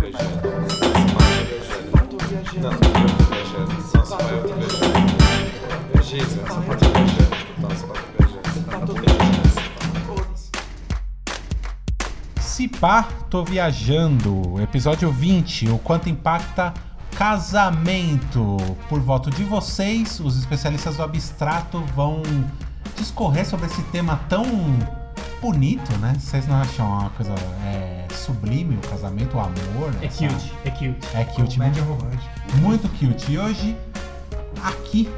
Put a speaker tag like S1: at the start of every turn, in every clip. S1: viajando. Não tô viajando.
S2: Não, não pode viajar. Só se vai outro viajante. Giza, só pode viajar. Não, só pode viajar.
S1: Tá todo viajando. Foda-se.
S3: Se pá, tô viajando. Episódio 20, o quanto impacta casamento. Por voto de vocês, os especialistas do abstrato vão discorrer sobre esse tema tão bonito, né? Vocês não acham uma coisa é, sublime o casamento, o amor?
S4: É
S3: essa-
S4: cute, é cute.
S3: É cute,
S4: Comédia
S5: né?
S3: muito,
S4: romântica.
S3: muito cute. E hoje, aqui,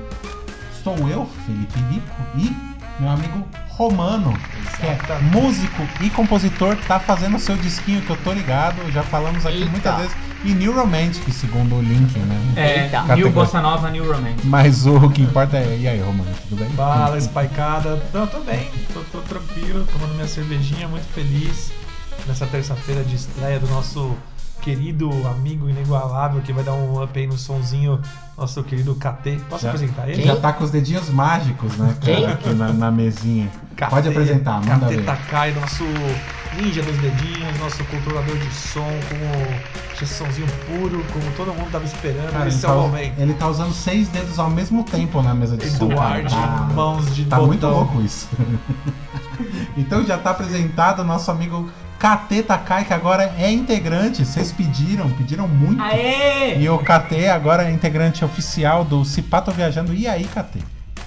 S3: estou eu, Felipe Rico, e meu amigo Romano que é músico e compositor, tá fazendo o seu disquinho que eu tô ligado, já falamos aqui
S5: Eita.
S3: muitas vezes. E New Romantic, segundo o link, né?
S4: É,
S5: Eita.
S4: New
S3: Categoria.
S4: Bossa Nova, New Romance.
S3: Mas o que importa é. E aí, Romano, tudo bem?
S5: Fala, espaicada. Não, tô bem, tô, tô tranquilo, tomando minha cervejinha, muito feliz. Nessa terça-feira de estreia do nosso querido amigo inigualável, que vai dar um up aí no sonzinho, nosso querido KT. Posso
S3: Já-
S5: apresentar ele?
S3: Ele já tá com os dedinhos mágicos, né, cara?
S5: Quem? Tá
S3: Aqui na, na mesinha.
S5: KT,
S3: Pode apresentar, manda
S5: KT
S3: ver.
S5: Takai, é nosso ninja dos dedinhos, nosso controlador de som, como gestãozinho puro, como todo mundo tava esperando.
S3: Cara, ele,
S5: Esse é o
S3: tá,
S5: momento.
S3: ele tá usando seis dedos ao mesmo tempo na mesa de som. cara.
S5: Eduardo,
S3: Tá-
S5: mãos de
S3: Tá
S5: botão.
S3: muito louco isso. então já tá apresentado o nosso amigo KT Takai, que agora é integrante. Vocês pediram, pediram muito.
S4: Aê!
S3: E o KT agora é integrante oficial do Cipato Viajando. E aí, KT?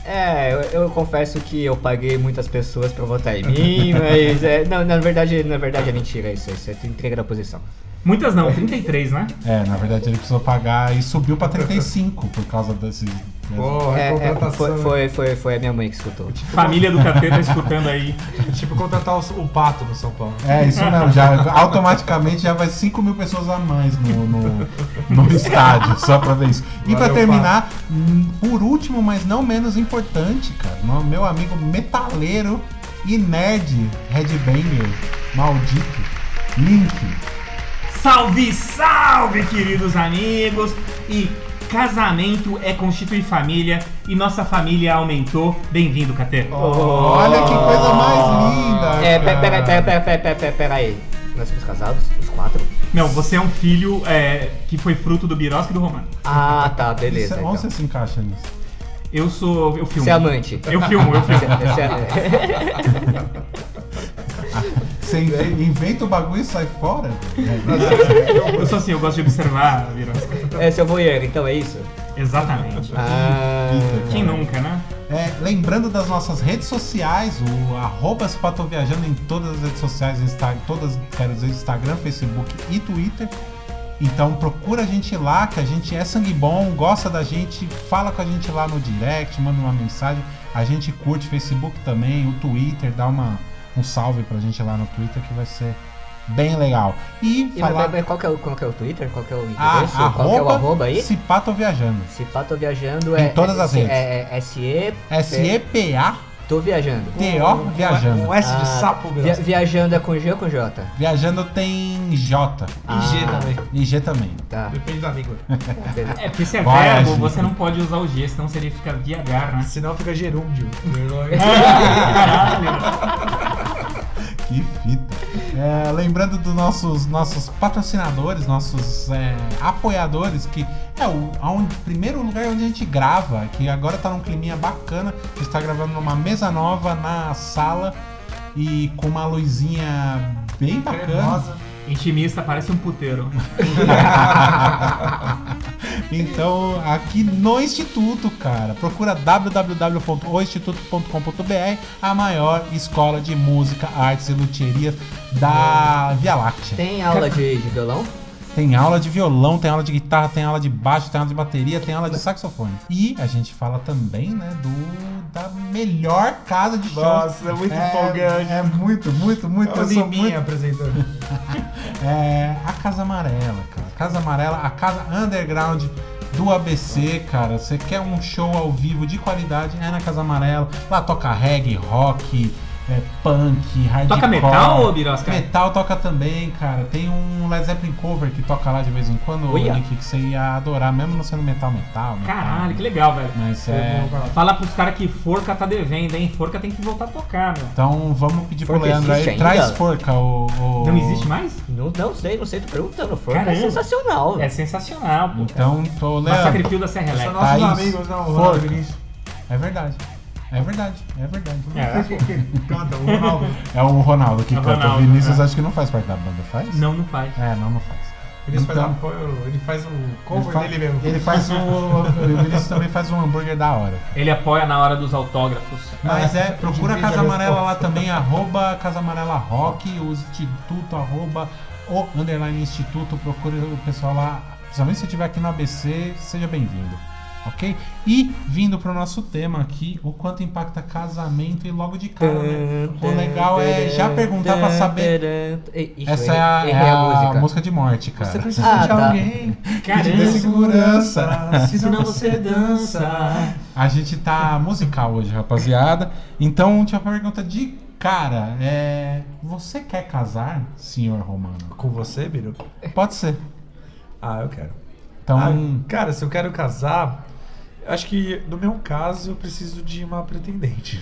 S6: É, eu, eu confesso que eu paguei muitas pessoas pra votar em mim, mas é, não, na verdade, na verdade é mentira isso, isso é tu entrega da posição.
S4: Muitas não, 33, né?
S3: É, na verdade ele precisou pagar e subiu pra 35 por causa desse.
S2: Boa,
S6: É,
S2: é
S6: é,
S2: contratação.
S6: foi, foi, foi, foi a minha mãe que escutou.
S4: Família do KT tá escutando aí.
S5: Tipo contratar o, o pato no São Paulo.
S3: É, isso mesmo, já, automaticamente já vai 5 mil pessoas a mais no, no, no estádio, só pra ver isso. E pra
S5: Valeu,
S3: terminar, hum, por último, mas não menos importante, cara, no- meu amigo metaleiro e nerd headbanger, maldito, Link.
S4: Salve, salve, queridos amigos! E casamento é constituir família e nossa família aumentou. Bem-vindo, KT.
S3: Olha que coisa mais linda!
S6: É, pera,
S3: cara.
S6: pera, pera, pera, pera, pera, pera, pera aí. Nós somos casados? Os quatro?
S4: Não, você é um filho é, que foi fruto do Birosca e do Romano.
S6: Ah,
S3: Isso,
S6: tá,
S3: é
S6: beleza.
S3: onde
S6: então.
S3: você se encaixa nisso?
S4: Eu sou. Eu filmo.
S6: Você é amante.
S4: Eu filmo, eu filmo.
S6: Você é-
S3: Você inve- inventa o bagulho e sai fora?
S4: Eu sou assim, eu gosto de observar, Birosca.
S6: é seu voyeur, então é isso?
S4: Exatamente.
S6: Ah,
S4: Quem nunca, né?
S3: É, lembrando das nossas redes sociais, o arroba Cipato Viajando em todas as redes sociais, Insta, todas, quero dizer, Instagram, Facebook e Twitter. Então procura a gente lá, que a gente é sangue bom, gosta da gente, fala com a gente lá no direct, manda uma mensagem. A gente curte Facebook também, o Twitter, dá uma, um salve pra gente lá no Twitter que vai ser bem legal. E
S6: e, mas,
S3: falar.
S6: mas, mas qual, que é o, qual que é o Twitter? Qual que é o
S3: Ah,
S6: endereço? qual que é o arroba aí?
S3: Cipato Viajando.
S6: Se pá, tô viajando
S3: Em
S6: é.
S3: todas
S6: é,
S3: as redes.
S6: É, é SE,
S3: S-E-P-A-T-O
S6: tô viajando.
S3: Viajando.
S5: Um S de
S6: Ah,
S5: sapo, meu.
S6: Via- viajando é com G ou com J?
S3: Viajando tem J.
S6: Ah.
S5: E G também.
S3: IG também.
S6: Tá.
S5: Depende da língua.
S6: beleza.
S4: É, porque se é
S3: Vai,
S4: verbo,
S3: gente.
S4: você não pode usar o G, senão seria ficar viajar, né?
S5: Senão fica gerúndio.
S4: Caralho!
S3: Que fita. É, lembrando dos nossos, nossos patrocinadores, nossos é, apoiadores, que é o aonde- primeiro lugar onde a gente grava, que agora tá num climinha bacana. A gente tá gravando numa mesa nova na sala e com uma luzinha bem
S5: É.
S3: bacana.
S5: Cremosa.
S4: Intimista, parece um puteiro.
S3: então, aqui no Instituto, cara, procura www.oinstituto.com.br, a maior escola de música, artes e lutherias da
S5: É.
S3: Via Láctea.
S6: Tem aula de, de violão?
S3: Tem aula de violão, tem aula de guitarra, tem aula de baixo, tem aula de bateria, tem aula de saxofone. E a gente fala também, né, do da melhor casa de shows.
S5: Nossa, é muito
S3: é,
S5: empolgante.
S3: É muito, muito, muito.
S5: Olha
S3: eu
S5: o
S3: sou
S5: Liminha
S3: muito
S5: apresentando.
S3: é a Casa Amarela, cara. Casa Amarela, a casa underground do ABC, cara. Você quer um show ao vivo de qualidade? É na Casa Amarela. Lá toca reggae, rock, é, punk, hardcore.
S4: Toca metal, ô Birosca?
S3: Metal toca também, cara. Tem um Led Zeppelin cover que toca lá de vez em quando,
S6: Olha.
S3: Nick, que você ia adorar, mesmo não sendo metal, metal. metal.
S4: Caralho, que legal, velho.
S3: Mas é.
S4: Fala pros caras que Forca tá devendo, hein? Forca tem que voltar a tocar, meu.
S3: Então vamos pedir pro
S6: Forca
S3: Leandro aí.
S6: existe ainda?
S3: Traz forca, o.
S4: Não existe mais?
S6: Não, não sei, não sei, tô perguntando. Forca
S4: Caramba.
S6: é sensacional.
S4: É sensacional, pô.
S3: Então, tô
S4: Massacre
S3: Leandro.
S4: Fio da Serra
S5: São
S4: Elétrica.
S5: nossos
S3: Thaís,
S5: amigos, não,
S3: forca.
S5: Ronaldo Vinícius.
S3: É verdade. É verdade, é verdade.
S4: É.
S5: Cada um, Ronaldo.
S3: É o Ronaldo que
S4: É o
S3: canta. o
S4: Ronaldo,
S3: Vinícius
S4: é.
S3: acho que não faz parte da banda, faz?
S4: Não, não faz.
S3: É, não, não faz.
S5: Vinícius faz
S3: Então-
S5: apoio, ele faz o
S3: Ele
S5: cover
S3: fa-
S5: dele mesmo.
S3: Ele faz o. O Vinícius também faz um hambúrguer da hora.
S4: Ele apoia na hora dos autógrafos.
S3: Mas é, procura a Casa
S5: Divide a
S3: Amarela lá
S5: resposta.
S3: também, arroba Casa Amarela Rock, o Instituto, arroba o Underline Instituto, procura o pessoal lá. Principalmente se você estiver aqui no ABC, seja bem-vindo. Ok? E vindo pro nosso tema aqui, o quanto impacta casamento e logo de cara, né? O legal é já perguntar pra saber. Essa é a, é a música. de morte,
S5: Você
S3: cara.
S5: precisa
S6: Ah,
S5: de
S6: tá.
S5: alguém que te dê
S4: Caramba.
S5: segurança, senão você dança.
S3: A gente tá musical hoje, rapaziada. Então, tinha uma pergunta de cara. É, você quer casar, senhor Romano?
S5: Com você, Biro?
S3: Pode ser.
S5: Ah, eu quero.
S3: Então,
S5: Ah, cara, se eu quero casar, eu acho que no meu caso eu preciso de uma pretendente.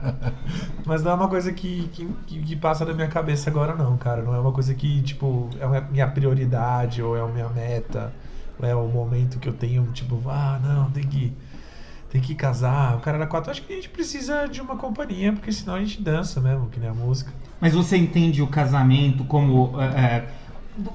S5: Mas não é uma coisa que, que, que- que passa da minha cabeça agora, não, cara. Não é uma coisa que, tipo, é uma minha prioridade ou é a minha meta. Ou é o momento que eu tenho, tipo, ah, não, tem que. Tem que casar, o cara era quatro. Acho que a gente precisa de uma companhia, porque senão a gente dança mesmo, que nem a música.
S4: Mas você entende o casamento como. é, é,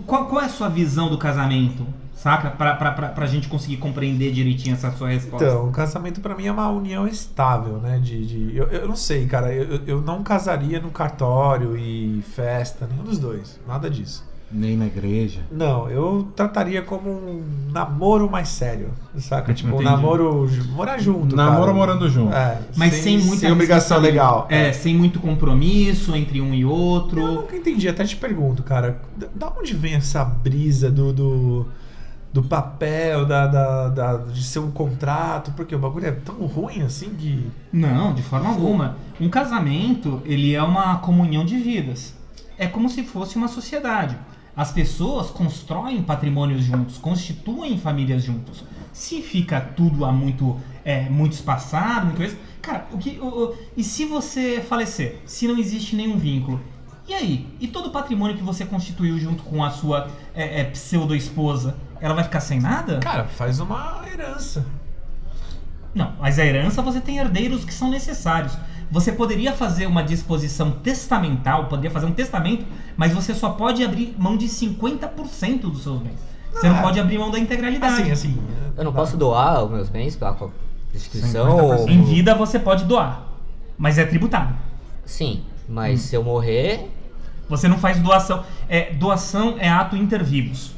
S4: qual, qual é a sua visão do casamento? Saca? Pra, pra, pra, pra gente conseguir compreender direitinho essa sua resposta.
S5: Então, o casamento pra mim é uma união estável, né? De, de- eu, eu não sei, cara. Eu, eu- eu não casaria no cartório e festa, nenhum dos dois. Nada disso.
S3: nem na igreja.
S5: Não, eu trataria como um namoro mais sério, saca? Tipo, um
S4: Entendi.
S5: namoro. ju- Morar junto.
S3: Namoro
S5: cara.
S3: morando junto.
S5: É,
S4: Mas sem, muita
S5: Sem obrigação legal.
S4: responsabilidade. É, sem muito compromisso entre um e
S5: Eu
S4: outro.
S5: nunca entendi, até te pergunto, cara, da- da onde vem essa brisa do, do, do papel, da, da- da- de ser um contrato? Porque o bagulho é tão ruim assim que.
S4: Não, de forma alguma. Um casamento, ele é uma comunhão de vidas. É como se fosse uma sociedade. As pessoas constroem patrimônios juntos, constituem famílias juntos. Se fica tudo há muito, é, muito espaçado, muito isso, cara, o que, o- o- e se você falecer, se não existe nenhum vínculo, e aí? E todo o patrimônio que você constituiu junto com a sua é, é, pseudo-esposa, ela vai ficar sem nada?
S5: Cara, faz uma herança.
S4: Não, mas a herança você tem herdeiros que são necessários. Você poderia fazer uma disposição testamental, poderia fazer um testamento, mas você só pode abrir mão de 50% dos seus bens. Você não
S5: Ah.
S4: pode abrir mão da integralidade.
S5: Assim, assim.
S6: Eu não posso doar os meus bens pra qual- instituição?
S3: 50%.
S6: ou-
S4: Em vida você pode doar, mas é tributado.
S6: Sim,
S3: Hum.
S6: mas se eu morrer,
S4: Você não faz doação. É, doação é ato inter vivos.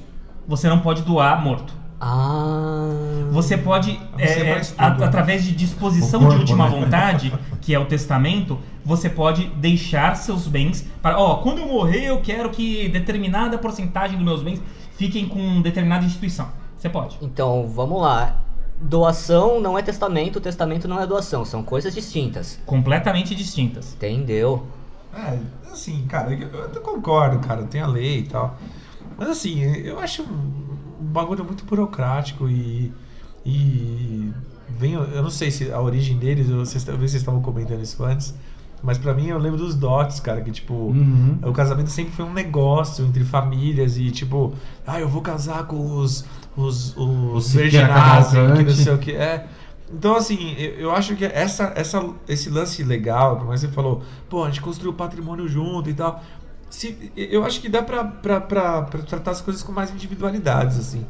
S4: Você não pode doar morto.
S6: ah,
S4: Você pode, é, é,
S5: faz tudo,
S4: a-
S5: né?
S4: através de disposição
S3: O corpo,
S4: de última
S3: né?
S4: vontade, que é o testamento, você pode deixar seus bens para. Ó, quando eu morrer, eu quero que determinada porcentagem dos meus bens fiquem com determinada instituição. Você pode.
S6: Então, vamos lá. Doação não é testamento, testamento não é doação, são coisas distintas.
S4: Completamente distintas.
S6: Entendeu?
S5: É, assim, cara, eu, eu até concordo, cara, tem a lei e tal. Mas assim, eu acho um, um bagulho muito burocrático e. E. Vem, eu não sei se a origem deles, eu- vocês, talvez vocês estavam comentando isso antes, mas pra mim eu lembro dos dots, cara, que tipo.
S3: Uhum.
S5: O casamento sempre foi um negócio entre famílias e tipo, ah, eu vou casar com os os
S3: O
S5: os
S3: Siqueira
S5: Verginazzi, que não
S3: Cavalcante.
S5: sei o que é. Então assim, eu, eu acho que essa essa esse lance legal, como você falou, pô, a gente construiu patrimônio junto e tal. Se, eu acho que dá pra, pra, pra, pra tratar as coisas com mais individualidades assim.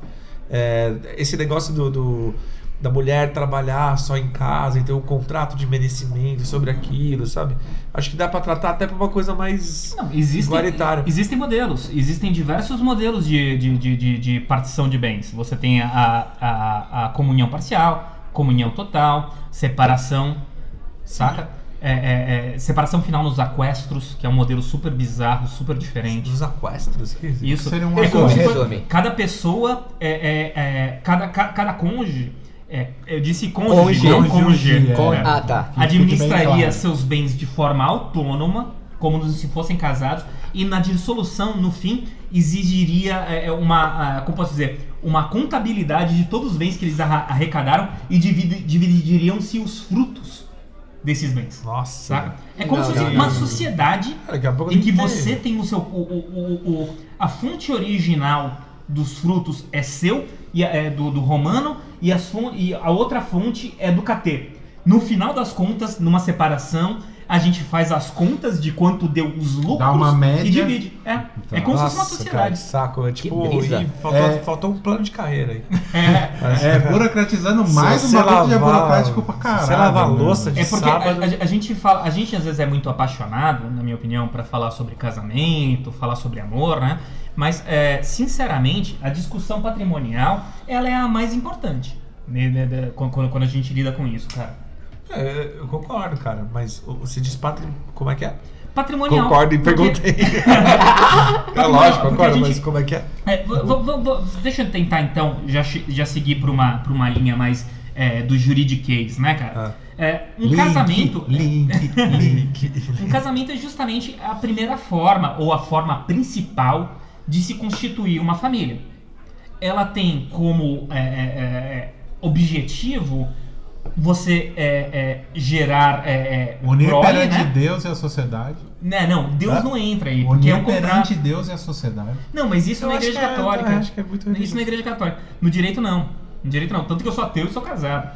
S5: É, esse negócio do, do- da mulher trabalhar só em casa e ter um contrato de merecimento sobre aquilo, sabe? Acho que dá pra tratar até pra uma coisa mais
S4: Não, existem,
S5: Igualitário.
S4: existem modelos. Existem diversos modelos de, de, de, de- de partição de bens. Você tem a, a, a comunhão parcial, comunhão total, separação, saca? É, é, é, separação final nos aquestros, que é um modelo super bizarro, super diferente.
S5: Dos aquestros.
S4: Isso
S3: Seria um
S4: é como
S6: acordo.
S4: se for-
S6: Resume.
S4: cada pessoa, é, é, é, cada, ca- cada cônjuge É, eu disse cônjuge,
S6: Cônjuge.
S4: não cônjuge.
S3: Cônjuge, é.
S4: Con-
S3: Cônjuge.
S6: Ah, tá.
S3: Que fique
S4: Administraria
S3: bem claro.
S4: seus bens de forma autônoma, como se fossem casados, e na dissolução, no fim, exigiria é, é, uma, ah, como posso dizer, uma contabilidade de todos os bens que eles arra- arrecadaram e dividi- dividiriam-se os frutos desses bens.
S5: Nossa.
S4: Saca? É como
S6: Não,
S4: se fosse
S6: não,
S4: uma
S6: não.
S4: sociedade
S5: Cara, daqui a pouco
S4: em
S5: tem
S4: que
S5: ter-
S4: você tem o seu. O, o- o- o- a fonte original dos frutos é seu, e a- é do, do romano, e, as fon- e a outra fonte é do KT. No final das contas, numa separação, a gente faz as contas de quanto deu os lucros
S3: Dá uma média.
S4: e divide. É, é como se fosse uma
S5: Nossa, cara, que
S4: sociedade.
S5: saco. É tipo,
S6: brisa.
S5: e faltou,
S3: É.
S5: faltou um plano de carreira aí.
S4: É,
S5: Mas,
S3: É,
S5: cara,
S3: burocratizando
S5: se
S3: mais um
S5: você
S3: bagulho que já é
S5: lavar-
S3: burocrático pra
S5: se
S3: caralho.
S5: Você lavar
S3: né?
S5: louça de
S4: é porque a,
S5: sábado.
S4: a- a gente fala, a gente às vezes é muito apaixonado, na minha opinião, pra falar sobre casamento, falar sobre amor, né? Mas é, sinceramente, a discussão patrimonial ela é a mais importante né, né, da- quando, quando a gente lida com isso, cara.
S5: É, eu concordo, cara. Mas o- você diz patri... Como é que é?
S4: Patrimonial.
S5: Concordo e
S4: porque-
S5: perguntei. é lógico,
S4: porque a
S5: concordo,
S4: gente-
S5: mas como é que é?
S4: É, vou- vou- vou- vou- deixa eu tentar então já, che- já seguir pra uma, pra uma linha mais é, do juridiquês, né, cara?
S5: Ah.
S4: É, um
S3: Link,
S4: casamento.
S3: Link, link.
S4: Um casamento é justamente a primeira forma ou a forma principal de se constituir uma família. Ela tem como é, é, é, objetivo você é, é, gerar é, é,
S3: Unir
S4: prole,
S3: perante
S4: né?
S3: Deus e a sociedade.
S4: Né, Não, Deus
S5: Tá.
S3: Hã?
S4: não entra aí, porque é
S3: Unir
S4: um contrato.
S3: perante Deus e a sociedade.
S4: Não, mas isso
S5: Eu
S4: na
S5: acho
S4: igreja
S5: que é-
S4: católica.
S5: eu acho que é muito
S4: Isso na igreja católica. No direito não. No direito não. Tanto que eu sou ateu e sou casado.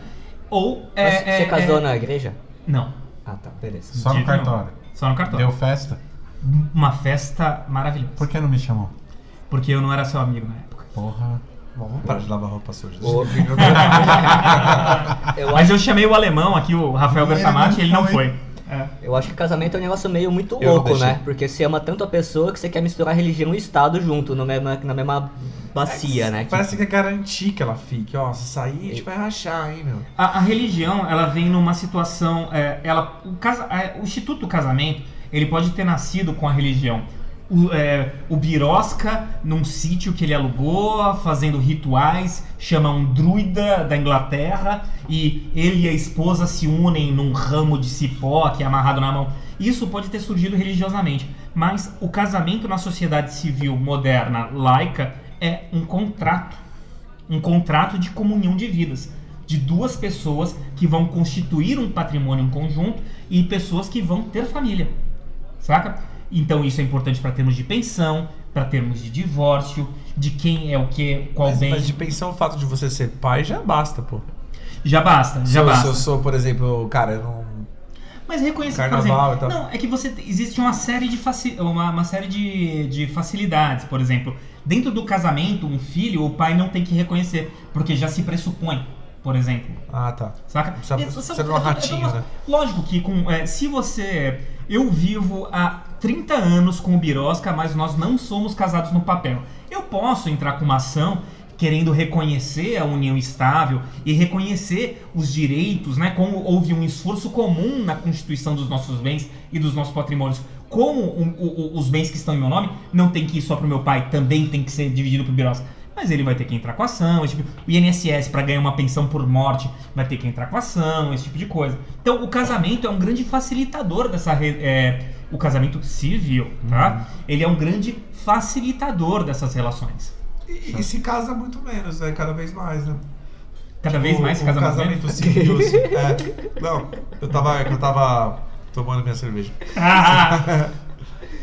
S4: Ou é,
S6: Mas
S4: é,
S6: você casou
S4: é-
S6: na igreja?
S4: Não,
S6: Ah, tá, beleza.
S3: Só no
S4: Direito não.
S3: cartório.
S4: só no cartório.
S3: Deu festa.
S4: Uma festa maravilhosa.
S3: Por que não me chamou?
S4: Porque eu não era seu amigo na época.
S3: Porra.
S5: Bom, vamos parar de lavar roupa suja.
S6: Ô. Eu
S4: Ah, Mas eu chamei o alemão aqui, o Rafael
S3: E ele
S4: Bertamati,
S3: não
S4: ele não
S3: foi.
S4: foi. É.
S6: Eu acho que casamento é um negócio meio muito
S5: Eu não
S6: louco,
S5: deixei.
S6: né? Porque você ama tanto a pessoa que você quer misturar religião e Estado junto, no mesma, na mesma bacia, né?
S5: Parece que é garantir que ela fique. Ó, se sair, a gente vai rachar, hein, meu.
S4: A, a religião, ela vem numa situação, é, ela, o, casa- é, o instituto do casamento, ele pode ter nascido com a religião. O, é, o Birosca, num sítio que ele alugou, fazendo rituais, chama um druida da Inglaterra e ele e a esposa se unem num ramo de cipó que é amarrado na mão. Isso pode ter surgido religiosamente, mas o casamento na sociedade civil moderna, laica, é um contrato um contrato de comunhão de vidas de duas pessoas que vão constituir um patrimônio em conjunto e pessoas que vão ter família, saca? Então isso é importante para termos de pensão, para termos de divórcio, de quem é o que, qual
S5: Mas,
S4: bem.
S5: mas de pensar o fato de você ser pai já basta, pô.
S4: Já basta,
S5: Se
S4: já
S5: eu, se
S4: basta.
S5: eu sou, por exemplo, cara, eu não.
S4: Mas reconheça, por
S5: Carnaval
S4: exemplo,
S5: e tal.
S4: não é que você te- existe uma série de faci uma, uma série de, de facilidades, por exemplo, dentro do casamento, um filho, o pai não tem que reconhecer porque já se pressupõe, por exemplo.
S5: Ah, tá.
S4: Saca?
S5: Precisa-
S4: É,
S5: precisa
S4: sabe,
S5: de um
S4: é tudo- é
S5: ratinho,
S4: tudo-
S5: né?
S4: Lógico que com, é, se você. Eu vivo há 30 anos com o Birosca, mas nós não somos casados no papel. Eu posso entrar com uma ação querendo reconhecer a união estável e reconhecer os direitos, né? Como houve um esforço comum na constituição dos nossos bens e dos nossos patrimônios. Como o- o- o- os bens que estão em meu nome não tem que ir só pro meu pai, também tem que ser dividido pro Birosca. Mas ele vai ter que entrar com ação, esse tipo, o INSS para ganhar uma pensão por morte vai ter que entrar com ação, esse tipo de coisa. Então o casamento é um grande facilitador dessa re- é, o casamento civil, tá?
S5: Uhum.
S4: Ele é um grande facilitador dessas relações.
S5: E, e se casa muito menos, né? Cada vez mais, né?
S4: Cada vez mais
S5: o,
S4: esse casamento.
S5: o casamento civil. é. Não, eu tava, eu tava tomando minha cerveja.
S4: Ah,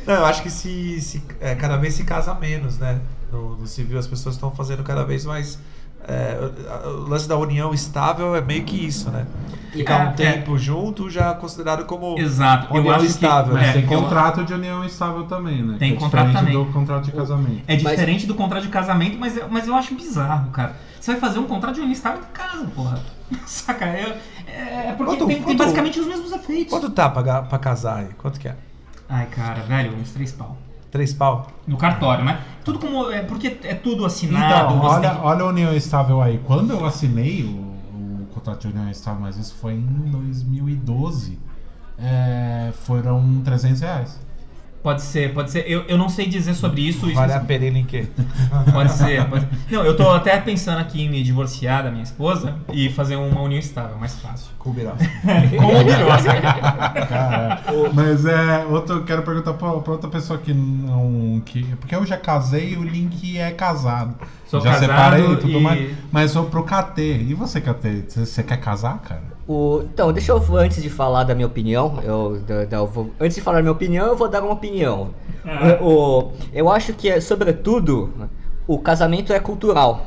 S5: Não, eu acho que se, se é, cada vez se casa menos, né? No, no civil as pessoas estão fazendo cada vez mais. é, o, o lance da união estável é meio que isso, né? Ficar
S4: É,
S5: um tempo junto já é considerado como.
S4: exato. Eu
S5: União
S4: acho
S5: estável,
S4: que
S5: né?
S4: é,
S3: Tem
S4: eu-
S3: contrato de união estável também, né?
S4: Tem
S3: Que é
S4: contrato
S3: diferente
S4: também.
S3: do contrato de casamento.
S4: é diferente do contrato de casamento, mas, eu- mas eu acho bizarro, cara. Você vai fazer um contrato de união estável em casa, porra. Saca? É, é porque
S5: Quanto-
S4: tem, tem
S5: quanto-
S4: basicamente os mesmos efeitos.
S5: Quanto tá pra, ga- pra casar aí? Quanto que é?
S4: Ai, cara, velho, uns três pau.
S5: Três pau?
S4: No cartório, né? Tudo como. É, porque é tudo assinado.
S3: Então,
S4: você tem
S3: olha,
S4: que-
S3: olha a união estável aí. Quando eu assinei o, o contrato de união estável, mas isso foi em 2012, é, foram 300 reais.
S4: Pode ser, pode ser. Eu, eu não sei dizer sobre isso. isso-
S5: Vale a pena ele em quê?
S4: Pode ser, pode ser. Não, eu tô até pensando aqui em me divorciar da minha esposa e fazer uma união estável, mais fácil.
S3: Combinado.
S6: Então,
S4: Como melhor.
S3: Cara, mas é, outro, eu quero perguntar pra, pra outra pessoa que não. Que, porque eu já casei e o Link é casado.
S4: Sou
S3: já
S4: casado
S3: separei e tudo
S4: e-
S3: mais. Mas sou pro KT. E você, KT? Você você quer casar, cara?
S6: O- então, deixa eu, antes de falar da minha opinião, eu, da- da- eu vou- antes de falar da minha opinião, eu vou dar uma opinião. O- eu acho que, é, sobretudo, o casamento é cultural.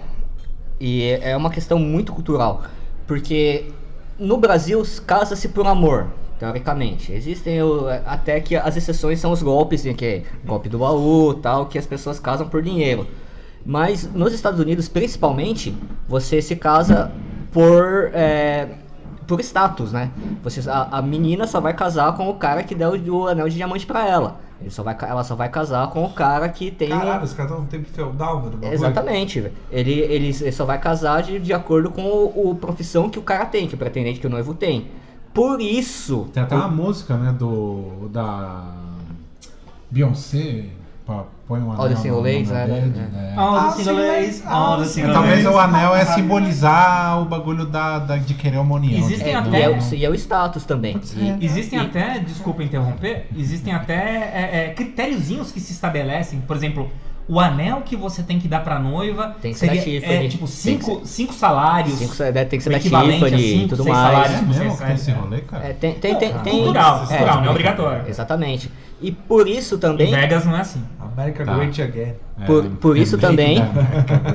S6: E é é uma questão muito cultural. Porque no Brasil, casa-se por amor, teoricamente. Existem o- até que as exceções são os golpes, né, que é golpe do baú tal, que as pessoas casam por dinheiro. Mas nos Estados Unidos, principalmente, você se casa por. é, por status, né? Você, a, a menina só vai casar com o cara que deu o anel de diamante pra ela. Ele só vai, ca- ela só vai casar com o cara que tem.
S5: Caralho, os caras estão no tempo feudal, mano. do bagulho.
S6: Exatamente. velho. Ele, ele, ele só vai casar de, de acordo com o, o profissão que o cara tem, que o pretendente que o noivo tem. Por isso.
S3: Tem até uma música, né, do. Da. Beyoncé. pá, Põe um anel.
S6: Olha,
S3: no-
S6: sem o leis,
S3: no
S6: né?
S3: dedo,
S6: É.
S3: né?
S4: All
S5: Ah,
S4: the single
S5: sim,
S4: ladies,
S5: mas-
S4: all
S5: ah,
S4: the
S5: sim.
S4: single
S3: Talvez
S4: ladies.
S3: o anel é
S4: né?
S3: simbolizar o bagulho da, da- de querer uma união.
S4: Existem
S3: né?
S4: até-
S6: E é, o- e é o status também.
S4: Existem até, desculpa interromper, existem até é, é, critériozinhos que se estabelecem. Por exemplo, o anel que você tem que dar pra noiva
S6: Tem que ser
S4: seria
S6: da Tiffany.
S4: é,
S6: Tem
S4: tipo
S6: que
S4: cinco, cinco salários.
S6: Cinco, né, tem que ser
S4: O
S6: da
S4: equivalente a
S6: Tiffany e
S4: cinco,
S6: tudo
S4: seis
S6: mais.
S4: salários.
S3: É mesmo que tem esse rolê, cara?
S6: É, tem, tem, tem,
S4: Não,
S6: tem-
S4: cultural,
S6: é,
S4: cultural, não é obrigatório.
S6: Exatamente. E por isso também.
S4: Em Vegas não é assim.
S5: America
S3: Tá.
S5: Great Again.
S6: Por- por isso também-
S3: né?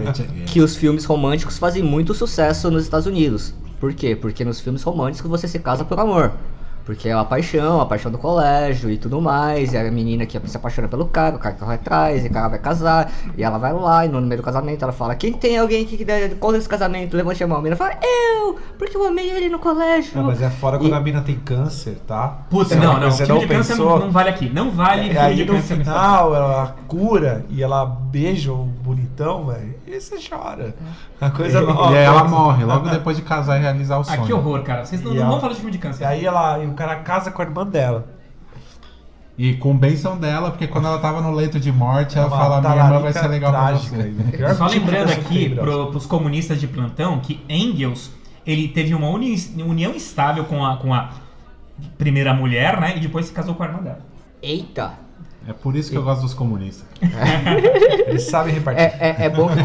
S3: É, que
S6: que os filmes românticos fazem muito sucesso nos Estados Unidos. Por quê? Porque nos filmes românticos você se casa por amor. Porque é a paixão, a paixão do colégio e tudo mais. E a menina que se apaixona pelo cara, o cara que vai atrás, e o cara vai casar, e ela vai lá, e no meio do casamento ela fala: Quem tem alguém que der conta desse casamento? Levante a mão. A menina fala: Eu! Porque eu amei ele no colégio.
S5: Não, mas é fora quando
S6: E-
S5: a mina tem câncer, tá?
S4: Putz,
S5: Você
S4: não, não.
S5: Você
S4: filme
S5: não
S4: de câncer
S5: pensou.
S4: não vale aqui. Não vale
S5: E
S4: filme
S5: aí
S4: de
S5: no
S4: câncer. é
S5: final ela cura e ela beija o bonitão, velho. E você chora. A coisa nova.
S3: E aí ela morre, logo depois de casar e realizar o
S4: Ah,
S3: sonho.
S4: que horror, cara. Vocês não,
S5: E
S4: não
S5: a-
S4: vão falar de filme de câncer.
S5: E aí ela, e o cara casa com a irmã dela.
S3: E com bênção dela, porque quando ela tava no leito de morte, ela
S5: Uma
S3: fala, minha irmã vai
S5: talarica
S3: ser legal pra
S5: trágica.
S3: você.
S5: Pior
S4: Só
S5: tipo de
S4: lembrando
S5: pessoa que
S4: aqui
S5: tem, Drauzio.
S4: pro, pros comunistas de plantão que Engels ele teve uma uni- união estável com a, com a primeira mulher, né? E depois se casou com a irmã dela.
S6: Eita!
S3: É por isso que eu gosto dos comunistas.
S5: Ele sabe repartir.
S6: É, é, é bom que,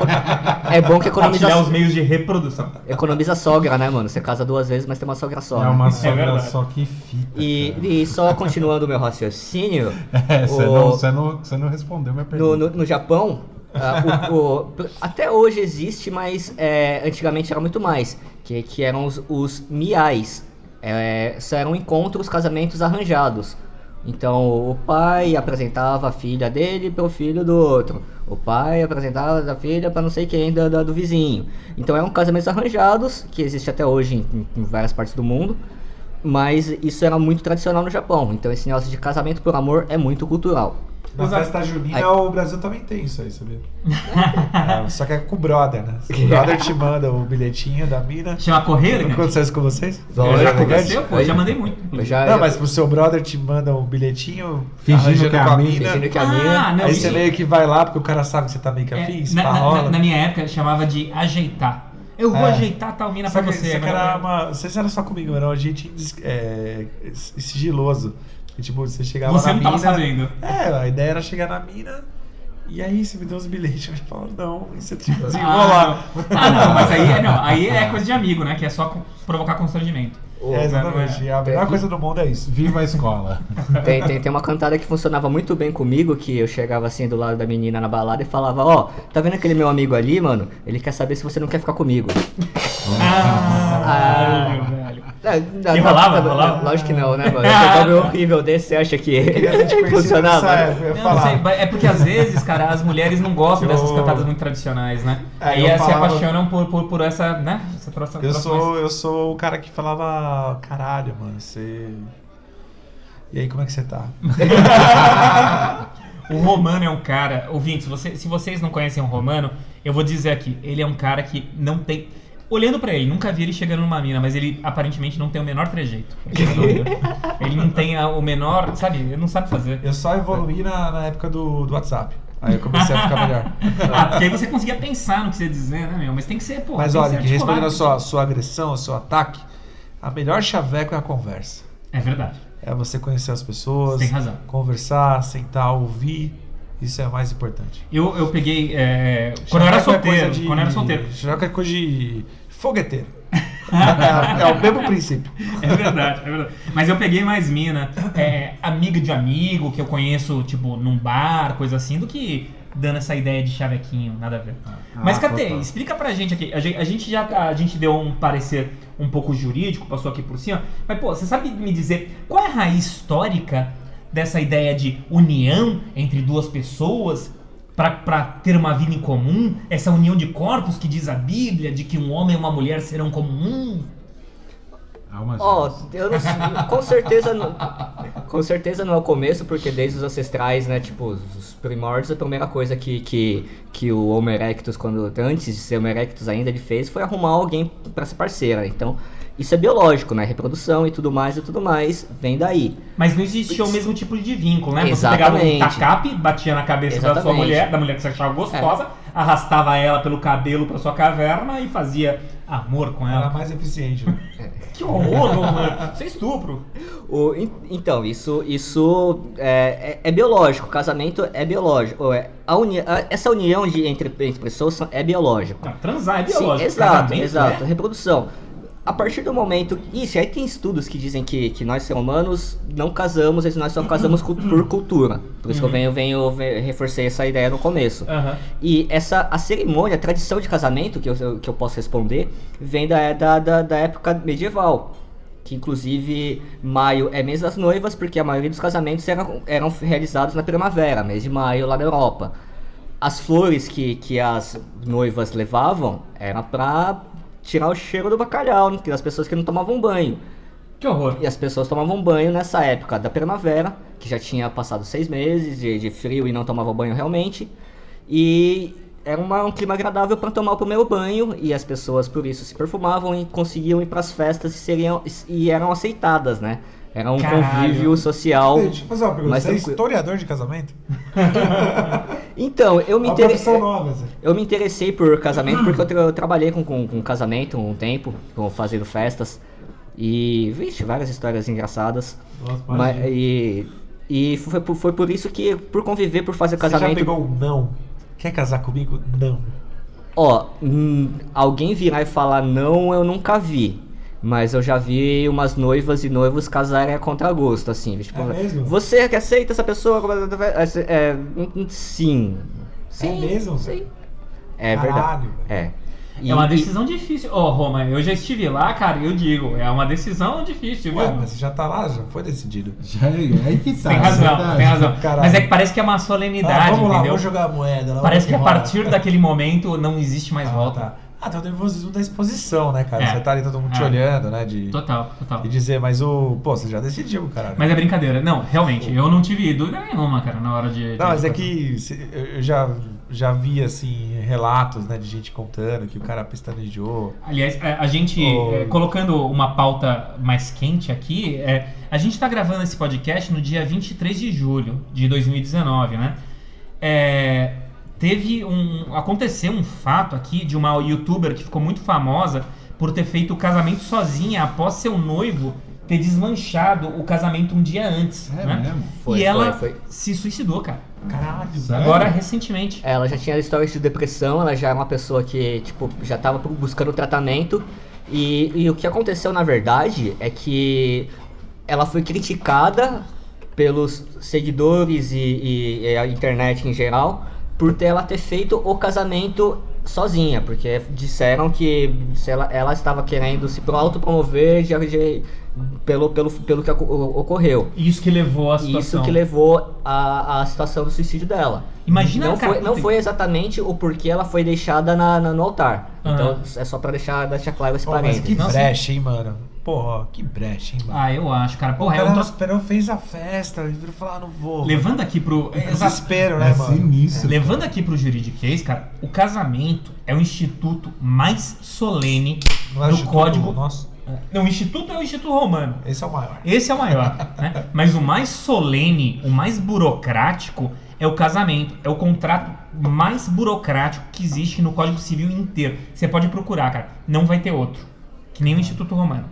S6: é bom que economiza,
S4: Compartilhar os meios de reprodução.
S6: economiza sogra, né, mano? Você casa duas vezes, mas tem uma sogra só.
S3: É
S6: né?
S3: uma sogra
S4: verdade.
S3: só que fita.
S6: E,
S3: cara.
S6: e só continuando o meu raciocínio,
S3: É, você,
S6: o-
S3: não, você, não, você não respondeu minha pergunta.
S6: no, no, no Japão, ah, o- o- até hoje existe, mas é, antigamente era muito mais, que, que eram os, os miais. É, só eram encontros, casamentos arranjados. Então o pai apresentava a filha dele para o filho do outro. O pai apresentava a filha para não sei quem da, da- do vizinho. Então eram casamentos arranjados, que existe até hoje em- em várias partes do mundo. Mas isso era muito tradicional no Japão. Então esse negócio de casamento por amor é muito cultural.
S5: Na
S4: Exato.
S5: festa junina,
S6: Aí-
S5: o Brasil também tem isso aí, sabia? É, só que é com o brother, né? O brother te manda o bilhetinho da mina.
S4: Chama correr, né?
S5: Aconteceu isso com vocês?
S6: Lógico.
S4: Já
S5: Brother gigante?
S4: aconteceu, pô. Eu já mandei muito.
S6: Eu já-
S5: Não,
S6: já-
S5: mas pro seu brother te manda um bilhetinho
S3: Fingindo
S5: arranjando
S3: que é
S5: com a
S3: amigo,
S5: mina.
S6: Fingindo que a minha.
S4: Ah, não,
S5: Aí
S4: isso-
S5: você meio que vai lá porque o cara sabe que você tá meio que
S4: é,
S5: afim,
S4: na, na,
S5: esparrola.
S4: na minha época chamava de ajeitar. Eu vou
S5: É.
S4: ajeitar tal mina pra
S5: Só que
S4: você.
S5: isso aqui
S4: mas-
S5: era uma. Não sei se era só comigo, era um jeitinho des- é, s- sigiloso. E, tipo, você chegava
S4: Você
S5: na
S4: não tava
S5: mina.
S4: sabendo.
S5: É, a ideia era chegar na mina. E aí, você me deu uns bilhetes. Eu falo, não, e você tipo, desenrolar.
S4: Ah, não. Ah, não, mas aí, é- não, aí é coisa de amigo, né? Que é só co- provocar constrangimento.
S5: é, exatamente.
S4: né?
S5: A melhor coisa do mundo é isso.
S3: Viva a escola.
S6: Tem, tem, tem uma cantada que funcionava muito bem comigo, que eu chegava assim do lado da menina na balada e falava, ó, tá vendo aquele meu amigo ali, mano? Ele quer saber se você não quer ficar comigo.
S4: Ah, velho.
S6: Não, não,
S4: E
S6: não,
S4: rolava,
S6: não,
S4: rolava?
S6: não, É, Lógico que não, né, mano? Você tá meio horrível desse, você acha que
S5: E a gente conheceu
S6: funcionava? né?
S5: nessa época, eu ia
S4: Eu não sei,
S5: falar.
S4: mas é porque às vezes, cara, as mulheres não gostam
S5: Eu-
S4: dessas cantadas muito tradicionais, né?
S5: É,
S4: Aí
S5: eu
S4: elas
S5: falava-
S4: se apaixonam por, por, por essa, né? Essa troça,
S5: Eu
S4: troça mais-
S5: sou, eu sou o cara que falava, caralho, mano, você. E aí, como é que você tá?
S4: O Romano é um cara... Ouvintes, você, se vocês não conhecem o Romano, eu vou dizer aqui. Ele é um cara que não tem... olhando pra ele, nunca vi ele chegando numa mina, mas ele aparentemente não tem o menor trejeito. ele não tem a- o menor, sabe, ele não sabe fazer.
S5: Eu só evoluí na, na época do, do WhatsApp. Aí eu comecei a ficar melhor.
S4: Ah, porque aí você conseguia pensar no que você ia dizer, né, meu? Mas tem que ser, pô.
S5: Mas
S4: tem que
S5: olha,
S4: ser articulado.
S5: respondendo a sua, sua agressão, o seu ataque, a melhor chaveco é a conversa.
S4: É verdade.
S5: É você conhecer as pessoas,
S4: Você tem razão.
S5: conversar, sentar, ouvir. Isso é o mais importante.
S4: Eu, eu peguei. é, quando eu era
S5: Chaveco é coisa
S4: solteiro.
S5: de-
S4: Quando eu era solteiro.
S5: Chaveco é coisa de fogueteiro. é, é o mesmo princípio.
S4: É verdade, é verdade. Mas eu peguei mais mina, é, amiga de amigo, que eu conheço, tipo, num bar, coisa assim, do que dando essa ideia de chavequinho, nada a ver. Mas, Catê,
S3: total.
S4: explica pra gente aqui. A gente, a gente já a gente deu um parecer um pouco jurídico, passou aqui por cima, mas, pô, você sabe me dizer qual é a raiz histórica dessa ideia de união entre duas pessoas? Pra, pra ter uma vida em comum, essa união de corpos que diz a Bíblia, de que um homem e uma mulher serão um? comum.
S3: Almas
S6: Ó,
S3: gêmeas.
S6: eu não sei, com certeza não, com certeza não é o começo, porque desde os ancestrais, né, tipo, os os primórdios, a primeira coisa que, que, que o Homo erectus, quando, antes de ser Homo erectus ainda, ele fez foi arrumar alguém pra ser parceira, então... Isso é biológico, né? Reprodução e tudo mais e tudo mais, vem daí.
S4: Mas não existia o mesmo tipo de vínculo, né? Você
S6: Exatamente.
S4: pegava um tacape, batia na cabeça da sua
S6: Exatamente. É.
S4: mulher, da mulher que você achava gostosa, arrastava ela pelo cabelo pra sua caverna e fazia amor com
S5: Era
S4: ela.
S5: é mais eficiente. né?
S4: Que horror, mano. Isso é estupro.
S6: O, in- então, isso, isso é, é- é biológico, casamento é biológico. ou é- a uni- a- essa união de, entre, entre pessoas são- é biológico.
S4: Não, transar é
S6: Sim,
S4: biológico.
S6: exato,
S4: casamento,
S6: exato.
S4: né?
S6: Reprodução. A partir do momento. Isso, aí tem estudos que dizem que, que nós seres humanos não casamos, eles- nós só casamos cu- por cultura. Por isso
S4: Uhum.
S6: que eu venho, venho, venho- reforcei essa ideia no começo.
S4: Aham.
S6: E essa a cerimônia, a tradição de casamento, que eu, que eu posso responder, vem da, da, da, da época medieval. Que inclusive maio é mês das noivas, porque a maioria dos casamentos eram, eram realizados na primavera, mês de maio lá na Europa. As flores que, que as noivas levavam era pra tirar o cheiro do bacalhau, né, das pessoas que não tomavam banho.
S4: Que horror.
S6: E as pessoas tomavam banho nessa época da primavera, que já tinha passado seis meses de, de frio e não tomava banho realmente. E era uma- um clima agradável para tomar o primeiro banho, e as pessoas por isso se perfumavam e conseguiam ir para as festas e, seriam, e eram aceitadas, né? Era um
S4: Caralho.
S6: convívio social.
S5: Deixa eu fazer uma pergunta.
S6: Mas
S5: Você é
S6: tranquilo.
S5: historiador de casamento?
S6: Então, eu me
S5: Uma
S6: intere-
S5: profissão nova, Zé.
S6: Eu me interessei por casamento porque eu, tra- eu trabalhei com, com, com casamento um tempo, com- fazendo festas. E, vixe, várias histórias engraçadas.
S5: Nossa,
S6: Mas-
S5: imagina.
S6: e e foi, por- foi por isso que, por conviver, por fazer
S5: Você já
S6: casamento.
S5: pegou um não? Quer casar comigo? Não.
S6: Ó, hum, alguém virar e falar não, eu nunca vi. Mas eu já vi umas noivas e noivos casarem a contragosto, assim. Tipo,
S5: É mesmo?
S6: Você que aceita essa pessoa? É, é, hum, sim. Sim.
S5: É mesmo?
S6: Sim. É verdade.
S5: Caralho, velho.
S6: É.
S4: É uma
S6: E-
S4: decisão difícil. Ô, Roma, eu já estive lá, cara, eu digo, é uma decisão
S6: É.
S4: difícil, viu?
S5: Ué, mas você já tá lá, já foi decidido.
S3: Já é aí que tá.
S4: Tem razão,
S3: verdade.
S4: tem razão.
S5: Caralho.
S4: Mas é que parece que é uma
S5: Ah,
S4: solenidade,
S5: vamos lá,
S4: entendeu?
S5: vamos jogar a moeda. lá,
S4: parece que
S5: vamos
S4: a
S5: rola.
S4: partir daquele momento não existe mais
S5: Ah,
S4: volta.
S5: tá. Ah, tem o nervosismo da exposição, né, cara?
S4: É.
S5: Você tá ali todo mundo te
S4: É.
S5: olhando, né? De,
S4: Total, total.
S5: e dizer, mas o. Pô, você já decidiu, caralho.
S4: Mas é brincadeira. Não, realmente, eu não tive dúvida nenhuma, cara, na hora de.
S5: Não,
S4: de-
S5: mas é que se- eu já, já vi, assim, relatos, né, de gente contando que o cara pestanejou.
S4: Aliás, é, a, a gente,
S5: Oh.
S4: eh, colocando uma pauta mais quente aqui, eh, a gente tá gravando esse podcast no dia 23 de julho de 2019, né? É, teve um. Aconteceu um fato aqui de uma youtuber que ficou muito famosa por ter feito o casamento sozinha após seu noivo ter desmanchado o casamento um dia antes.
S3: É
S4: né?
S3: mesmo?
S6: Foi,
S4: e
S6: foi,
S4: ela
S6: foi.
S4: se suicidou, cara.
S5: Caralho, é
S3: Sério? É
S4: Agora, recentemente.
S6: Ela já tinha histórias de depressão, ela já era uma pessoa que, tipo, já tava pro- buscando tratamento. E, e o que aconteceu, na verdade, é que ela foi criticada pelos seguidores e, e- e a internet em geral por ter- ela ter feito o casamento sozinha, porque disseram que se ela, ela estava querendo se pro- autopromover de, de, pelo, pelo, pelo que o- ocorreu.
S4: Isso que levou à
S6: E
S4: situação.
S6: Isso que levou à, à situação do suicídio dela.
S4: Imagina,
S6: não
S4: cara,
S6: foi, não
S4: tem-
S6: foi exatamente o porquê ela foi deixada na, na- no altar.
S4: Aham.
S6: Então é só pra deixar, deixar claro esse
S5: Pô, mas
S6: parênteses.
S5: que
S4: Não, sim.
S5: brecha, hein, mano. Pô, que brecha, hein, mano.
S4: Ah, eu acho, cara.
S5: o
S4: Porra, é
S5: cara não
S4: um troço.
S5: esperou, fez a festa, ele virou e falou, ah, não vou.
S4: Levando aqui pro.
S5: É Desespero, né,
S3: É
S5: mano?
S3: sinistro.
S4: Levando aqui pro juridiquês, cara, o casamento é o instituto mais solene
S5: Não é o
S4: do
S5: Instituto
S4: código.
S5: Nosso.
S4: Não, o instituto é o instituto romano.
S5: Esse é o maior.
S4: Esse é o maior, né? Mas o mais solene, o mais burocrático é o casamento. É o contrato mais burocrático que existe no Código Civil inteiro. Você pode procurar, cara. Não vai ter outro. Que nem o Instituto Romano.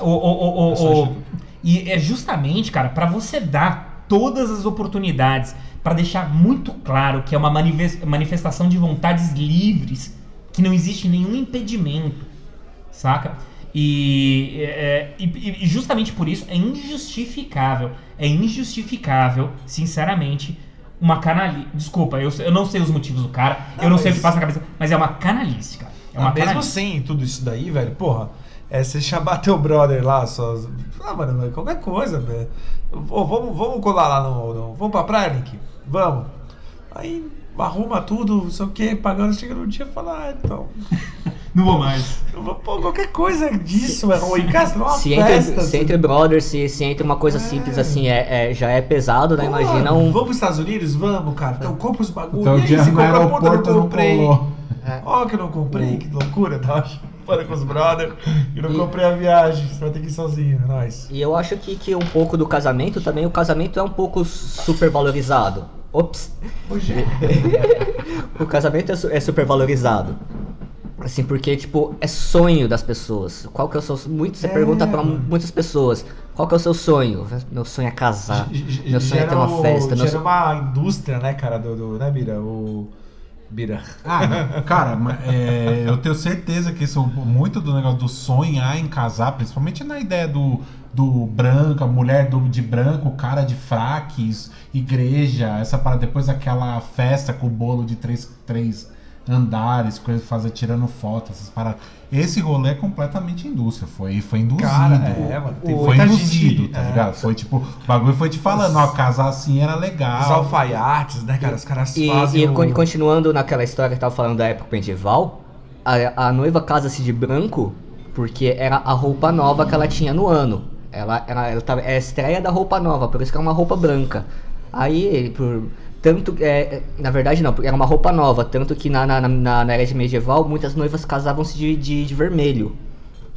S4: O, o- o- o-
S5: É só
S4: o-
S5: instituto.
S4: e é justamente, cara, pra você dar todas as oportunidades, pra deixar muito claro que é uma manives- manifestação de vontades livres, que não existe nenhum impedimento saca? E, é, e- e- e justamente por isso é injustificável, é injustificável, sinceramente, uma canalice. Desculpa, eu, eu não sei os motivos do cara, eu não sei o que
S5: mas-
S4: passa na cabeça, mas é uma canalice, cara. É uma
S5: Mas mesmo
S4: canalice.
S5: sem tudo isso daí, velho, porra, é você chamar teu brother lá, só. Ah, mano, mas qualquer coisa, velho. Ô, vamos, vamos colar lá no, no- Vamos pra praia, Nick? Vamos. Aí arruma tudo, não sei o que, pagando, chega no dia e fala, ah, então.
S4: Não vou mais.
S5: eu vou- Pô, qualquer coisa disso é ruim. Cara, senão é uma
S6: Se entre,
S5: festa.
S6: se entre brothers, se, se entre uma coisa simples assim, é, é- já é pesado, né?
S5: Pô,
S6: Imagina um.
S5: Vamos pros Estados Unidos? Vamos, cara. Então compra os bagulhos.
S3: Então, o
S5: e aí,
S3: dia
S5: se
S3: no
S5: comprar a puta,
S3: aeroporto
S5: eu não
S3: não
S5: comprei.
S3: colou.
S5: Ó, que eu não
S6: Hum.
S5: comprei, que loucura, tá? Fora com os brother, eu não comprei a viagem, você vai ter que ir sozinho, é nóis.
S6: E eu acho que, que um pouco do casamento também, o casamento é um pouco super valorizado. Ops! o casamento é, su- é super valorizado. Assim, porque, tipo, é sonho das pessoas. Qual que é o seu. Muito, você
S5: É.
S6: pergunta pra mu- muitas pessoas: qual que é o seu sonho? Meu sonho é casar. Meu sonho é ter uma
S5: o-
S6: festa. Meu
S5: Gera
S6: sonho...
S5: uma indústria, né, cara, do, do- né, Bira? O... Bira.
S3: Ah, não. cara, ma- é, eu tenho certeza que isso muito do negócio do sonhar em casar, principalmente na ideia do, do branco, a mulher do- de branco, o cara de fraques, igreja, essa parada, depois aquela festa com o bolo de três, três andares, coisa fazer tirando foto, essas paradas. Esse rolê é completamente indústria, foi, foi induzido.
S5: Cara, é, mano. Tem
S3: Foi
S5: muita
S3: induzido,
S5: gente,
S3: tá
S5: é.
S3: ligado? Foi tipo, o bagulho foi te falando, ó, casar assim era
S5: Os
S3: legal.
S5: alfaiates, né, cara? Os caras
S6: E,
S5: fazem. um-
S6: e
S5: o-
S6: con- continuando naquela história que eu tava falando da época medieval, a, a noiva casa-se de branco porque era a roupa nova que ela tinha no ano. Ela, ela, ela tava, é a estreia da roupa nova, por isso que era uma roupa branca. Aí, por, tanto. É, é, na verdade, não, era uma roupa nova. Tanto que na, na, na, na era de medieval, muitas noivas casavam-se de, de, de vermelho,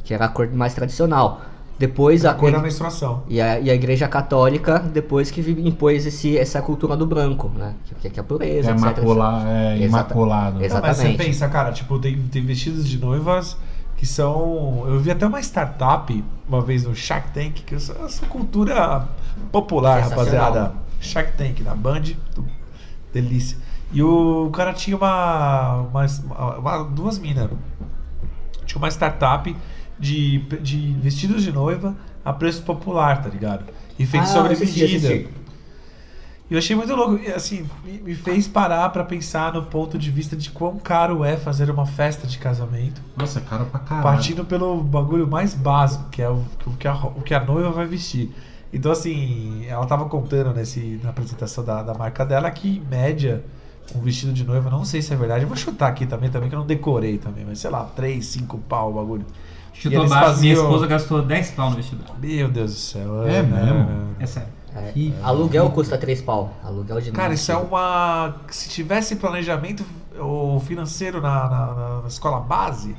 S6: que era a cor mais tradicional. Depois a
S5: Cor da menstruação.
S6: e a, e a igreja católica, depois que vi- impôs esse, essa cultura do branco, né? Que, que é a pureza,
S3: É,
S6: etc, etc.
S3: macula, é
S6: Exata-
S3: imaculado.
S6: Exata-
S5: Não, mas você
S6: Exatamente.
S5: pensa, cara, tipo, tem, tem vestidos de noivas que são. Eu vi até uma startup uma vez no Shark Tank, que essa, essa cultura popular,
S6: Sensacional.
S5: rapaziada. Shark Tank na Band. do- Delícia. E o cara tinha uma. umas- uma- duas minas. Tinha uma startup de, de vestidos de noiva a preço popular, tá ligado? E feito
S6: Ah,
S5: sobre
S6: eu assisti,
S5: medida.
S6: assisti.
S5: E eu achei muito louco, e, assim, me, me fez parar pra pensar no ponto de vista de quão caro é fazer uma festa de casamento,
S3: Nossa, é caro pra caralho.
S5: partindo pelo bagulho mais básico, que é o que, o que a, ro- o que a noiva vai vestir. Então, assim, ela tava contando nesse, na apresentação da, da marca dela que, em média, um vestido de noiva, não sei se é verdade, eu vou chutar aqui também, também que eu não decorei também, mas sei lá, 3, 5 pau o bagulho.
S4: Chutou
S5: eles
S4: baixo, minha
S5: faziam-
S4: esposa gastou 10 pau no vestido.
S5: Meu Deus do céu.
S3: É mesmo?
S4: É sério.
S3: Que-
S6: Aluguel custa 3 pau. Aluguel de
S5: Cara,
S6: novo.
S5: isso é uma. Se tivesse planejamento ou financeiro na, na- na- na escola base.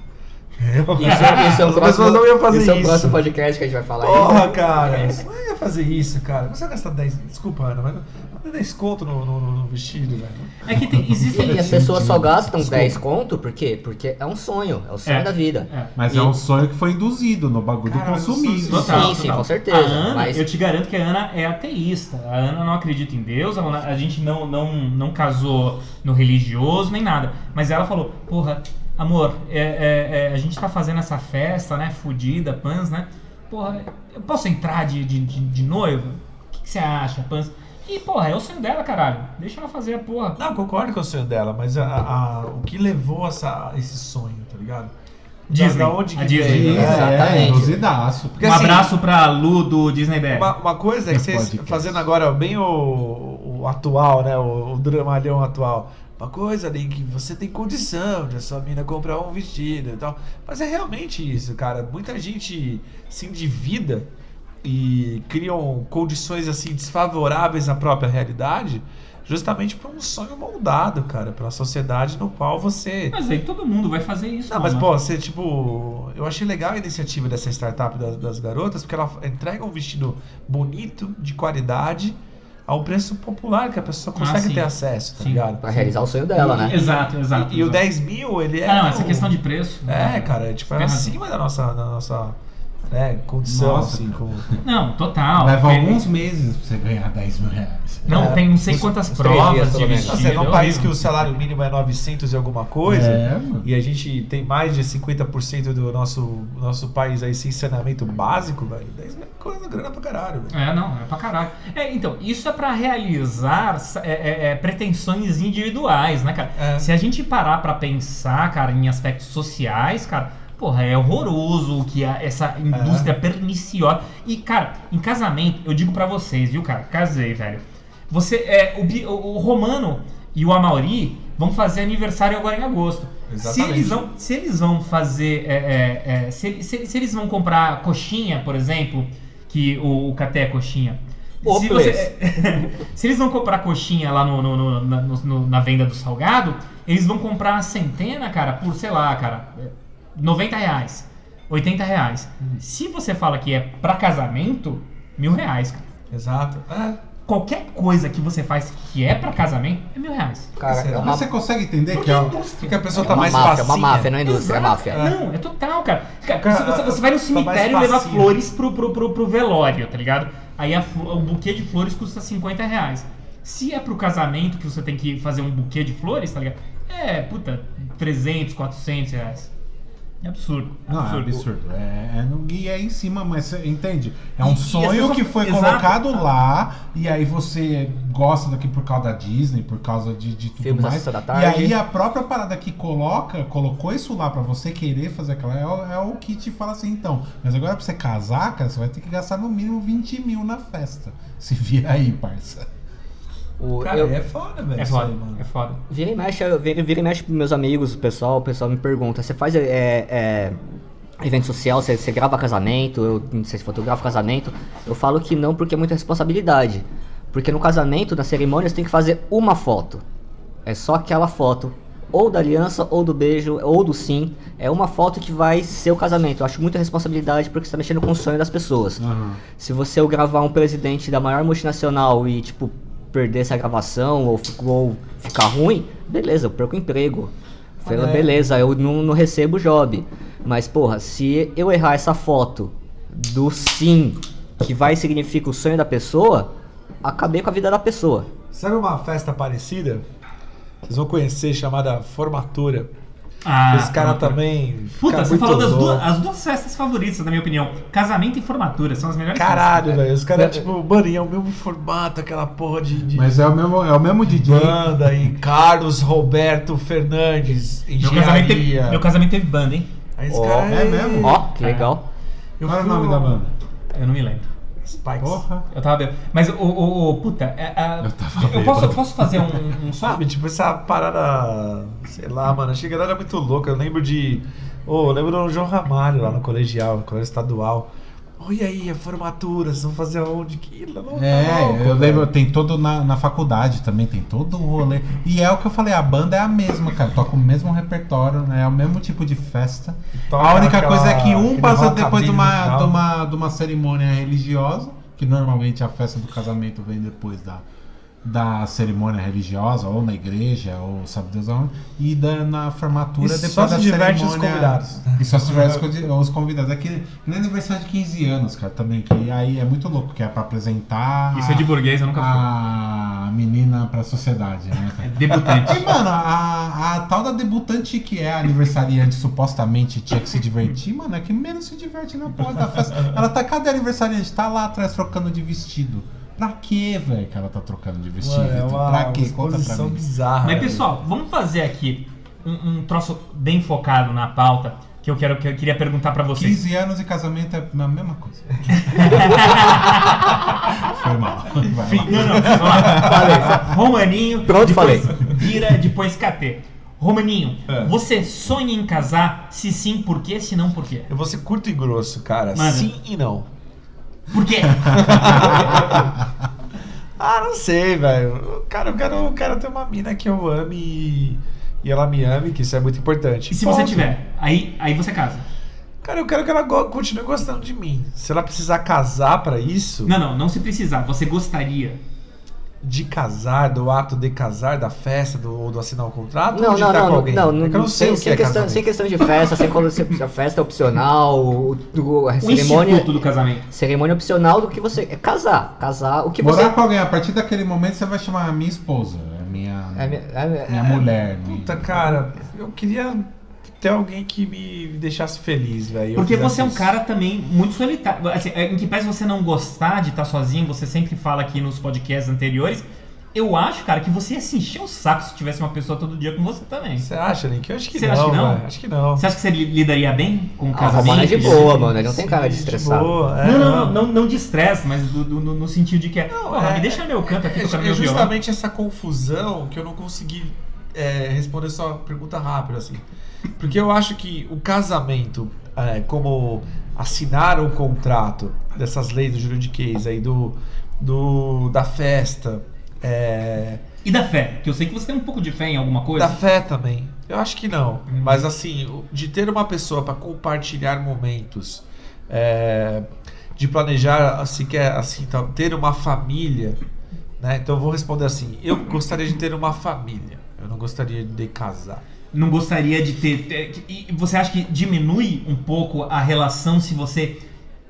S6: Isso é, isso é o
S5: As
S6: próximo,
S5: pessoas não iam fazer
S6: esse é o
S5: isso.
S6: próximo podcast que a gente vai falar. aí.
S5: Porra, cara. Você não ia fazer isso, cara. Você vai gastar 10. Desculpa, Ana, mas. Não 10 conto no, no- no- no vestido, velho.
S4: É que tem,
S6: E,
S4: existem.
S6: e as pessoas só gastam 10 conto, por quê? Porque é um sonho, é o sonho
S4: É.
S6: da vida.
S4: É.
S3: Mas
S6: E-
S3: é um sonho que foi induzido no bagulho
S5: Cara,
S3: do
S5: eu
S3: consumismo.
S5: sou-
S4: Total,
S6: Sim, sim,
S4: total.
S6: com certeza,
S4: A Ana,
S6: mas-
S4: Eu te garanto que a Ana é ateísta. A Ana não acredita em Deus, a Ana- a gente não, não, não casou no religioso nem nada. Mas ela falou: Porra, amor, é- é- é, a gente tá fazendo essa festa, né? Fudida, Pans, né? Porra, eu posso entrar de, de, de, de noiva? O que, que você acha, Pans? E, porra, é o sonho dela, caralho. Deixa ela fazer a porra.
S5: Não, eu concordo com o sonho dela, mas a- a- o que levou essa, esse sonho, tá ligado?
S4: Disney.
S5: Da onde
S4: A
S5: que
S4: Disney.
S5: veio, né?
S3: É,
S6: Exatamente.
S3: é, induzidaço.
S5: Porque
S4: um
S5: assim,
S4: abraço pra Lu do Disney Bear.
S5: Uma, uma coisa é que
S3: No
S5: vocês
S3: podcast.
S5: fazendo agora bem o, o atual, né? O, o dramalhão atual. uma coisa ali que você tem condição de a sua mina comprar um vestido e tal. Mas é realmente isso, cara. Muita gente se endivida e criam condições assim desfavoráveis à própria realidade justamente por um sonho moldado, cara, pela sociedade no qual você
S4: Mas aí todo mundo vai fazer isso.
S5: não, Ah, mas
S4: mano.
S5: pô, você tipo. Eu achei legal a iniciativa dessa startup das, das garotas, porque ela entrega um vestido bonito, de qualidade, a um preço popular que a pessoa
S4: Ah,
S5: consegue
S4: sim.
S5: ter acesso, tá
S4: Sim.
S5: ligado?
S6: Pra realizar o sonho dela, né?
S4: Exato, exato.
S5: E, e o
S4: exato.
S5: 10 mil, ele é.
S4: Ah, não, essa
S5: um-
S4: questão de preço.
S5: É, cara, tipo, é
S4: Tem razão.
S5: acima da nossa, da nossa né, condição,
S3: Nossa.
S5: assim, com.
S4: Não, total.
S3: Leva
S4: Tem-
S3: alguns meses pra você ganhar 10 mil reais.
S4: Não,
S5: É,
S4: tem não sei
S6: uns-
S4: quantas
S6: uns três dias,
S4: provas de
S6: pelo menos.
S4: vestido.
S5: Nossa, é num
S4: horrível.
S5: país que o salário mínimo é 900 e alguma coisa.
S3: É, mano.
S5: E a gente tem mais de 50% do nosso, nosso país aí sem saneamento básico, velho. 10 mil é coisa grana pra caralho, velho.
S4: É, não, é pra caralho. É, então, isso é pra realizar é, é, é, pretensões individuais, né, cara?
S5: É.
S4: Se a gente parar pra pensar, cara, em aspectos sociais, cara, porra, é horroroso o que a- essa
S5: É.
S4: indústria perniciosa. E, cara, em casamento, eu digo pra vocês, viu, cara? Casei, velho. Você é o, bi- o- o Romano e o Amauri vão fazer aniversário agora em agosto. Se
S5: Exatamente.
S4: eles vão, se eles vão fazer, é, é, é, se, se- se eles vão comprar coxinha, por exemplo, que o, o Caté é coxinha.
S6: Ô,
S4: Se,
S6: Place.
S4: se eles vão comprar coxinha lá no, no- no- na, no- no- na venda do salgado, eles vão comprar a centena, cara, por, sei lá, cara, é, 90 reais, 80 reais. Se você fala que é pra casamento, mil reais, cara.
S5: Exato. É.
S4: Qualquer coisa que você faz que é pra casamento, é mil reais.
S6: Cara,
S5: Será?
S6: é uma,
S3: Mas você consegue entender que é o-
S5: Porque a pessoa
S6: é
S5: tá
S6: uma
S5: mais
S6: máfia, é uma
S5: facinha.
S6: máfia, não é indústria, é
S4: Exato.
S6: máfia.
S4: Não, é total, cara. Cara,
S5: Cara,
S4: você, você- você vai no
S5: tá
S4: cemitério e
S5: mais
S4: leva
S5: facinho.
S4: flores pro, pro, pro, pro velório, tá ligado? Aí a fl- o buquê de flores custa 50 reais. Se é pro casamento que você tem que fazer um buquê de flores, tá ligado? É, puta, 300, 400 reais. É absurdo. é
S3: Não, é
S4: absurdo.
S3: absurdo. É, é no, e é em cima, mas você entende? É um
S4: E- e as
S3: sonho
S4: pessoas-
S3: que foi
S4: Exato. Ah.
S3: colocado lá, e aí você gosta daqui por causa da Disney, por causa de, de tudo
S6: Filmes da
S3: mais.
S6: Sessão da
S3: E
S6: Tarde.
S3: aí a própria parada que coloca, colocou isso lá pra você querer fazer aquela. É, o- é o que te fala assim, então. Mas agora pra você casar, cara, você vai ter que gastar no mínimo 20 mil na festa. Se vira aí, parça.
S6: O-
S5: Cara,
S6: né? eu-
S5: é foda, velho.
S4: É
S5: isso aí,
S4: foda,
S5: mano.
S4: é foda.
S6: Vira e mexe, eu- vira, vira e mexe pros meus amigos, o pessoal, o pessoal me pergunta, você faz é, é, evento social, você, você grava casamento, eu não sei se fotografo casamento, eu falo que não porque é muita responsabilidade. Porque no casamento, na cerimônia, você tem que fazer uma foto. É só aquela foto. Ou da aliança, ou do beijo, ou do sim. É uma foto que vai ser o casamento. Eu acho muita responsabilidade porque você tá mexendo com o sonho das pessoas. Se você gravar um presidente da maior multinacional e, tipo, perder essa gravação ou, fi- ou ficar ruim, beleza, eu perco o emprego. Fala, Beleza, eu não, não recebo o job. Mas, porra, se eu errar essa foto do sim, que vai significa o sonho da pessoa, acabei com a vida da pessoa.
S5: Sabe uma festa parecida? Vocês vão conhecer, chamada Formatura.
S4: Ah,
S5: Esse cara
S4: formatura.
S5: também. fica
S4: Puta, você
S5: muito
S4: falou das
S5: louco.
S4: duas, as duas festas favoritas, na minha opinião. Casamento e formatura são as melhores
S5: Caralho,
S4: festas.
S5: velho. Os caras, tipo, mano, e é o mesmo formato, aquela porra de. de...
S3: Mas é o mesmo, é o mesmo DJ.
S5: Banda e Carlos Roberto Fernandes,
S4: Meu casamento, teve,
S5: engenharia.
S4: meu casamento teve banda, hein?
S5: Aí esse
S6: Ó,
S5: cara
S3: é mesmo?
S6: Ó, que legal.
S5: Eu
S3: Qual era o
S5: fui
S3: nome
S5: no-
S3: da banda?
S4: Eu não me lembro.
S5: Spikes.
S3: Porra.
S4: Eu tava bêbado. Mas, o, o, o- puta, é, é-
S3: Eu tava
S4: eu posso,
S3: bêbado.
S4: eu posso fazer um, um só?
S5: Sabe, tipo, essa parada. Sei lá, mano. Achei que a galera era muito louca. Eu lembro de. Ô, eu lembro do João Ramalho lá no colegial, no colégio estadual. Oi, aí, a formatura, vocês vão fazer aonde? Que louco,
S3: É,
S5: Tá louco,
S3: eu lembro,
S5: velho.
S3: tem todo na, na faculdade também, tem todo o rolê. E é o que eu falei, a banda é a mesma, cara. Toca o mesmo repertório, né? É o mesmo tipo de festa.
S5: Toca
S3: a única
S5: aquela-
S3: coisa é que um
S5: aquele
S3: passa
S5: rockabilly
S3: depois de
S5: no
S3: uma,
S5: final.
S3: de, uma, de uma cerimônia religiosa, que normalmente a festa do casamento vem depois da, da cerimônia religiosa, ou na igreja, ou sabe Deus aonde, e da, na formatura
S5: E
S3: depois
S5: só
S3: da
S5: se diverte os
S3: cerimônia-
S5: convidados.
S3: E só se diverte
S4: Uhum.
S3: os condi- os convidados. É que que nem aniversário de 15 anos, cara, também, que aí é muito louco, que é pra apresentar
S4: Isso é de burguês, eu nunca
S3: Ah,
S4: fui.
S3: a menina pra sociedade, né?
S4: É
S3: cara? E,
S4: debutante.
S3: mano, a, a tal da debutante que é a aniversariante supostamente tinha que se divertir, mano, é que menos se diverte na porra da festa. Ela tá, cadê a aniversariante? Tá lá atrás trocando de vestido. Pra quê, velho, que ela tá trocando de vestido?
S5: Mano, é uma,
S3: pra quê? Conta pra
S5: exposição
S3: mim.
S5: bizarra.
S4: Mas,
S5: velho.
S4: pessoal, vamos fazer aqui um, um troço bem focado na pauta que eu quero que eu queria perguntar pra vocês.
S3: 15 anos e casamento é a mesma coisa. Foi mal. Vai
S4: Enfim,
S3: lá.
S4: não, não. vamos lá. Falei. Romaninho.
S6: Pronto,
S4: depois
S6: falei.
S4: Vira, depois KT. Romaninho,
S5: É.
S4: você sonha em casar? Se sim, por quê? Se não, por quê?
S5: Eu vou ser curto e grosso, cara.
S4: Manda.
S5: Sim e não.
S4: Por quê?
S5: Ah, não sei, velho. Cara, eu quero, eu quero ter uma mina que eu ame e, e ela me ame, que isso é muito importante.
S4: E se você
S5: Ponto.
S4: tiver? Aí, aí você casa.
S5: Cara, eu quero que ela go- continue gostando de mim. Se ela precisar casar pra isso,
S4: Não, não, não se precisar. Você gostaria.
S5: de casar, do ato de casar, da festa, do, ou do assinar o contrato, ou
S6: Não,
S5: Tá de
S6: não,
S5: estar com
S6: não,
S5: alguém?
S6: não,
S5: É que eu não sei
S6: sem,
S5: o que
S6: sem
S5: é
S6: questão,
S5: casamento.
S6: sem questão de festa, sem quando se- se a festa é opcional, o, o- a
S4: O
S6: cerimônia, é
S4: instituto do casamento.
S6: cerimônia opcional do que você é casar, casar, o que você
S3: Morar com alguém, a partir daquele momento você vai chamar a minha esposa, a minha,
S6: É,
S3: minha,
S6: é, é,
S3: mulher. minha-
S5: Puta, cara, eu queria ter alguém que me deixasse feliz, velho.
S4: Porque
S5: Eu
S4: você é um
S5: fizesse
S4: cara também muito solitário. Assim, em que pese você não gostar de estar sozinho, você sempre fala aqui nos podcasts anteriores. Eu acho, cara, que você ia se encher o saco se tivesse uma pessoa todo dia com você também.
S5: isso. Você acha, Link? Eu acho que
S4: Você
S5: não,
S4: acha que não?
S5: velho. Acho que não.
S4: Você acha que você li- lidaria bem com o
S6: Ah, o
S4: casamento?
S6: Romano é de
S4: Sim.
S6: boa, mano. Ele não tem cara de
S5: Sim,
S6: estressado.
S5: boa, é,
S4: Não, não, não, não, não de estresse, mas do- do- no, no sentido de que é, porra,
S5: é-
S4: me deixa no meu canto aqui
S5: É,
S4: tocando
S5: é
S4: meu violão.
S5: justamente essa confusão que eu não consegui é, responder sua pergunta rápido, assim. Porque eu acho que o casamento, é, como assinar o contrato dessas leis do juridiquês aí, do, do, da festa, é,
S4: E da fé, que eu sei que você tem um pouco de fé em alguma coisa.
S5: da fé também. Eu acho que não. Mas assim, o- de ter uma pessoa para compartilhar momentos, é, de planejar sequer assim, tal, ter uma família, né? Então eu vou responder assim: eu gostaria de ter uma família. Eu não gostaria de casar.
S4: Não gostaria de ter. ter- que- E você acha que diminui um pouco a relação se você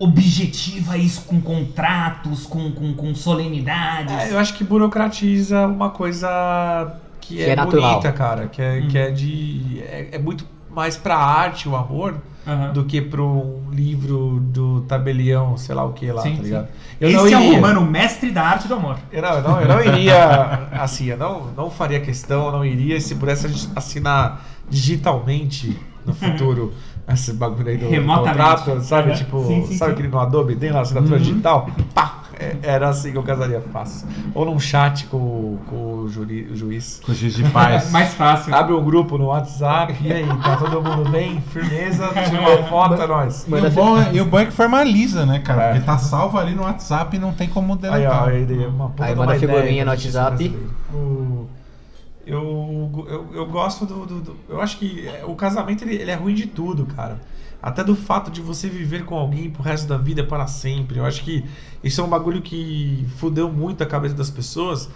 S4: objetiva isso com contratos, com, com, com solenidades?
S5: É, eu acho que burocratiza uma coisa que,
S6: Que
S5: é,
S6: é natural.
S5: bonita, cara, que é,
S4: Hum.
S5: que é de é, é muito mais pra arte o amor
S4: Aham.
S5: do que para um livro do tabelião, sei lá o que lá,
S4: Sim,
S5: tá
S4: sim.
S5: ligado? Eu não
S4: Esse é o
S5: iria.
S4: romano mestre da arte do amor.
S5: Eu não, eu não, eu não iria, assim, eu não, não faria questão, eu não iria se pudesse assinar digitalmente no futuro esse bagulho aí do, do
S4: Remotamente.
S5: contrato, sabe?
S4: É.
S5: Tipo,
S4: Sim, sim,
S5: sabe
S4: sim.
S5: aquele no Adobe, tem lá assinatura
S4: Uhum.
S5: digital? Pá! É- Era assim que eu casaria fácil. Ou num chat com, com o, juri- o juiz.
S3: Com o Giz de Paz.
S4: Mais fácil.
S5: Abre um grupo no WhatsApp, e aí, tá todo mundo bem? Firmeza, tira uma foto, é nóis.
S3: E o, bom é, e o bom é que formaliza, né, cara? Porque tá salvo ali no WhatsApp e não tem como
S5: É. Aí, ó,
S3: deletar.
S5: aí, dei uma puta
S6: Aí
S5: de
S6: manda
S5: uma ideia
S6: figurinha
S5: pra
S6: no
S5: justiça
S6: WhatsApp.
S5: brasileira. O- Eu, eu, eu gosto do, do- do- Eu acho que é, o casamento ele, ele é ruim de tudo, cara. Até do fato de você viver com alguém pro resto da vida é para sempre. Eu acho que isso é um bagulho que fudeu muito a cabeça das pessoas.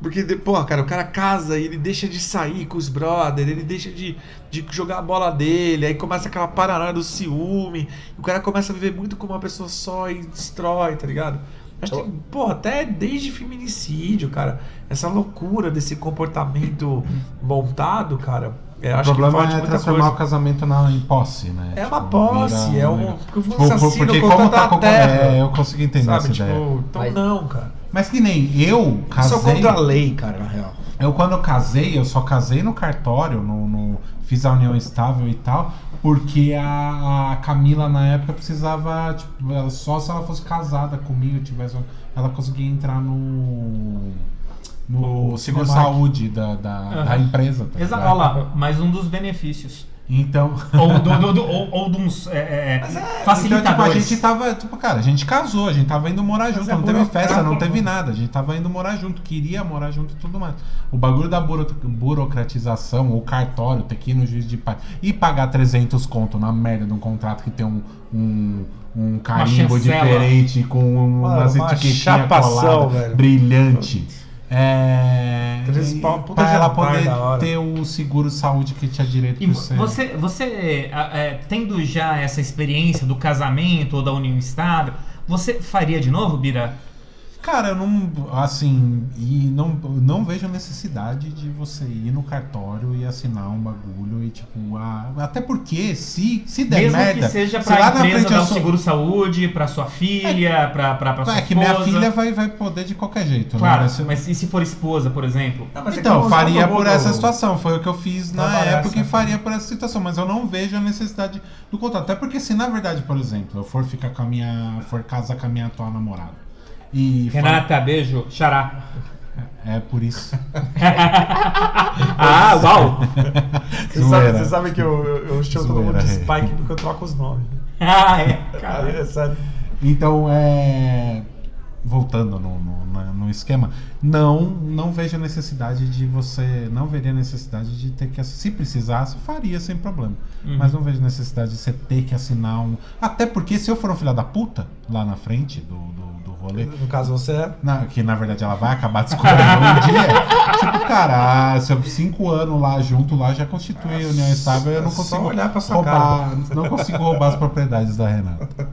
S5: Porque, de- porra, cara, o cara casa e ele deixa de sair com os brother, ele deixa de, de jogar a bola dele, aí começa aquela paranoia do ciúme, o cara começa a viver muito com uma pessoa só e destrói, tá ligado? Acho que, tem, porra, até desde feminicídio, cara, essa loucura desse comportamento montado, cara,
S3: O
S5: é, acho que
S3: problema
S5: fode
S3: é
S5: muita
S3: transformar
S5: coisa.
S3: o casamento na, em posse, né?
S5: É
S3: Tipo,
S5: uma posse,
S3: vira
S5: é
S3: negócio.
S5: um. Porque
S3: Tipo,
S5: você assina
S3: porque
S5: o
S3: como
S5: contrato
S3: tá
S5: da
S3: com...
S5: terra,
S3: É, eu consigo entender
S5: sabe?
S3: essa
S5: Tipo,
S3: ideia.
S5: então
S6: Mas-
S5: não, cara.
S3: Mas que nem eu
S5: Isso é
S3: casei...
S5: contra a lei, cara, na real.
S3: Eu quando eu casei, eu só casei no cartório, no, no- fiz a união estável e tal, porque a, a Camila na época precisava, tipo, ela- só se ela fosse casada comigo, tivesse, ela conseguia entrar no no
S5: O
S3: seguro
S5: Cinemark.
S3: saúde da, da, da
S4: Aham.
S3: empresa. tá
S5: é.
S4: Exato.
S3: ligado?
S4: Olha lá, mais um dos benefícios.
S3: Então,
S4: Ou, do, do, do, ou, ou de uns é, é,
S3: então tipo, a
S4: facilitadores.
S5: tá-
S3: gente tava, tipo, cara, a gente casou, a gente tava indo morar junto,
S5: é
S3: não teve
S5: burocrata,
S3: festa, não teve
S5: mano.
S3: nada, a gente tava indo morar junto, queria morar junto e tudo mais. O bagulho da buro- burocratização, o cartório, ter que ir no juiz de paz e pagar 300 conto na merda de um contrato que tem um, um, um carimbo
S4: chancela.
S3: diferente com um-
S5: Mano,
S3: umas
S5: uma
S3: etiquetinhas
S5: chapação,
S3: coladas,
S5: velho.
S3: brilhante. É.
S5: Três
S3: e-
S5: pau, puta
S3: pra ela
S5: jantar
S3: poder
S5: da hora.
S3: ter o seguro saúde que tinha direito
S4: E
S3: por ser-
S4: você, você a- é, tendo já essa experiência do casamento ou da união estável, você faria de novo, Bira?
S3: Cara, eu não. Assim, e não, não vejo a necessidade de você ir no cartório e assinar um bagulho e, tipo, ah, até porque se, se der
S4: Mesmo
S3: merda.
S4: que seja
S3: se
S4: pra
S3: lá na
S4: empresa
S3: frente
S4: dar
S3: eu
S4: o
S3: sou-
S4: seguro saúde, pra sua filha, pra, pra, pra sua
S3: é
S4: esposa.
S3: que minha filha vai, vai poder de qualquer jeito, né?
S4: Claro,
S3: Vai ser-
S4: mas e se for esposa, por exemplo?
S2: Não, mas é que
S3: Então,
S2: eu
S3: faria
S2: não tô
S3: por
S2: bom,
S3: essa
S2: não.
S3: situação. Foi o que eu fiz na
S5: Trabalhar
S3: época e
S5: essa-
S3: faria por essa situação. Mas eu não vejo a necessidade do contrato. Até porque se, na verdade, por exemplo, eu for ficar com a minha... For casar com a minha atual namorada. E... fa-
S4: Renata, beijo, xará.
S3: É por isso.
S4: Ah, uau!
S5: Você sabe,
S3: Zoeira.
S5: você sabe que eu, eu, eu chamo todo mundo
S3: Zoeira,
S5: de
S3: é.
S5: Spike porque eu troco os nomes. né?
S4: Ah, é.
S5: Cara, é sério.
S3: Então, é. Voltando no, no, na- no esquema, não não vejo a necessidade de você. Não veria a necessidade de ter que. ass- Se precisasse, faria sem problema.
S5: Uhum.
S3: Mas não vejo necessidade de você ter que assinar um. Até porque se eu for um filho da puta lá na frente do, do, do rolê,
S5: No caso, você é.
S3: na- que na verdade ela vai acabar descobrindo um dia. Tipo, cara, ah, se eu- cinco anos lá junto lá já constitui união estável, eu não
S5: É só
S3: consigo
S5: olhar pra sua
S3: roubar. Não consigo roubar as propriedades da Renata.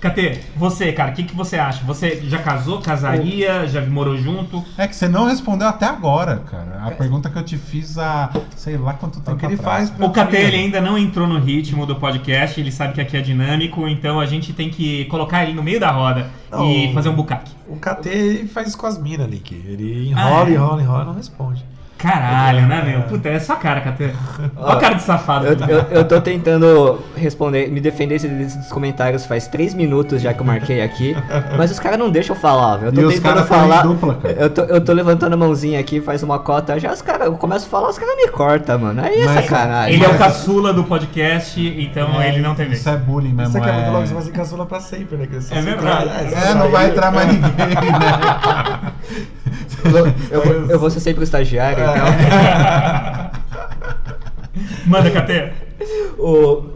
S4: Catê, você, cara, o que, que você acha? Você já casou, casaria, já morou junto?
S3: É que você não respondeu até agora, cara. A pergunta que eu te fiz há sei lá quanto tempo
S5: É Então, o que ele
S3: atrás.
S5: faz
S4: O Catê, ele ainda não entrou no ritmo do podcast, ele sabe que aqui é dinâmico, então a gente tem que colocar ele no meio da roda
S5: Não.
S4: e fazer um bucaque.
S5: O KT ele faz isso com as minas ali, que ele enrola,
S4: Ah, é?
S5: enrola, enrola e não responde.
S4: Caralho, né, meu? Puta, é sua cara, Catê. Olha a cara de safado.
S6: Eu, eu, eu tô tentando responder, me defender esses- desses comentários faz três minutos já que eu marquei aqui, mas os caras não deixam eu falar, velho. Eu
S3: E
S6: tô
S3: os
S6: tentando
S3: caras falam em
S6: falar.
S3: dupla, cara.
S6: Eu tô, eu tô levantando a mãozinha aqui, faz uma cota, já os caras, eu começo a falar, os caras me cortam, mano. Aí é
S3: Mas-
S6: sacanagem.
S4: Ele é o
S3: Mas-
S4: caçula do podcast, então ele não tem vez.
S3: Isso é bullying mesmo.
S5: Você quer muito
S3: é...
S5: logo, você vai ser caçula pra sempre, né? Crescer.
S4: É verdade.
S3: É, não vai entrar mais ninguém, né?
S6: Eu, vou- eu, vou- eu vou ser sempre o estagiário,
S3: É.
S6: então.
S4: Manda, Catê.
S6: O,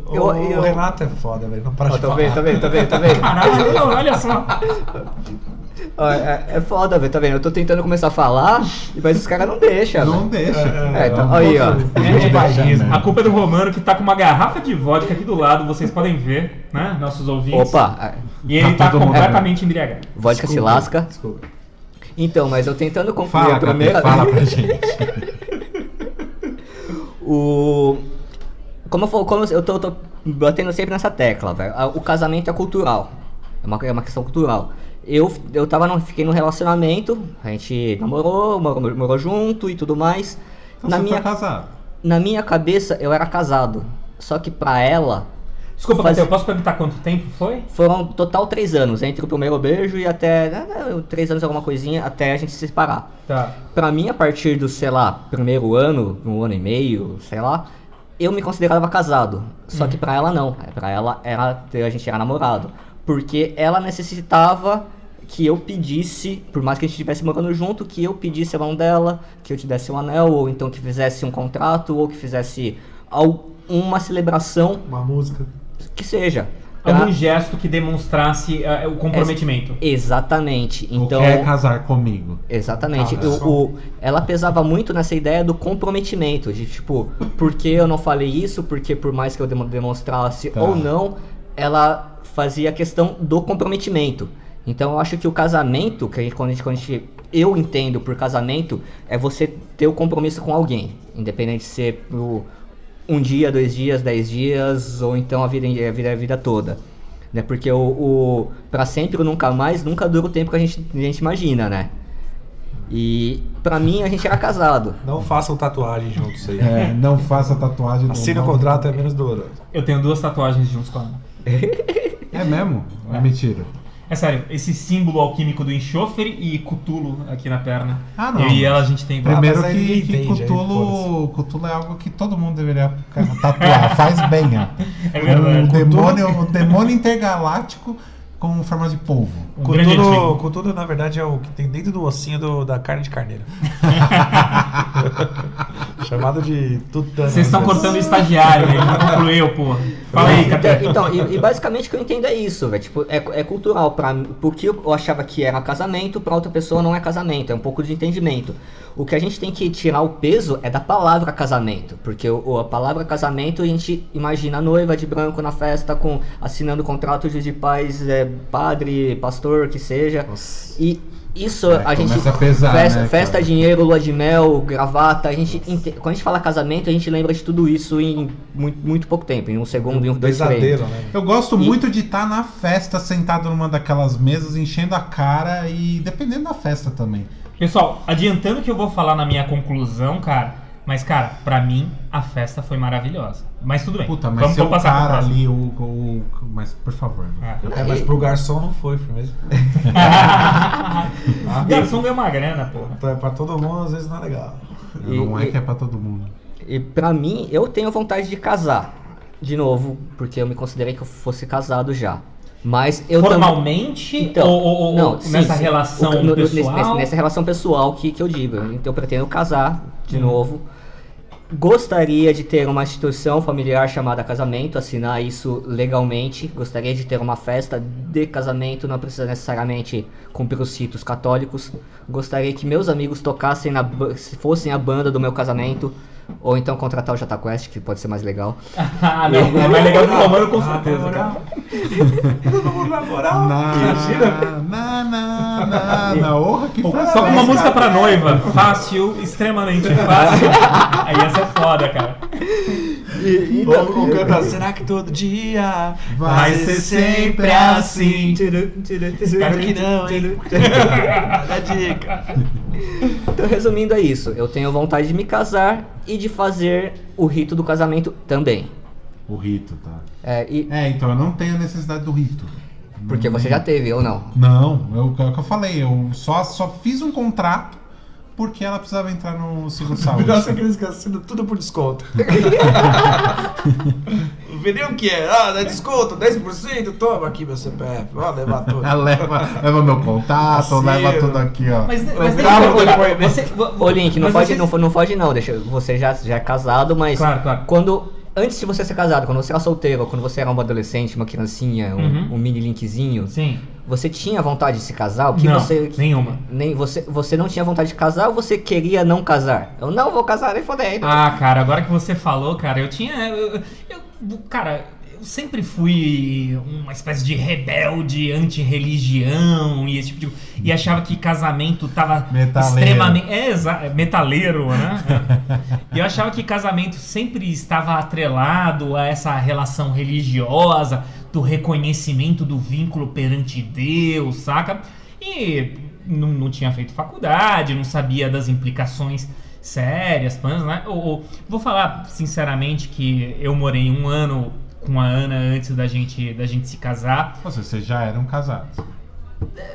S5: O,
S6: eu,
S5: o
S6: eu,
S5: Renato é foda, velho. Não para
S6: Ó,
S5: de
S6: tá
S5: falar.
S6: vendo, tá vendo, tá vendo, tá vendo.
S4: Caralho, não, olha só.
S6: Ó, É, é foda, velho, tá vendo? Eu tô tentando começar a falar, mas os caras não deixam.
S3: Não
S6: velho.
S3: deixa.
S6: É,
S5: um
S6: então, aí,
S5: assim.
S4: É,
S6: ó.
S5: né?
S3: baixismo.
S4: a culpa é do Romano que tá com uma garrafa de vodka aqui do lado, vocês podem ver, né? Nossos ouvintes.
S6: Opa, a-
S4: E ele
S3: Tá
S4: tá,
S3: todo mundo
S4: completamente embriagado.
S6: vodka se lasca.
S5: Desculpa.
S6: Então, mas eu tentando concluir
S3: Fala,
S6: a
S3: primeira...
S6: primeira.
S3: fala pra gente.
S6: O. Como eu, falo, como eu tô, eu tô batendo sempre nessa tecla, velho. a- O casamento é cultural. É uma, é uma questão cultural. Eu, eu tava num, fiquei num relacionamento, a gente namorou, morou, morou junto e tudo mais.
S3: Então,
S6: na,
S3: você
S6: minha,
S3: foi casado.
S6: na minha cabeça, eu era casado. Só que pra ela,
S4: Desculpa,
S6: Faz-
S4: Faz... eu posso perguntar quanto tempo foi?
S6: foram total três anos, entre o primeiro beijo e até. né, né, Três anos, alguma coisinha, até a gente se separar.
S4: Tá.
S6: Pra mim, a partir do, sei lá, primeiro ano, um ano e meio, sei lá, eu me considerava casado. Só que pra ela não. É, Pra ela era, a gente era namorado. Porque ela necessitava que eu pedisse, por mais que a gente estivesse morando junto, que eu pedisse a mão dela, que eu te desse um anel, ou então que fizesse um contrato, ou que fizesse alguma celebração,
S5: Uma música.
S6: que seja. Pra-
S4: Algum gesto que demonstrasse ah, o comprometimento.
S6: Exatamente. Então.
S3: Ou quer é casar comigo.
S6: Exatamente.
S5: Cara,
S6: O-
S5: só-
S6: o- ela pesava muito nessa ideia do comprometimento, de tipo, por que eu não falei isso? Porque por mais que eu demo- demonstrasse
S3: Tá.
S6: ou não, ela fazia a questão do comprometimento. Então eu acho que o casamento, que a gente, quando, a gente, quando a gente- eu entendo por casamento, é você ter o compromisso com alguém. Independente de ser pro um dia, dois dias, dez dias, ou então a vida, em- a vida, a vida toda. Né? Porque o, o para sempre ou nunca mais nunca dura o tempo que a gente, a gente imagina, né? E pra mim a gente era casado.
S5: Não façam tatuagem juntos aí.
S3: É, não faça tatuagem. do
S5: Assina o
S3: nome.
S5: contrato, é menos doloroso.
S4: Eu tenho duas tatuagens juntos com ela.
S3: É mesmo? É mentira.
S4: É sério, esse símbolo alquímico do enxofre e cutulo aqui na perna.
S3: Ah, não.
S4: Eu e ela a gente tem.
S3: Primeiro
S5: mas aí
S3: que,
S5: ninguém
S3: que
S5: entende, aí
S3: Cthulhu, Cthulhu é algo que todo mundo deveria tatuar. Faz bem, ó.
S4: É verdade.
S3: Um demônio, um demônio intergaláctico com forma de polvo.
S4: Um grande
S5: Cutulo,
S4: antigo.
S5: cutulo, na verdade, é o que tem dentro do ossinho do- da carne de carneiro. Chamado de tutano.
S4: Vocês estão cortando o estagiário, ele não concluiu, porra. Fala aí, Catê.
S6: Então, então, e, e basicamente o que eu entendo é isso, velho. Tipo, é, é cultural. Pra, mim, porque eu achava que era casamento, pra outra pessoa não é casamento. É um pouco de entendimento. O que a gente tem que tirar o peso é da palavra casamento. Porque o- o- a palavra casamento a gente imagina a noiva de branco na festa, com assinando contrato de de paz, é, padre, pastor, que seja. E isso
S3: É,
S6: a gente.
S3: começa a pesar,
S6: festa,
S3: né,
S6: festa,
S3: cara?
S6: dinheiro, lua de mel, gravata. A gente, inte- quando a gente fala casamento, a gente lembra de tudo isso em muito, muito pouco tempo, em um segundo, em um dois frames.
S5: Pesadelo, né?
S3: Eu gosto
S6: E-
S3: muito de estar na festa, sentado numa daquelas mesas, enchendo a cara e dependendo da festa também.
S4: Pessoal, adiantando que eu vou falar na minha conclusão, cara. Mas, cara, pra mim, a festa foi maravilhosa. Mas tudo bem.
S3: Puta, mas
S4: Vamos
S3: se
S4: então
S3: o
S4: passar pro
S3: cara
S4: próximo.
S3: ali, o, o- Mas por favor. né?
S4: Ah.
S5: É, mas pro garçom não foi, foi mesmo.
S4: Ah.
S3: Ah.
S4: Garçom ganhou uma grana, porra.
S5: Pra, pra todo mundo, às vezes não é legal.
S6: E-
S3: não é
S6: e-
S3: que é pra todo mundo.
S6: E pra mim, eu tenho vontade de casar. De novo, porque eu me considerei que eu fosse casado já. Mas eu também-
S4: Formalmente
S6: Então,
S4: ou, ou- ou
S6: não, sim,
S4: nessa
S6: sim.
S4: relação
S6: O- no- nesse-
S4: pessoal?
S6: nesse- nessa relação pessoal que, que eu digo. Então eu pretendo casar
S4: Hum.
S6: de novo. Gostaria de ter uma instituição familiar chamada casamento, assinar isso legalmente. Gostaria de ter uma festa de casamento, não precisa necessariamente cumprir os ritos católicos. Gostaria que meus amigos tocassem na ba- se fossem a banda do meu casamento. Ou então contratar o Jota Quest, que pode ser mais legal.
S4: ah, não, é mais legal que o Romano com
S5: Ah,
S4: certeza,
S5: na
S4: cara.
S5: moral. Na moral.
S3: Na,
S5: Imagina.
S3: na, na, na, na, orra que
S4: Pô,
S3: faz,
S4: Só com uma
S3: cara.
S4: música pra noiva. Fácil, extremamente fácil. Aí ia ser foda, cara.
S6: E,
S2: Ou, ou canta, será que todo dia
S3: Vai ser sempre
S2: assim? Espero que não, hein? Dá dica.
S6: Então, resumindo, é isso. Eu tenho vontade de me casar e de fazer o rito do casamento também.
S3: O rito, tá?
S6: É, e-
S3: É, então eu não tenho a necessidade do rito.
S6: porque você já teve, ou não?
S3: Não, eu- é o que eu falei, eu só, só fiz um contrato porque ela precisava entrar no seguro saúde.
S2: Nossa, aqueles que assinam tudo por desconto. Não vê nem o que é. Ah, dá desconto, 10%, toma aqui meu CPF, ó, levar tudo.
S3: Ela Ah, leva, leva meu contato,
S2: Parceiro.
S3: leva tudo aqui, ó.
S4: Mas,
S2: Mas
S4: mas
S2: grava o
S4: deixa,
S2: depoimento.
S4: você, vo- vo-
S6: Ô, Link, não
S4: mas
S6: foge,
S4: você-
S6: não, fo- não foge não. Deixa, você já, já é casado, mas
S4: Claro, claro.
S6: quando... Antes de você ser casado, quando você era solteiro, quando você era uma adolescente, uma criancinha, um,
S4: Uhum.
S6: um mini linkzinho,
S4: Sim.
S6: você tinha vontade de se casar? O que
S4: não,
S6: você...
S4: nenhuma.
S6: Nem você, você não tinha vontade de casar ou você queria não casar? Eu não vou casar nem fodendo.
S4: Ah, cara, agora que você falou, cara, eu tinha. Eu, eu- cara, eu sempre fui uma espécie de rebelde anti-religião e esse tipo de. E achava que casamento tava
S3: Metaleiro.
S4: extremamente. É, exa- é, metaleiro, né? É. E eu achava que casamento sempre estava atrelado a essa relação religiosa, do reconhecimento do vínculo perante Deus, saca? E não, não tinha feito faculdade, não sabia das implicações sérias, planos, né? Ou, ou- vou falar sinceramente que eu morei um ano com a Ana antes da gente, da gente se casar.
S3: Nossa, vocês já um eram casados.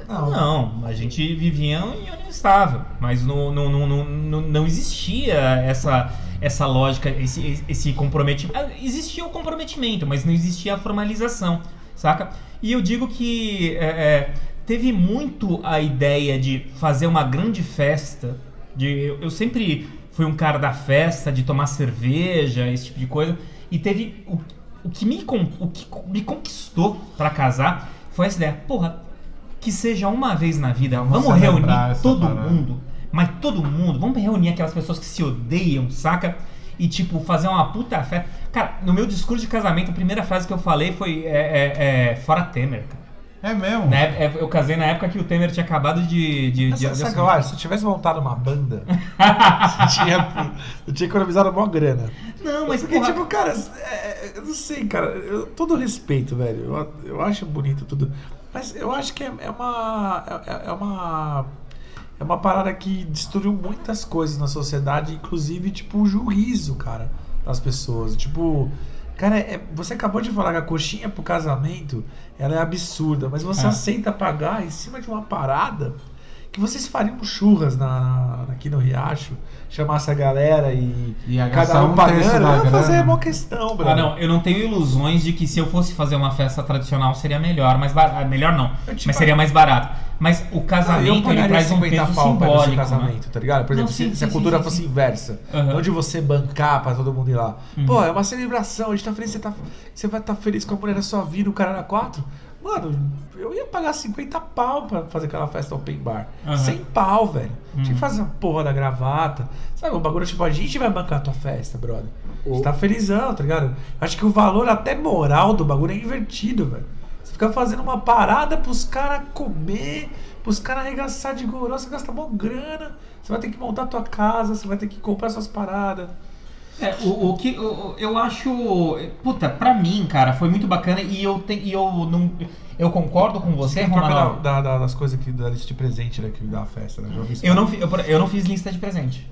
S5: Não.
S4: Não, a gente vivia em união estável, mas não, não, não, não, não, não existia essa, essa lógica, esse, esse comprometimento. Ah, Existia o comprometimento, mas não existia a formalização, saca? E eu digo que é, é, teve muito a ideia de fazer uma grande festa. De, eu, eu sempre fui um cara da festa, de tomar cerveja, esse tipo de coisa. E teve o, o que me con- o que me conquistou pra casar foi essa ideia. Porra, que seja uma vez na vida,
S3: Vamos
S4: vamos reunir
S3: celebrar essa
S4: todo
S3: parada.
S4: mundo, mas todo mundo, vamos reunir aquelas pessoas que se odeiam, saca? E tipo, fazer uma puta fé. Cara, no meu discurso de casamento, a primeira frase que eu falei foi é, é, é, fora Temer, cara.
S3: É mesmo?
S5: Né?
S4: Na ép- é, eu casei na época que o Temer tinha acabado de. de, de,
S5: Essa,
S4: de
S5: essa,
S4: assumir.
S5: olha, se eu tivesse montado uma banda, você tinha, eu tinha economizado mó grana.
S4: Não, mas
S5: Porque,
S4: porra,
S5: tipo, cara, é, é, eu não sei, cara, eu, todo respeito, velho. Eu, eu acho bonito tudo. Mas eu acho que é, é uma. É, é uma. É uma parada que destruiu muitas coisas na sociedade, inclusive, tipo, o juízo, cara, das pessoas. Tipo. Cara, é- você acabou de falar que a coxinha pro casamento ela é absurda, mas você
S4: É.
S5: aceita pagar em cima de uma parada que vocês fariam churras na, aqui no Riacho, chamasse a galera e
S3: E a
S5: Cada um
S3: terço
S5: pagando,
S3: da
S5: eu ia fazer
S3: grana.
S5: é uma questão, bro.
S4: Ah, não, eu não tenho ilusões de que se eu fosse fazer uma festa tradicional seria melhor, mas bar... ah, melhor não,
S5: Eu te Ah,
S4: mas seria mais barato. Mas o
S5: eu
S4: casamento ele
S5: pagaria
S4: traz um
S5: 50
S4: peso
S5: pau pra ir
S4: simbólico.
S5: nesse
S4: Né?
S5: casamento, tá ligado? Por
S4: Não,
S5: exemplo,
S4: sim,
S5: se, se a
S4: sim,
S5: cultura
S4: sim,
S5: fosse
S4: sim.
S5: inversa,
S4: Aham.
S5: não de você bancar pra todo mundo ir lá.
S4: Uhum.
S5: Pô, é uma celebração, a gente tá feliz, você, tá, você vai estar feliz com a mulher da sua vida, o cara na quatro. Mano, eu ia pagar 50 pau pra fazer aquela festa open bar.
S4: Aham.
S5: 100 pau, velho. Tinha
S4: Uhum.
S5: que fazer a porra da gravata. Sabe, o bagulho, tipo, a gente vai bancar a tua festa, brother.
S6: O-
S5: Você tá felizão, tá ligado? Acho que o valor até moral do bagulho é invertido, velho. Você
S2: Fica fazendo uma parada pros caras comer, pros caras arregaçar de goró, você gasta mó grana. Você vai ter que montar tua casa, você vai ter que comprar suas paradas.
S4: É, o, o que o- o- eu acho. Puta, pra mim, cara, foi muito bacana e eu, te, e eu não. Eu concordo com você,
S5: Em troca
S4: Romano.
S5: da- da- da- das coisas que da lista de presente, né? Que me dá a festa, né? Eu,
S4: Eu não, fi- eu, eu não fiz lista de presente.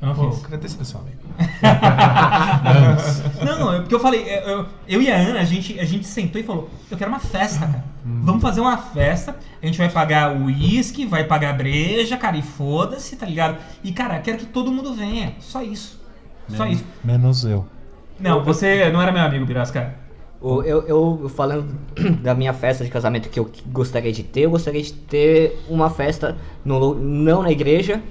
S4: Eu não
S5: Pô,
S4: fiz.
S5: queria ter sido seu amigo.
S4: Não, não, é porque eu falei, é, eu, eu e a Ana, a gente, a gente sentou e falou, eu quero uma festa, cara. Vamos fazer uma festa, a gente vai pagar o uísque, vai pagar a breja, cara, e foda-se, tá ligado? E, cara, quero que todo mundo venha. Só isso.
S3: Né?
S4: Só isso.
S3: Menos eu.
S4: Não, você não era meu amigo, Birasca.
S6: O- Eu, eu falando da minha festa de casamento que eu gostaria de ter, eu gostaria de ter uma festa no lu- não na igreja,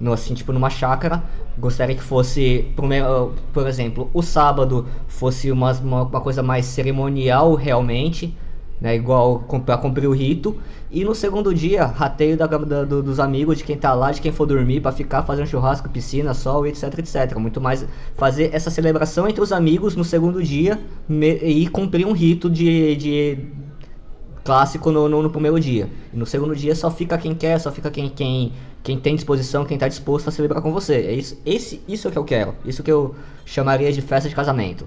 S6: no, assim, tipo numa chácara. Gostaria que fosse, primeiro, por exemplo, o sábado fosse uma, uma, uma coisa mais cerimonial realmente, né? Igual com- pra cumprir o rito. E no segundo dia, rateio da, da- do- dos amigos, de quem tá lá, de quem for dormir, pra ficar fazendo churrasco, piscina, sol, etc, etc. Muito mais fazer essa celebração entre os amigos no segundo dia me- e cumprir um rito de, de clássico no, no, no primeiro dia. E no segundo dia só fica quem quer, só fica quem, quem, quem tem disposição, quem tá disposto a celebrar com você. É isso, esse, isso é o que eu quero. Isso que eu chamaria de festa de casamento.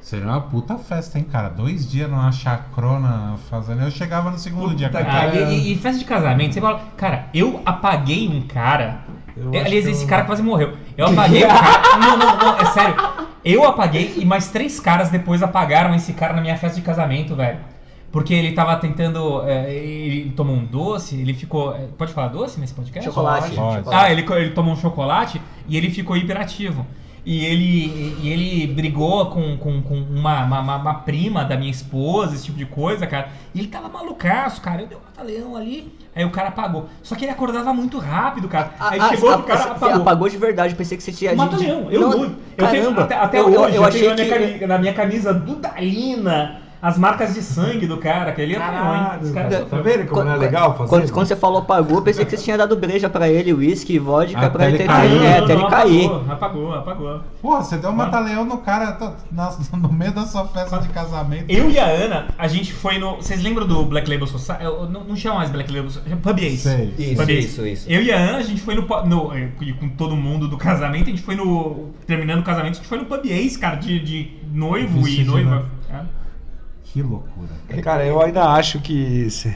S3: Seria uma puta festa, hein, cara? Dois dias numa chacrona fazendo. Eu chegava no segundo dia, cara.
S4: Cara, e, e- e festa de casamento, você fala, cara, eu apaguei um cara.
S5: Eu
S4: É,
S5: acho
S4: aliás,
S5: que
S4: esse
S5: eu-
S4: cara quase morreu. Eu apaguei um cara. Não, não, não, é sério. Eu apaguei e mais três caras depois apagaram esse cara na minha festa de casamento, velho. Porque ele tava tentando. é, ele tomou um doce, ele ficou. é, Pode falar doce nesse podcast?
S6: Chocolate.
S3: Pode.
S4: Ah, ele, co- ele tomou um chocolate e ele ficou hiperativo. E ele, e ele brigou com, com, com uma, uma, uma- uma prima da minha esposa, esse tipo de coisa, cara. E ele tava malucaço, cara. Eu dei um batalhão ali, aí o cara apagou. Só que ele acordava muito rápido, cara. Aí
S6: Ah,
S4: chegou
S6: ah,
S4: o cara
S6: você
S4: apagou.
S6: apagou de verdade, pensei que você tinha.
S4: Um batalhão, eu
S6: Não,
S4: juro. Eu tenho-
S6: caramba.
S4: até, até
S6: Eu-
S4: hoje,
S6: eu-
S4: eu,
S6: eu achei
S4: tenho na minha,
S6: que-
S4: camisa, na minha camisa Dudalina as marcas de sangue do cara, que ele ia apanhar, hein? Os caras
S5: Tá
S4: sofreram.
S5: vendo como
S6: Quando-
S5: não é legal fazer?
S6: Quando, quando você falou apagou, eu pensei que você tinha dado breja pra ele, uísque, vodka,
S4: Ah,
S3: Até
S6: pra ele
S3: ele
S6: ter
S3: cair.
S6: caído. É, até ele cair.
S4: Apagou, apagou, apagou.
S3: Porra, você deu um mataleão no cara tá- na- no meio da sua festa de casamento.
S4: Eu e a Ana, a gente foi no. Vocês lembram do Black Label Society? Eu- Não, não chama mais Black Label Society, é Pub Ace.
S3: Sei.
S6: Isso,
S4: Sabia?
S6: isso, isso.
S4: Eu e a Ana, a gente foi no, pu- no. eh, e Com todo mundo do casamento, a gente foi no. Terminando o casamento, a gente foi no Pub Ace, cara, de, de noivo
S3: Vestido né?
S4: e
S3: de
S4: noiva. É.
S3: noivo. Que loucura.
S5: Cara, eu ainda acho que. se-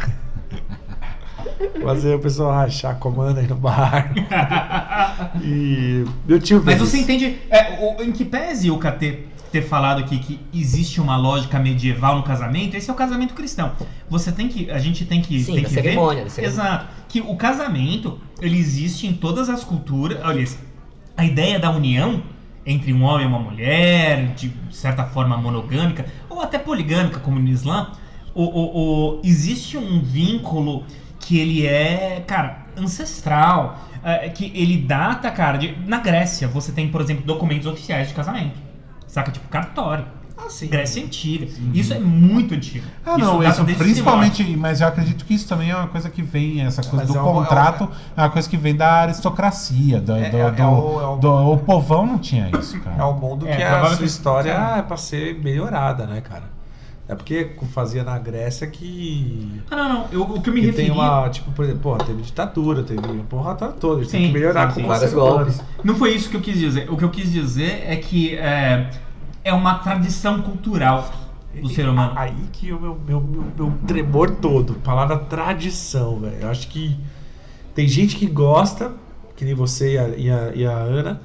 S5: Fazer o pessoal rachar comando aí no bar. E. Meu tio
S4: Mas
S5: fez
S4: você
S5: isso.
S4: entende. é, o- em que pese o KT ter falado aqui que existe uma lógica medieval no casamento, esse é o casamento cristão. Você tem que. A gente tem que.
S6: Sim,
S4: tem
S6: da
S4: que ver,
S6: cerimônia, da cerimônia.
S4: Exato. Que o casamento, ele existe em todas as culturas. Olha, isso, a ideia da união entre um homem e uma mulher, de certa forma monogâmica, ou até poligâmica, como no Islã, o, o- o- existe um vínculo que ele é, cara, ancestral, eh, que ele data, cara, de- na Grécia você tem, por exemplo, documentos oficiais de casamento, saca? Tipo cartório.
S2: Ah, sim.
S4: Grécia antiga. Isso é muito antigo.
S3: Ah, não,
S5: é
S4: data
S5: um
S3: isso
S4: desde
S3: principalmente, mas eu acredito que isso também é uma coisa que vem, essa coisa
S5: Mas
S3: do
S5: é uma-
S3: contrato, é uma coisa que vem da aristocracia, do,
S5: É-
S3: do,
S4: né?
S5: é- é
S3: do-
S5: o- é o-
S3: do- o povão não tinha isso, cara.
S5: É o mundo
S4: É,
S5: que a
S4: provável
S5: sua
S4: que-
S5: história é pra ser melhorada, né, cara? É porque fazia na Grécia que.
S4: Ah, não, não. Eu- o que eu me
S5: que
S4: referi
S5: tem uma. Tipo, por exemplo, porra, teve ditadura, teve a porra tá toda. A gente
S4: Sim,
S5: tem que melhorar
S4: sim, sim.
S5: com
S6: Vários
S5: ser humano.
S6: golpes.
S4: Não foi isso que eu quis dizer. O que eu quis dizer é que é, é uma tradição cultural do ser humano.
S5: Aí que o meu, meu, meu, meu tremor todo. Palavra tradição, velho. Eu acho que tem gente que gosta, que nem você e a, e a, e a Ana.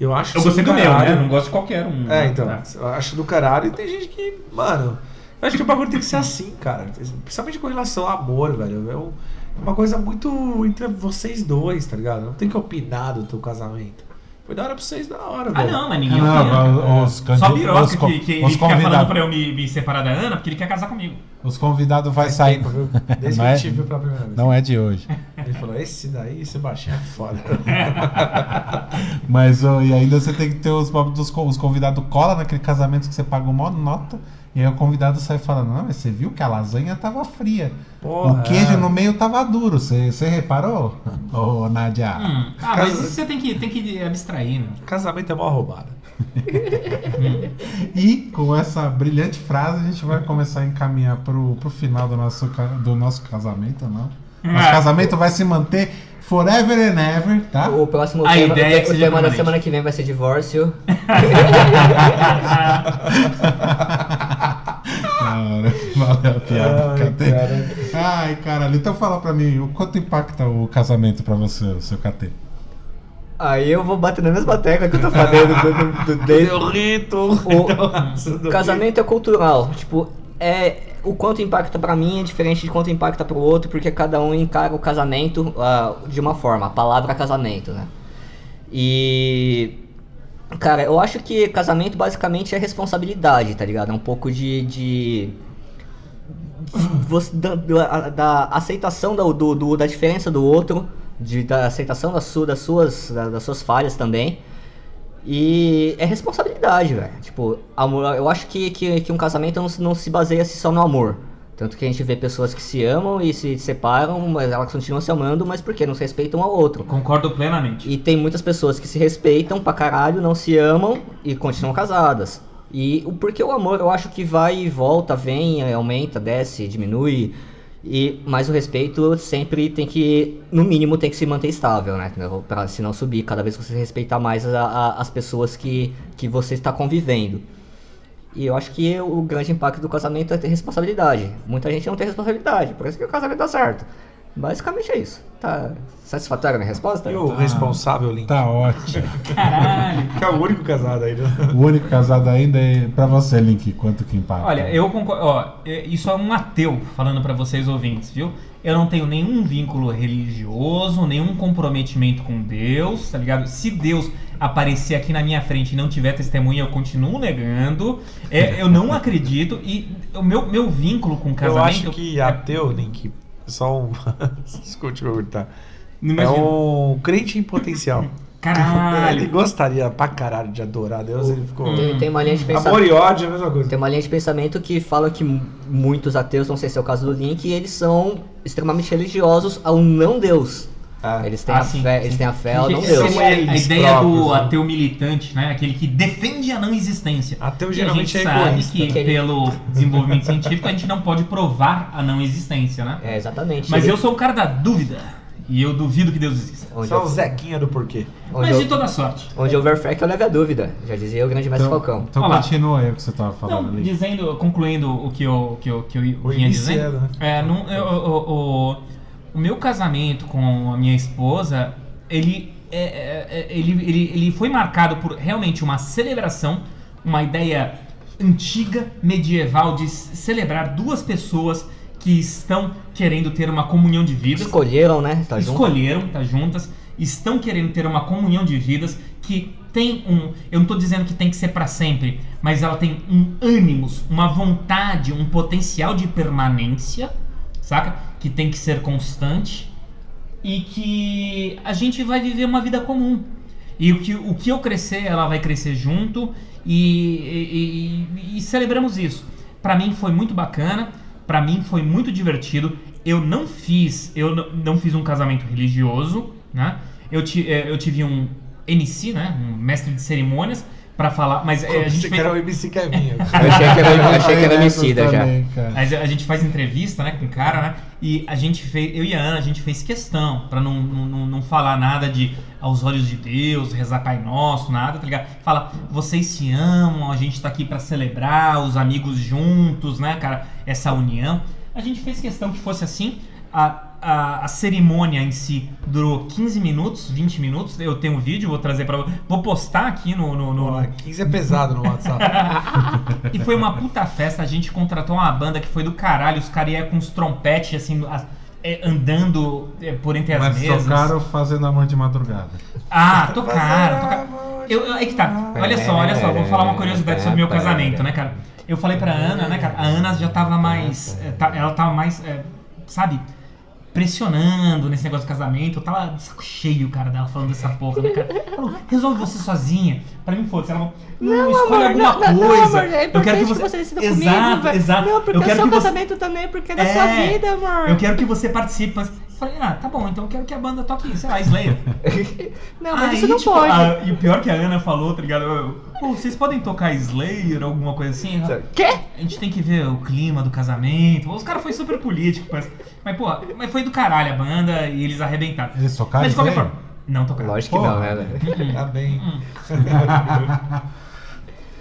S5: Eu acho
S4: Eu
S5: isso
S4: gostei do meu,
S5: caralho.
S4: né? Não gosto de qualquer um.
S5: É, então.
S4: Tá.
S5: Eu acho do caralho. E tem gente que, mano. Eu acho que o bagulho tem que ser assim, cara. Principalmente com relação ao amor, velho. É um- é uma coisa muito entre vocês dois, tá ligado? Não tem que opinar do teu casamento. Foi da hora pra vocês, da hora,
S4: Ah,
S5: velho.
S4: não, mas
S3: Ah,
S4: ninguém.
S3: não,
S4: opina.
S3: os, candi-
S4: é. Só
S3: os
S4: Biroca
S3: co-
S4: que, que ele
S3: os
S4: fica falando pra
S3: convidados
S4: eu me, me separar da Ana porque ele quer casar comigo.
S3: os convidados vai sair,
S5: Viu? Desde
S3: Não
S5: que
S3: é?
S5: eu tive pela primeira vez.
S3: não é de hoje.
S5: Ele falou, esse daí, esse baixinho é foda.
S3: Mas ó, e ainda você tem que ter os, pobres dos co- os convidados cola naquele casamento que você pagou mó nota. E aí o convidado sai falando, não, mas você viu que a lasanha tava fria.
S5: Porra,
S3: o queijo
S5: é.
S3: no meio tava duro. Você você reparou, ô Nádia?
S4: Hum. Ah, mas isso você tem que, tem que abstrair, né?
S5: Casamento é mó roubada.
S3: E com essa brilhante frase, a gente vai começar a encaminhar pro, pro final do nosso, ca- do nosso casamento, não? Nosso
S4: Ah.
S3: casamento vai se manter forever and ever, tá?
S6: O próximo
S4: A
S6: tema,
S4: ideia é que
S6: o
S4: seja
S6: tema da
S4: permanente.
S6: semana que vem vai ser divórcio.
S3: Cara, valeu a piada.
S2: Ai,
S3: Cadê?
S2: cara.
S3: Ai, caralho. Então fala pra mim, o quanto impacta o casamento pra você, o seu KT?
S6: Aí eu vou bater na mesma tecla que eu tô fazendo do, do, do desde-
S2: Meu rito.
S6: O casamento é cultural. Tipo, é o quanto impacta pra mim é diferente de quanto impacta pro outro, porque cada um encara o casamento ah, de uma forma, a palavra casamento, né? E cara, eu acho que casamento basicamente é responsabilidade, tá ligado? É um pouco de, de você- da, da- da aceitação da, do- do- da diferença do outro, de, da aceitação da su- das, suas, da- das suas falhas também. E é responsabilidade, velho. Tipo, amor, eu acho que, que, que um casamento não, se- não se baseia assim, só no amor. Tanto que a gente vê pessoas que se amam e se separam, mas elas continuam se amando, mas porque não se respeitam ao outro.
S4: Concordo plenamente.
S6: E tem muitas pessoas que se respeitam pra caralho, não se amam e continuam casadas. E o porque o amor eu acho que vai e volta, vem, aumenta, desce, diminui. E mas o respeito sempre tem que, no mínimo, tem que se manter estável, né? Para se não subir, cada vez que você respeitar mais a- a- as pessoas que, que você está convivendo. E eu acho que o grande impacto do casamento é ter responsabilidade. Muita gente não tem responsabilidade, por isso que o casamento dá certo. Basicamente é isso. Tá satisfatória a minha resposta?
S2: E o responsável, Link?
S3: Tá ótimo.
S4: Caralho.
S2: Que é o único casado
S5: né?
S2: ainda.
S3: O único casado ainda é pra você, Link, quanto que impacta?
S4: Olha, eu concordo. Ó, é- isso é um ateu falando pra vocês ouvintes, viu? Eu não tenho nenhum vínculo religioso, nenhum comprometimento com Deus, tá ligado? Se Deus aparecer aqui na minha frente e não tiver testemunha, eu continuo negando. É, eu não acredito e o meu, meu vínculo com
S5: Eu acho
S4: casamento. é um
S5: que ateu, Link, só um. Escute, eu vou cortar.
S4: Não
S5: É
S4: imagino.
S5: um crente em potencial. Ele
S4: Caralho!
S5: gostaria pra caralho de adorar a Deus, ele ficou.
S4: Hum.
S6: Tem, tem uma linha de
S5: Amor
S6: pensamento.
S5: e ódio é a mesma coisa.
S6: Tem uma linha de pensamento que fala que mu- muitos ateus, não sei se é o caso do Link, eles são extremamente religiosos ao não Deus. Eles têm
S4: Ah,
S6: a
S4: sim,
S6: fé,
S4: sim.
S6: eles têm a fé ao não
S4: Essa
S6: Deus.
S4: é a
S5: Eles
S4: ideia do
S5: próprios, né?
S4: ateu militante, né? Aquele que defende a não existência.
S5: Ateu
S4: E
S5: geralmente
S4: a
S5: é
S4: gente sabe
S5: egoísta.
S4: que
S6: Aquele-
S4: pelo desenvolvimento científico a gente não pode provar a não existência, né?
S6: É, exatamente.
S4: Mas eu sou o cara da dúvida e eu duvido que Deus exista.
S6: Onde,
S5: Só o
S6: eu,
S5: Zequinha do porquê.
S6: onde,
S4: Mas de
S6: eu,
S4: toda sorte.
S6: onde houver fé que eu leve a dúvida. Já dizia o grande mestre
S3: então,
S6: Falcão.
S3: Então
S4: Olha lá.
S3: continua aí o que você tava
S4: Não,
S3: falando, Link.
S4: dizendo, concluindo o que eu, que eu, que eu
S5: O
S4: vinha
S5: iniciado,
S4: dizendo.
S5: né?
S4: É, não, eu- o, o- o meu casamento com a minha esposa, ele, é- é- é- ele, ele, ele foi marcado por realmente uma celebração, uma ideia antiga, medieval, de c- celebrar duas pessoas que estão querendo ter uma comunhão de vidas.
S6: Escolheram, né? Tá junto.
S4: escolheram, tá juntas, estão querendo ter uma comunhão de vidas que tem um, eu não tô dizendo que tem que ser pra sempre, mas ela tem um ânimos, uma vontade, um potencial de permanência, saca? Que tem que ser constante e que a gente vai viver uma vida comum. E o que, o que eu crescer, ela vai crescer junto e, e- e- e celebramos isso. Pra mim foi muito bacana, pra mim foi muito divertido. Eu não fiz, eu n- não fiz um casamento religioso, né? Eu, ti- eh, eu tive um MC, né? Um mestre de cerimônias pra falar, mas eh, a gente
S5: Esse
S4: fez-
S5: cara é o MC Kevinho.
S6: Eu achei que era, eu achei que era
S3: Eu
S6: homicida já.
S3: também, cara.
S4: Mas a gente faz entrevista, né, com o cara, né? E a gente fez, eu e a Ana, a gente fez questão pra não, não, não- não falar nada de aos olhos de Deus, rezar Pai Nosso, nada, tá ligado? Fala, vocês se amam, a gente tá aqui pra celebrar, os amigos juntos, né, cara? Essa união. A gente fez questão que fosse assim. A, a, a cerimônia em si durou 15 minutos, 20 minutos. Eu tenho um vídeo, vou trazer pra. Vou postar aqui no- no- no, no,
S5: Pô, 15 é pesado no WhatsApp.
S4: e foi uma puta festa, a gente contratou uma banda que foi do caralho, os caras iam com os trompetes, assim, as- é, andando é, por entre as
S3: Mas
S4: mesas.
S3: tocaram fazendo amor de madrugada.
S4: Ah, tocaram, tocaram. Eu, eu- é que tá, olha só, olha só, vou falar uma curiosidade sobre o meu casamento, né, cara? Eu falei pra Ana, né, cara, a Ana já tava mais, é, tá- ela tava mais, é, sabe, pressionando nesse negócio de casamento, eu tava de saco cheio, cara, dela falando dessa porra, né, cara? Falou, resolve você sozinha, pra mim foda-se, ela falou, não, escolhe alguma coisa, eu quero que você... exato, exato,
S6: é
S4: eu quero que você...
S7: também, porque é
S4: da sua É. vida,
S7: amor.
S4: Eu quero que você participe. mas- Eu falei, ah, tá bom, então eu quero que a banda toque, sei lá, Slayer.
S7: Não,
S6: Ah,
S4: Ah, tipo, Aí, tipo, a- e o pior que a Ana falou, tá ligado? Eu- Pô, vocês podem tocar Slayer, alguma coisa assim?
S6: Quê?
S4: A gente tem que ver o clima do casamento. Os caras foi super político, mas, mas pô, mas foi do caralho a banda e eles arrebentaram.
S3: Eles tocaram
S4: mas de qualquer
S3: Slayer?
S4: forma, não tocaram. Uhum.
S6: Lógico que
S3: Porra.
S6: não, né, velho?
S2: Tá bem.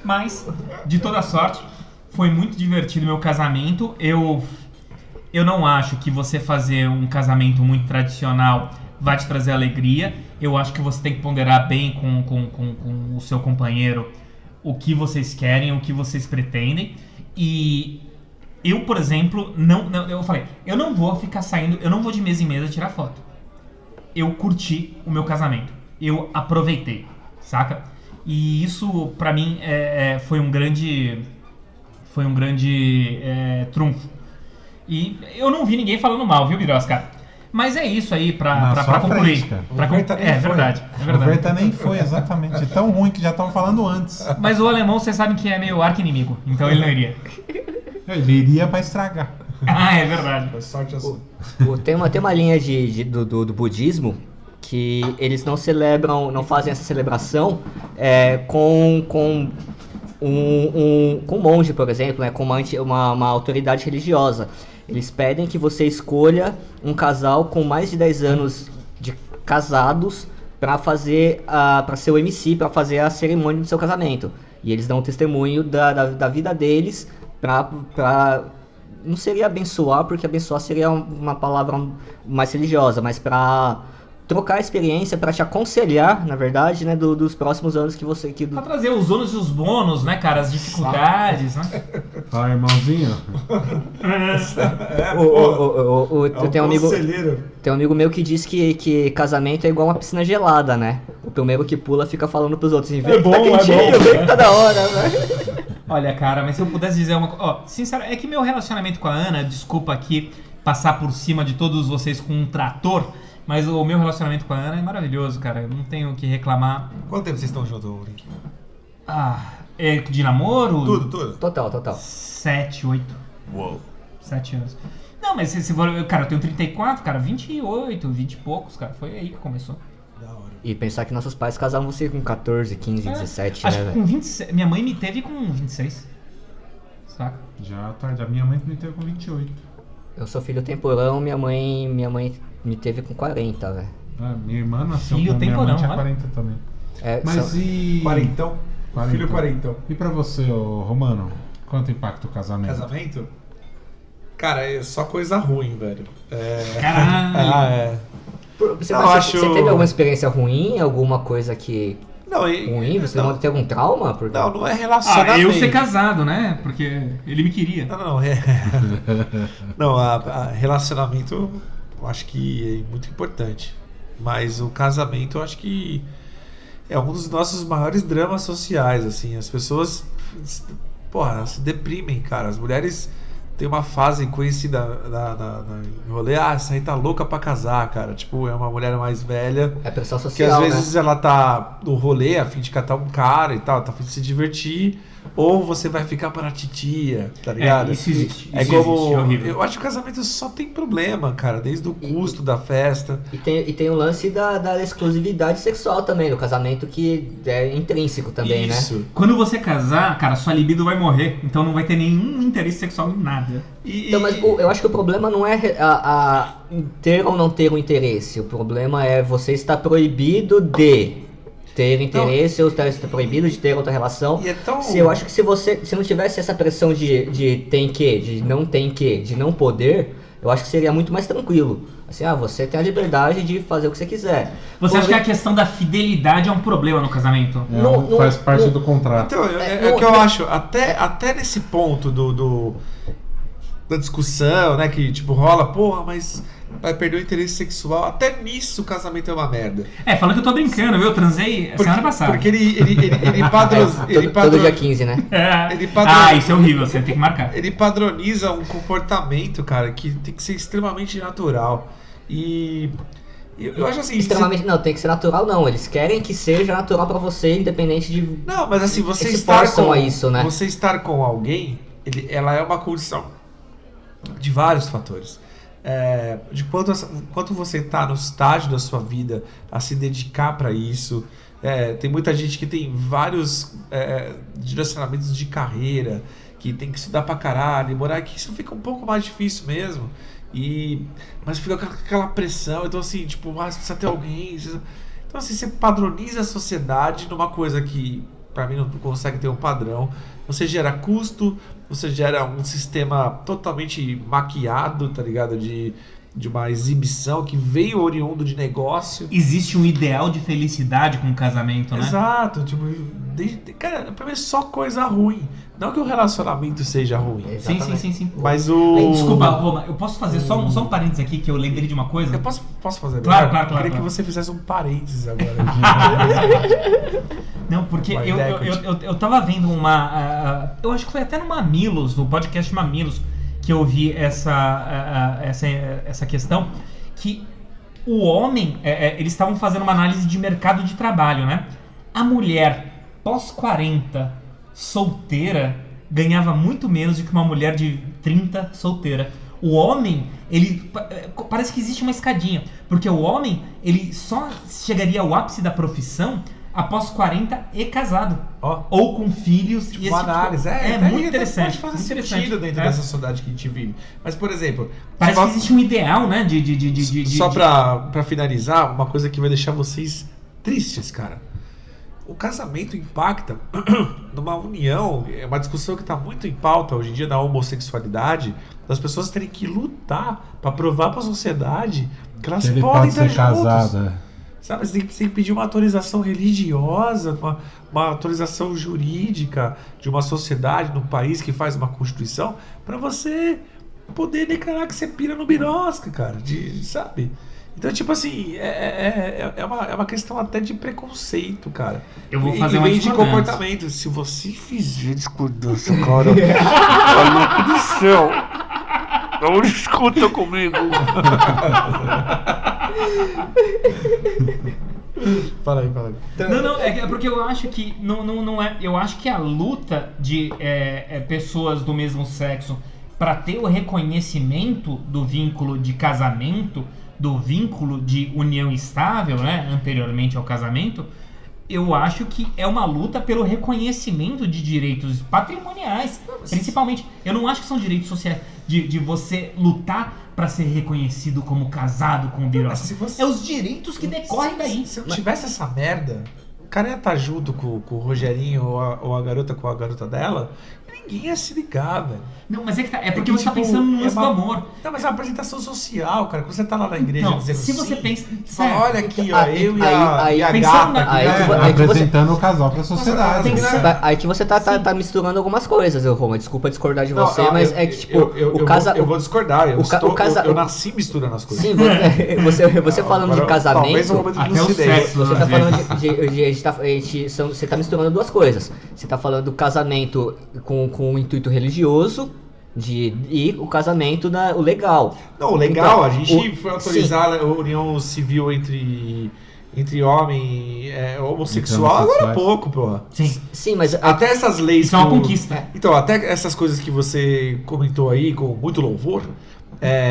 S4: Mas, de toda sorte, foi muito divertido meu casamento. Eu eu não acho que você fazer um casamento muito tradicional vai te trazer alegria. Eu acho que você tem que ponderar bem com, com, com, com o seu companheiro o que vocês querem, o que vocês pretendem. E eu, por exemplo, não, não- eu falei, eu não vou ficar saindo, eu não vou de mesa em mesa tirar foto. Eu curti o meu casamento. Eu aproveitei, saca? E isso pra mim é- é- foi um grande foi um grande é, trunfo. E eu não vi ninguém falando mal, viu, Birosca? Mas é isso aí pra,
S3: Na
S4: pra,
S3: sua
S4: pra concluir.
S3: frente, cara. tá
S4: Pra con-
S5: O Verta nem
S4: é,
S5: foi.
S4: verdade, é
S3: O
S4: verdade.
S3: Berta nem foi exatamente. de Tão ruim que já estavam falando antes.
S4: Mas o alemão, vocês sabem que é meio arqui-inimigo, então ele não iria.
S3: Ele iria pra estragar.
S4: Ah, é verdade.
S5: Sorte a sua.
S6: O- Tem uma, tem uma linha de, de- do, do, do budismo que eles não celebram, não fazem essa celebração é, com, com um, um com um monge, por exemplo, né, com uma, anti- uma, uma autoridade religiosa. Eles pedem que você escolha um casal com mais de 10 anos de casados para fazer a para ser o MC, para fazer a cerimônia do seu casamento. E eles dão testemunho da, da, da vida deles para não seria abençoar, porque abençoar seria um, uma palavra mais religiosa, mas para trocar a experiência, para te aconselhar, na verdade, né, do- dos próximos anos que você que do-
S4: Pra trazer os ônus e os bônus, né, cara? As dificuldades, né?
S3: Fala, irmãozinho.
S6: Ô, ô, ô, ô, ô,
S5: É
S6: tu
S5: o
S6: tem um amigo,
S5: conselheiro.
S6: tem um amigo meu que diz que, que casamento é igual uma piscina gelada, né? O primeiro que pula fica falando pros outros, vem que
S5: bom,
S6: tá
S5: é
S6: quentinho,
S5: bom.
S6: vem que tá da hora, né?
S4: Olha, cara, mas se eu pudesse dizer uma coisa. Ó, sincero, é que meu relacionamento com a Ana, desculpa aqui passar por cima de todos vocês com um trator, mas o meu relacionamento com a Ana é maravilhoso, cara. Eu não tenho o que reclamar.
S5: Quanto tempo vocês estão juntos, Link?
S4: Ah, é de namoro?
S5: Tudo, tudo.
S6: Total, total.
S4: Sete, oito.
S5: Uou.
S4: Sete anos. Não, mas se, se for. Cara, eu tenho 34, cara, 28, 20 e poucos, cara. Foi aí que começou.
S5: Da hora.
S6: E pensar que nossos pais casavam você com 14, 15,
S4: É,
S6: 17, né,
S4: Acho que
S6: velho?
S4: com 26. Minha mãe me teve com 26. Saca?
S3: Já tá tarde. A minha mãe me teve com 28.
S6: Eu sou filho temporão, minha mãe, minha mãe me teve com 40, velho.
S3: Ah, minha irmã nasceu
S4: Filho
S3: com minha mãe
S4: temporão,
S3: tinha
S4: olha.
S3: 40 também.
S6: É,
S3: Mas
S6: só-
S3: e...
S5: Quarentão?
S3: Quarentão.
S5: Filho quarentão.
S3: E pra você, ô, Romano? Quanto impacta o casamento?
S5: Casamento? Cara, é só coisa ruim, velho. É.
S4: Caralho.
S5: Ah, é.
S6: Por- Você,
S5: Eu
S6: você-
S5: acho-
S6: você teve alguma experiência ruim, alguma coisa que
S5: Não, e,
S6: ruim? Você
S5: não,
S6: não teve algum trauma? Porque...
S5: Então. não, não é
S4: Ah,
S5: relacionamento.
S4: eu ser casado, né? Porque ele me queria.
S5: Não, não, é.
S3: É,
S5: não, a, a relacionamento eu acho que é muito importante. Mas o casamento eu acho que é um dos nossos maiores dramas sociais, assim. As pessoas, porra, elas se deprimem, cara. As mulheres têm uma fase conhecida na, na, na no rolê, ah, essa aí tá louca pra casar, cara. Tipo, é uma mulher mais velha.
S6: É pressão
S5: Que às
S6: social, né?
S5: vezes ela tá no rolê a fim de catar um cara e tal, tá a fim de se divertir, ou você vai ficar para a titia, tá ligado?
S4: É, isso existe.
S5: É
S4: isso existe, é
S5: como.
S4: horrível.
S5: eu acho que o casamento só tem problema, cara. Desde o custo da festa.
S6: E tem, e tem o lance da, da exclusividade sexual também, do casamento que é intrínseco também, né?
S5: isso.
S4: Quando você casar, cara, sua libido vai morrer. Então não vai ter nenhum interesse sexual em nada.
S5: E,
S6: Então, mas o- eu acho que o problema não é re- a, a ter ou não ter um interesse. O problema é você estar proibido de ter interesse ou estar estar proibido de ter outra relação.
S5: e é tão.
S6: Se eu acho que se você se não tivesse essa pressão de, de tem que, de não tem que, de não poder, eu acho que seria muito mais tranquilo. Assim, ah, você tem a liberdade de fazer o que você quiser.
S4: Você
S6: Por-
S4: acha que a questão da fidelidade é um problema no casamento?
S3: É,
S6: Não,
S3: um-
S6: não-
S3: faz parte
S6: não-
S3: do contrato.
S5: Então, eu- é,
S6: É,
S5: é o que eu
S6: não-
S5: acho. Até, até nesse ponto do, do- da discussão, né? Que tipo rola, porra, mas vai perder o interesse sexual. Até nisso o casamento é uma merda.
S4: É, falando que eu tô brincando, viu? Eu transei semana passada.
S5: Porque ele, ele, ele, ele, padro-
S6: É,
S5: ele
S6: todo, todo
S5: padro-
S6: dia 15, né?
S4: É.
S5: ele padrão-
S4: Ah, isso é horrível, você tem que marcar.
S5: ele padroniza um comportamento, cara, que tem que ser extremamente natural. E eu, eu acho assim.
S6: Extremamente. Não, tem que ser natural, não. Eles querem que seja natural pra você, independente de.
S5: se- Não, mas assim, você
S6: Eles se
S5: estar
S6: forçam
S5: com
S6: a isso, né?
S5: você estar com alguém, ele- ela é uma condição de vários fatores. É, tá de quanto, essa- quanto você está no estágio da sua vida a se dedicar para isso, é, tem muita gente que tem vários é, direcionamentos de carreira, que tem que estudar pra caralho, e morar aqui, isso fica um pouco mais difícil mesmo. E, mas fica com aquela pressão, então assim, tipo, ah, você precisa ter alguém. precisa- Então assim, você padroniza a sociedade numa coisa que pra mim não consegue ter um padrão. Você gera custo, você gera um sistema totalmente maquiado, tá ligado? De, de uma exibição que veio oriundo de negócio.
S4: Existe um ideal de felicidade com o casamento, né?
S5: Exato, tipo, desde- cara, pra mim é só coisa ruim. Não que o relacionamento seja ruim.
S4: Sim, sim, sim, sim.
S5: Mas o.
S4: Ei, Desculpa, Roma, eu posso fazer só um, só um parênteses aqui que eu lembrei de uma coisa?
S5: Eu posso, posso fazer
S4: Claro,
S5: melhor?
S4: claro,
S5: Eu
S4: claro,
S5: queria
S4: claro.
S5: que você fizesse um parênteses agora.
S4: Não, porque
S5: Vai,
S4: eu,
S5: ideia,
S4: eu, eu,
S5: Curti.
S4: eu- eu tava vendo uma. a- a- eu acho que foi até no Mamilos, no podcast Mamilos, que eu vi essa, a- a- essa, essa questão. Que o homem. é, é, eles estavam fazendo uma análise de mercado de trabalho, né? A mulher pós-40, solteira, ganhava muito menos do que uma mulher de 30 solteira. O homem, ele. pa- é, co- Parece que existe uma escadinha. Porque o homem, ele só chegaria ao ápice da profissão após 40 e casado.
S5: Ó.
S4: Ou com filhos e esse
S5: Uma análise.
S4: tipo,
S5: É,
S4: é,
S5: tá
S4: muito
S5: aí,
S4: interessante.
S5: Pode fazer
S4: muito interessante.
S5: sentido dentro
S4: É.
S5: dessa sociedade que a gente vive. né? Mas, por exemplo,
S4: Parece
S5: só-
S4: que existe um ideal, né? De, de, de, de, de-
S5: Só
S4: de-
S5: pra, pra finalizar, uma coisa que vai deixar vocês tristes, cara. O casamento impacta numa união, é uma discussão que tá muito em pauta hoje em dia da homossexualidade, das pessoas terem que lutar pra provar pra sociedade que elas
S3: Que ele pode
S5: podem estar
S3: ser
S5: juntos.
S3: casado. é.
S5: Sabe, você tem, que- você tem que pedir uma autorização religiosa, uma, uma autorização jurídica de uma sociedade, de um país que faz uma constituição, pra você poder declarar que você pira no birosca, cara, de, sabe? Então, tipo assim, é, é, é- é, uma, é uma questão até de preconceito, cara.
S4: Eu vou
S5: E-
S4: fazer
S5: e
S4: uma
S5: vem de
S4: discordância.
S5: comportamento. Se você fizer discordância, cara, maluco do céu, não escuta comigo. fala aí, fala aí.
S4: Não, não, é que- é porque eu acho que não, não, não é. Eu acho que a luta de é, é, pessoas do mesmo sexo pra ter o reconhecimento do vínculo de casamento, do vínculo de união estável, né, anteriormente ao casamento, eu acho que é uma luta pelo reconhecimento de direitos patrimoniais, principalmente. Eu não acho que são direitos sociais de, de você lutar pra ser reconhecido como casado com o
S5: Mas
S4: Birosa.
S5: se você
S4: É os direitos que decorrem daí.
S5: Se eu tivesse essa merda, o cara ia estar junto com, com o Rogerinho ou a, ou a garota com a garota dela, e ninguém ia se ligar, velho.
S4: Não, mas é que tá, é porque
S5: que,
S4: você tá
S5: tipo,
S4: pensando no lance
S5: é uma-
S4: do amor.
S5: Não, mas é uma apresentação social, cara. Quando você tá lá na igreja
S4: Não,
S5: dizendo
S4: se você
S5: sim,
S4: pensa.
S5: fala,
S4: Sério,
S5: olha aqui, ó,
S6: Ah, Aí-
S5: eu e a,
S6: aí-
S5: e a
S4: pensando
S5: gata.
S4: na-
S5: aqui,
S6: Aí
S5: né?
S6: tu vai-
S3: É,
S6: aí tu você-
S3: apresentando o casal pra sociedade.
S5: tem que ser-
S6: Aí que você tá, tá,
S4: Sim.
S6: tá misturando algumas coisas, eu, Roma. Desculpa discordar de
S5: Não,
S6: você,
S5: eu-
S6: mas
S5: eu-
S6: é que, tipo,
S5: eu, eu- eu
S6: o casa.
S5: Vou, eu vou discordar, eu,
S6: o ca-
S5: estou-
S6: o casa-
S5: eu- eu nasci misturando as coisas.
S6: Sim, você, você, você falando de
S5: Agora, Talvez um
S6: casamento.
S5: momento de
S4: Até o
S5: lucidez.
S4: sexo,
S6: Você
S4: né,
S6: tá
S4: às
S6: falando
S4: vezes.
S6: de. de- de- a gente tá- a gente- são- você tá misturando duas coisas. Você tá falando do casamento com, com o intuito religioso de, e o casamento na, o legal.
S5: Não, legal,
S6: Então,
S5: a gente
S6: o-
S5: foi autorizar né, a união civil entre, entre homem é, homossexual
S3: Entre
S5: agora há
S3: homossexuais.
S5: pouco, porra.
S4: Sim,
S6: Sim, mas a-
S5: Até essas leis.
S4: isso é uma
S5: que o-
S4: conquista.
S5: Então, até essas coisas que você comentou aí com muito louvor. É,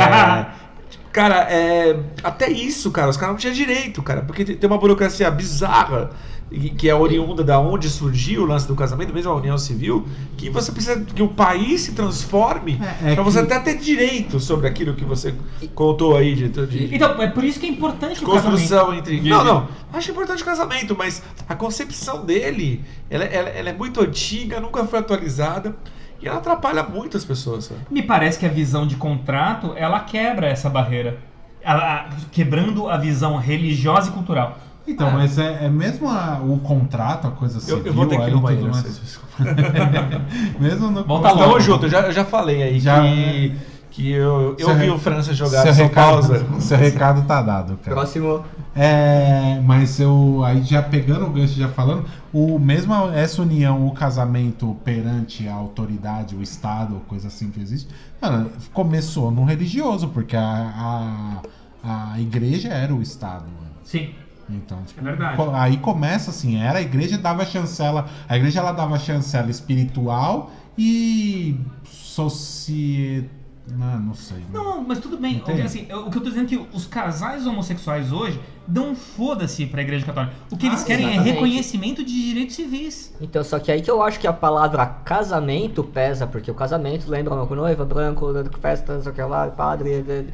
S5: cara, é, até isso, cara, os caras não tinham direito, cara. Porque tem tem uma burocracia bizarra e- que é oriunda da onde surgiu o lance do casamento, mesmo a união civil, que você precisa que o país se transforme
S3: É
S5: pra você
S3: que-
S5: até ter direito sobre aquilo que você contou aí de, de-
S4: Então, é por isso que é importante o casamento.
S5: construção entre. Não, não. Acho importante o casamento, mas a concepção dele, ela, ela- ela é muito antiga, nunca foi atualizada. E ela atrapalha muito as pessoas. sabe?
S4: Me parece que a visão de contrato, ela quebra essa barreira. Ela, quebrando a visão religiosa e cultural.
S3: Então, mas é, é mesmo a- o contrato, a coisa civil,
S5: Eu, eu vou ter que ir
S3: ali
S5: no
S3: e
S5: banheiro.
S3: tudo mais.
S5: vocês- tá
S3: Mesmo no
S4: Volta
S3: contrato.
S5: Tamo um junto, eu já, eu já falei aí
S3: Já-
S5: que, que eu, eu
S3: Seu
S5: vi
S3: re-
S5: o França jogar
S3: Seu
S5: de São
S3: recado,
S5: Paulo.
S3: seu recado tá dado, cara.
S6: próximo.
S3: É, mas eu aí já pegando o gancho, já falando, o mesmo essa união, o casamento perante a autoridade, o Estado, coisa assim que existe, cara, começou no religioso, porque a, a, a igreja era o Estado. né?
S4: Sim.
S3: Então, tipo,
S4: É verdade.
S3: co- aí começa assim, era a igreja dava chancela, a igreja ela dava chancela espiritual e soci... ah, Não, não sei. né?
S4: Não, não, mas tudo bem.
S3: Entende?
S4: Assim, eu- o que eu tô dizendo é que os casais homossexuais hoje dão um foda-se pra igreja católica. O que eles
S6: Ah,
S4: querem é
S6: exatamente.
S4: reconhecimento de direitos civis.
S6: Então, só que aí que eu acho que a palavra casamento pesa, porque o casamento lembra uma noiva, branco, festa, não sei o que lá, padre. né?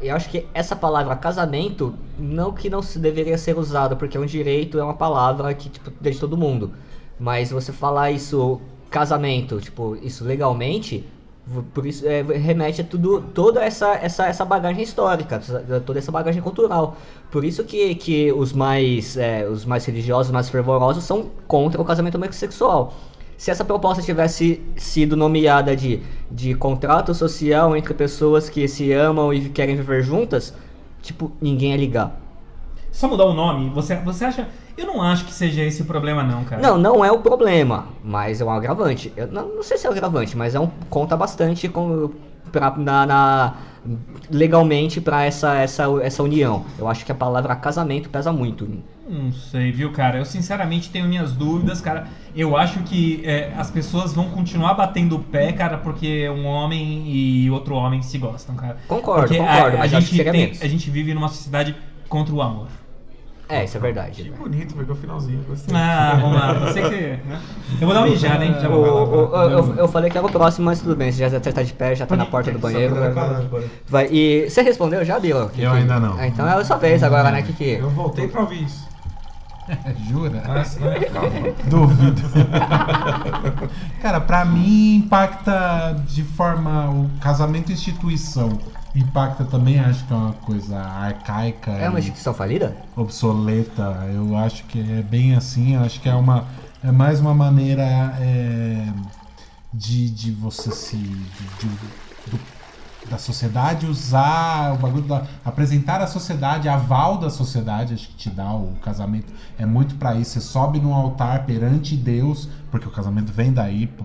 S6: Eu acho que essa palavra casamento, não que não se deveria ser usada, porque é um direito, é uma palavra que, tipo, é de todo mundo. Mas você falar isso, casamento, tipo, isso legalmente, v- por isso é, remete a tudo, toda essa, essa, essa bagagem histórica, essa- toda essa bagagem cultural. Por isso que, que os, mais, é, os mais religiosos, mais fervorosos são contra o casamento homossexual. Se essa proposta tivesse sido nomeada de, de contrato social entre pessoas que se amam e querem viver juntas, tipo, ninguém ia ligar.
S4: Só mudar o nome, você, você acha. Eu não acho que seja esse o problema, não, cara.
S6: Não, não é o problema, mas é um agravante. Eu não, não sei se é um agravante, mas é um conta bastante com, pra, na, na- legalmente para essa, essa, essa união. Eu acho que a palavra casamento pesa muito.
S4: Não sei, viu, cara? Eu sinceramente tenho minhas dúvidas, cara. Eu acho que é, as pessoas vão continuar batendo o pé, cara, porque um homem e outro homem se gostam, cara.
S6: Concordo,
S4: Porque
S6: concordo,
S4: É a, a
S6: mas eu acho que
S4: gente
S6: seria
S4: tem-
S6: menos.
S4: a gente vive numa sociedade contra o amor.
S6: É, isso é
S5: Que
S6: verdade.
S5: bonito, pegou o finalzinho, gostei.
S4: Ah, vamos lá, você que. né? Eu vou dar uma mijada, hein? Já
S6: O-
S4: vou falar.
S6: o- o- eu, eu falei que era o próximo, mas tudo bem, você já tá de pé, já tá na porta do banheiro. Vai, e você respondeu já, Bilo?
S3: Eu ainda não.
S6: Ah, Então é a sua vez agora, né, Kiki?
S5: Eu voltei pra ouvir isso.
S3: Jura?
S5: Ah, isso não é calma.
S3: Duvido. Cara, pra mim impacta de forma o casamento instituição. Impacta também, acho que é uma coisa arcaica,
S6: É uma
S3: e
S6: instituição falida?
S3: obsoleta. Eu acho que é bem assim, eu acho que é uma é mais uma maneira é, de, de você se de- de- do- da sociedade usar o bagulho da apresentar a sociedade, aval da sociedade, acho que te dá o casamento é muito pra isso. Você sobe num altar perante Deus, porque o casamento vem daí, p-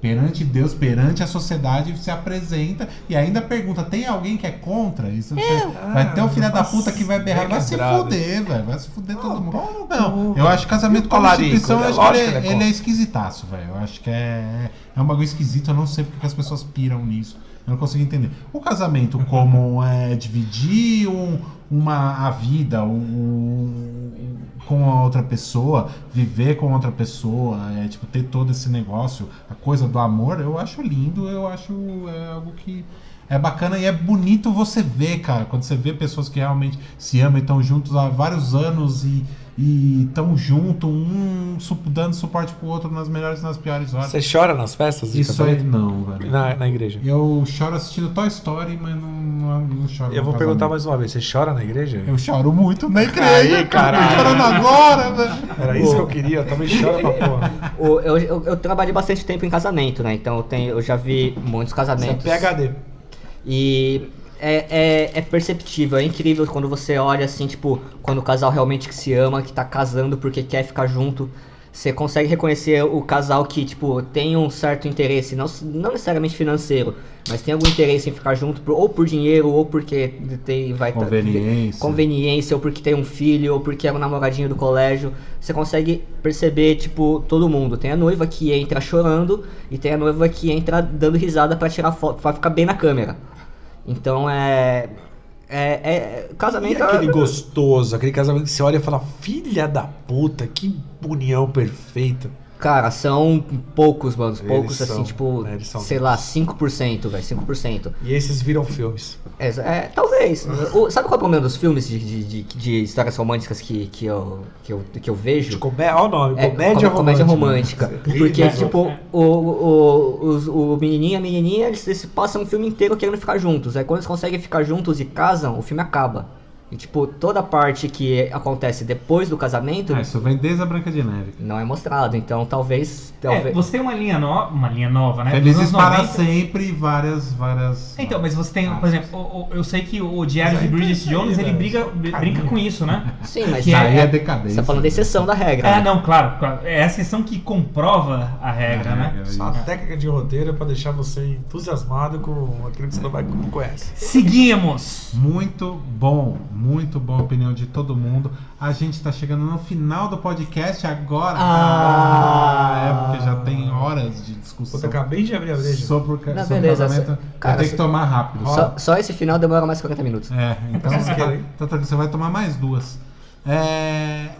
S3: perante Deus, perante a sociedade, se apresenta e ainda pergunta: tem alguém que é contra? Isso você- vai ter um filho da puta que vai berrar, vai se
S5: lembrado.
S3: fuder, velho, vai se fuder todo mundo.
S5: cu,
S3: Não, eu acho que casamento
S5: E o
S3: com
S5: colarico,
S3: instituição, eu
S5: né?
S3: acho
S5: Lógico
S3: que ele,
S5: que ele é
S3: ele é
S5: contra.
S3: esquisitaço, velho. Eu acho que é, é um bagulho esquisito, eu não sei porque que as pessoas piram nisso. Eu não consigo entender. O casamento como é dividir um- uma, a vida um- um- com a outra pessoa, viver com outra pessoa, é, tipo, ter todo esse negócio, a coisa do amor, eu acho lindo, eu acho é, algo que é bacana e é bonito você ver, cara. Quando você vê pessoas que realmente se amam e estão juntos há vários anos e estão junto, um su- dando suporte pro outro nas melhores e nas piores horas.
S5: Você chora nas festas? de
S3: Isso aí
S5: casamento?
S3: não, velho.
S5: Na, na igreja.
S3: Eu choro assistindo Toy Story, mas não, não, não choro.
S5: Eu
S3: no
S5: vou perguntar
S3: casamento.
S5: mais uma vez, você chora na igreja?
S3: Eu choro muito na igreja,
S5: Aí,
S3: cara. Tô
S5: caralho.
S3: chorando agora, né? velho.
S5: Era isso que eu queria, eu também choro pra porra.
S6: O- eu, eu, eu trabalhei bastante tempo em casamento, né? Então eu, tenho, eu já vi muitos
S5: Você é
S6: casamentos.
S5: PHD.
S6: E é, é, é perceptível, é incrível quando você olha assim, tipo, quando o casal realmente que se ama, que tá casando porque quer ficar junto. Você consegue reconhecer o casal que, tipo, tem um certo interesse, não, não necessariamente financeiro, mas tem algum interesse em ficar junto, por- ou por dinheiro, ou porque tem, vai tá-
S3: Conveniência.
S6: conveniência, ou porque tem um filho, ou porque é um namoradinho do colégio. Você consegue perceber, tipo, todo mundo. Tem a noiva que entra chorando e tem a noiva que entra dando risada pra tirar foto, pra ficar bem na câmera. Então é. É. é-
S5: E
S6: casamento é-
S5: aquele gostoso, aquele casamento que você olha e fala, filha da puta, que união perfeita.
S6: Cara, são poucos, mano. Poucos,
S5: Eles
S6: assim,
S5: são-
S6: tipo,
S5: é, eles são
S6: sei lá, 5%, velho. 5%.
S5: E esses viram filmes.
S6: É, é, talvez. O- sabe qual é o problema dos filmes de, de, de- de histórias românticas que, que, eu, que, eu, que eu vejo?
S5: De comé... Olha o nome,
S6: É,
S5: comédia
S6: com- comédia
S5: romântica.
S6: romântica. Porque,
S4: Exato.
S6: tipo, o, o, os- o menininho e a menininha, eles, eles passam o filme inteiro querendo ficar juntos. Aí quando eles conseguem ficar juntos e casam, o filme acaba. E, tipo, toda a parte que acontece depois do casamento
S3: Ah, isso vem desde a Branca de Neve.
S6: não é mostrado. Então, talvez...
S4: É,
S6: talvez...
S4: você tem uma linha nova, uma linha nova, né?
S3: Felizes
S4: Dos anos
S3: para
S4: 90.
S3: sempre, várias, várias.
S4: Então, mas você tem, por
S3: Ah.
S4: exemplo, o- o- eu sei que o Diário
S3: é
S5: Mas
S4: de
S5: aí tem
S4: Bridget
S5: isso aí,
S4: Jones, ele
S5: velho.
S4: briga, brinca com isso, né?
S6: Sim, mas...
S4: que
S3: Isso aí é,
S6: é-
S3: decadência.
S6: Você tá falando da exceção da regra.
S4: Ah,
S6: né?
S4: não, claro, claro. É a sessão que comprova a regra, né?
S3: É,
S5: Só a técnica de roteiro é pra deixar você entusiasmado com aquilo que você não vai não conhece.
S4: Seguimos!
S3: Muito bom, Muito boa a opinião de todo mundo. A gente está chegando no final do podcast agora.
S6: Ah.
S3: Ah, é porque já tem horas de discussão.
S5: Puta, acabei de abrir a breja.
S3: Sobre o, ca-
S6: Não,
S3: sobre o
S6: beleza,
S3: casamento.
S6: só- cara,
S3: eu tenho que
S6: só-
S3: tomar rápido.
S6: Só, só esse final demora mais 40 minutos.
S3: É, então
S5: Vocês
S3: tá-
S5: querem?
S3: tá tranquilo, você vai tomar mais duas. É,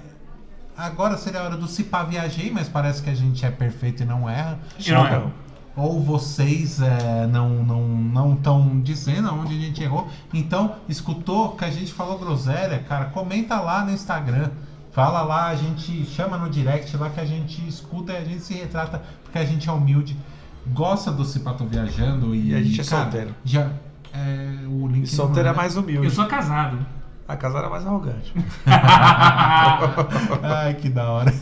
S3: agora seria a hora do Cipá Viajei, mas parece que a gente é perfeito e não erra. Então,
S4: Eu não erro.
S3: Ou vocês é, não estão não, tão dizendo onde a gente errou. Então, escutou que a gente falou groselha, cara, comenta lá no Instagram. Fala lá, a gente chama no direct lá que a gente escuta e a gente se retrata, porque a gente é humilde, gosta do Cipato Viajando e.
S5: E a gente é
S3: cara,
S5: solteiro.
S3: Já, é, o link
S5: E solteiro é
S3: não-
S5: mais humilde.
S4: Eu sou casado.
S5: A casada é mais arrogante.
S3: Ai, que da hora.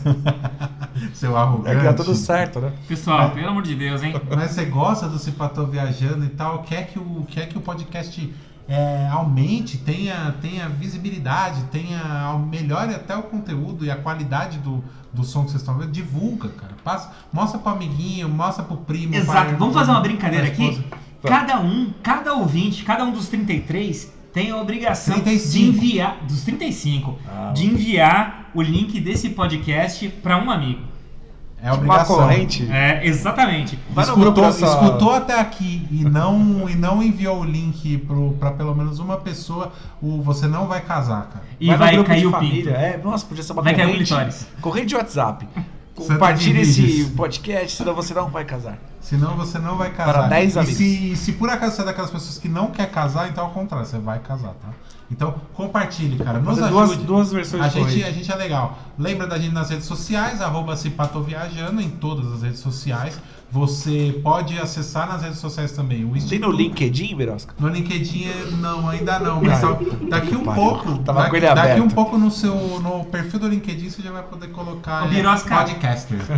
S3: Seu
S5: É que dá tudo
S3: arrogante.
S5: certo, né?
S4: Pessoal, pelo amor de Deus, hein?
S3: Mas você gosta do Cipatô viajando e tal, quer que o, quer que o podcast é, aumente, tenha, tenha visibilidade, tenha ao- melhore até o conteúdo e a qualidade do, do som que vocês estão vendo, divulga, cara. Passa, mostra pro amiguinho, mostra pro primo.
S4: Exato.
S3: pra-
S4: Vamos fazer uma brincadeira
S3: pra esposa.
S4: aqui?
S5: Tá.
S4: Cada um, cada ouvinte, cada um dos 33 tem a obrigação
S3: 35.
S4: de enviar dos 35, de enviar o link desse podcast pra um amigo.
S3: É
S5: Tipo uma
S3: obrigação.
S5: corrente.
S4: É, exatamente.
S5: Vai no grupo
S3: escutou,
S5: dessa-
S3: escutou até aqui e não, e não enviou o link pro- pra pelo menos uma pessoa, o você não vai casar, cara.
S4: E
S5: no
S4: vai,
S5: grupo
S4: cair
S5: de
S4: o
S5: família.
S4: pinto.
S5: É, nossa, podia ser uma
S4: Vai cair o
S5: corrente.
S4: clitóris.
S5: corrente de WhatsApp.
S3: Santa
S5: Compartilha
S3: Divide.
S5: esse podcast, senão você não vai casar.
S3: Senão você não vai casar.
S5: Para 10
S3: e
S5: amigos.
S3: se, se por acaso você é daquelas pessoas que não quer casar, então ao contrário, você vai casar, tá? Então compartilhe, cara. Nos
S5: Fazer
S3: ajude.
S5: duas, duas versões
S3: A
S5: de
S3: gente,
S5: corrente.
S3: a gente é legal. Lembra da gente nas redes sociais, arroba Cipatoviajando em todas as redes sociais. Você pode acessar nas redes sociais também. O
S5: Tem
S3: Insti-
S5: no LinkedIn, Berosca?
S3: No LinkedIn é- não, ainda não. Mas só-
S5: Cara,
S3: daqui um
S5: pariu.
S3: pouco.
S5: Tava com
S3: daqui,
S5: ele
S3: daqui
S5: aberto.
S3: um pouco no seu no perfil do LinkedIn você já vai poder colocar
S4: Ô,
S3: é,
S4: Birosca.
S3: podcaster.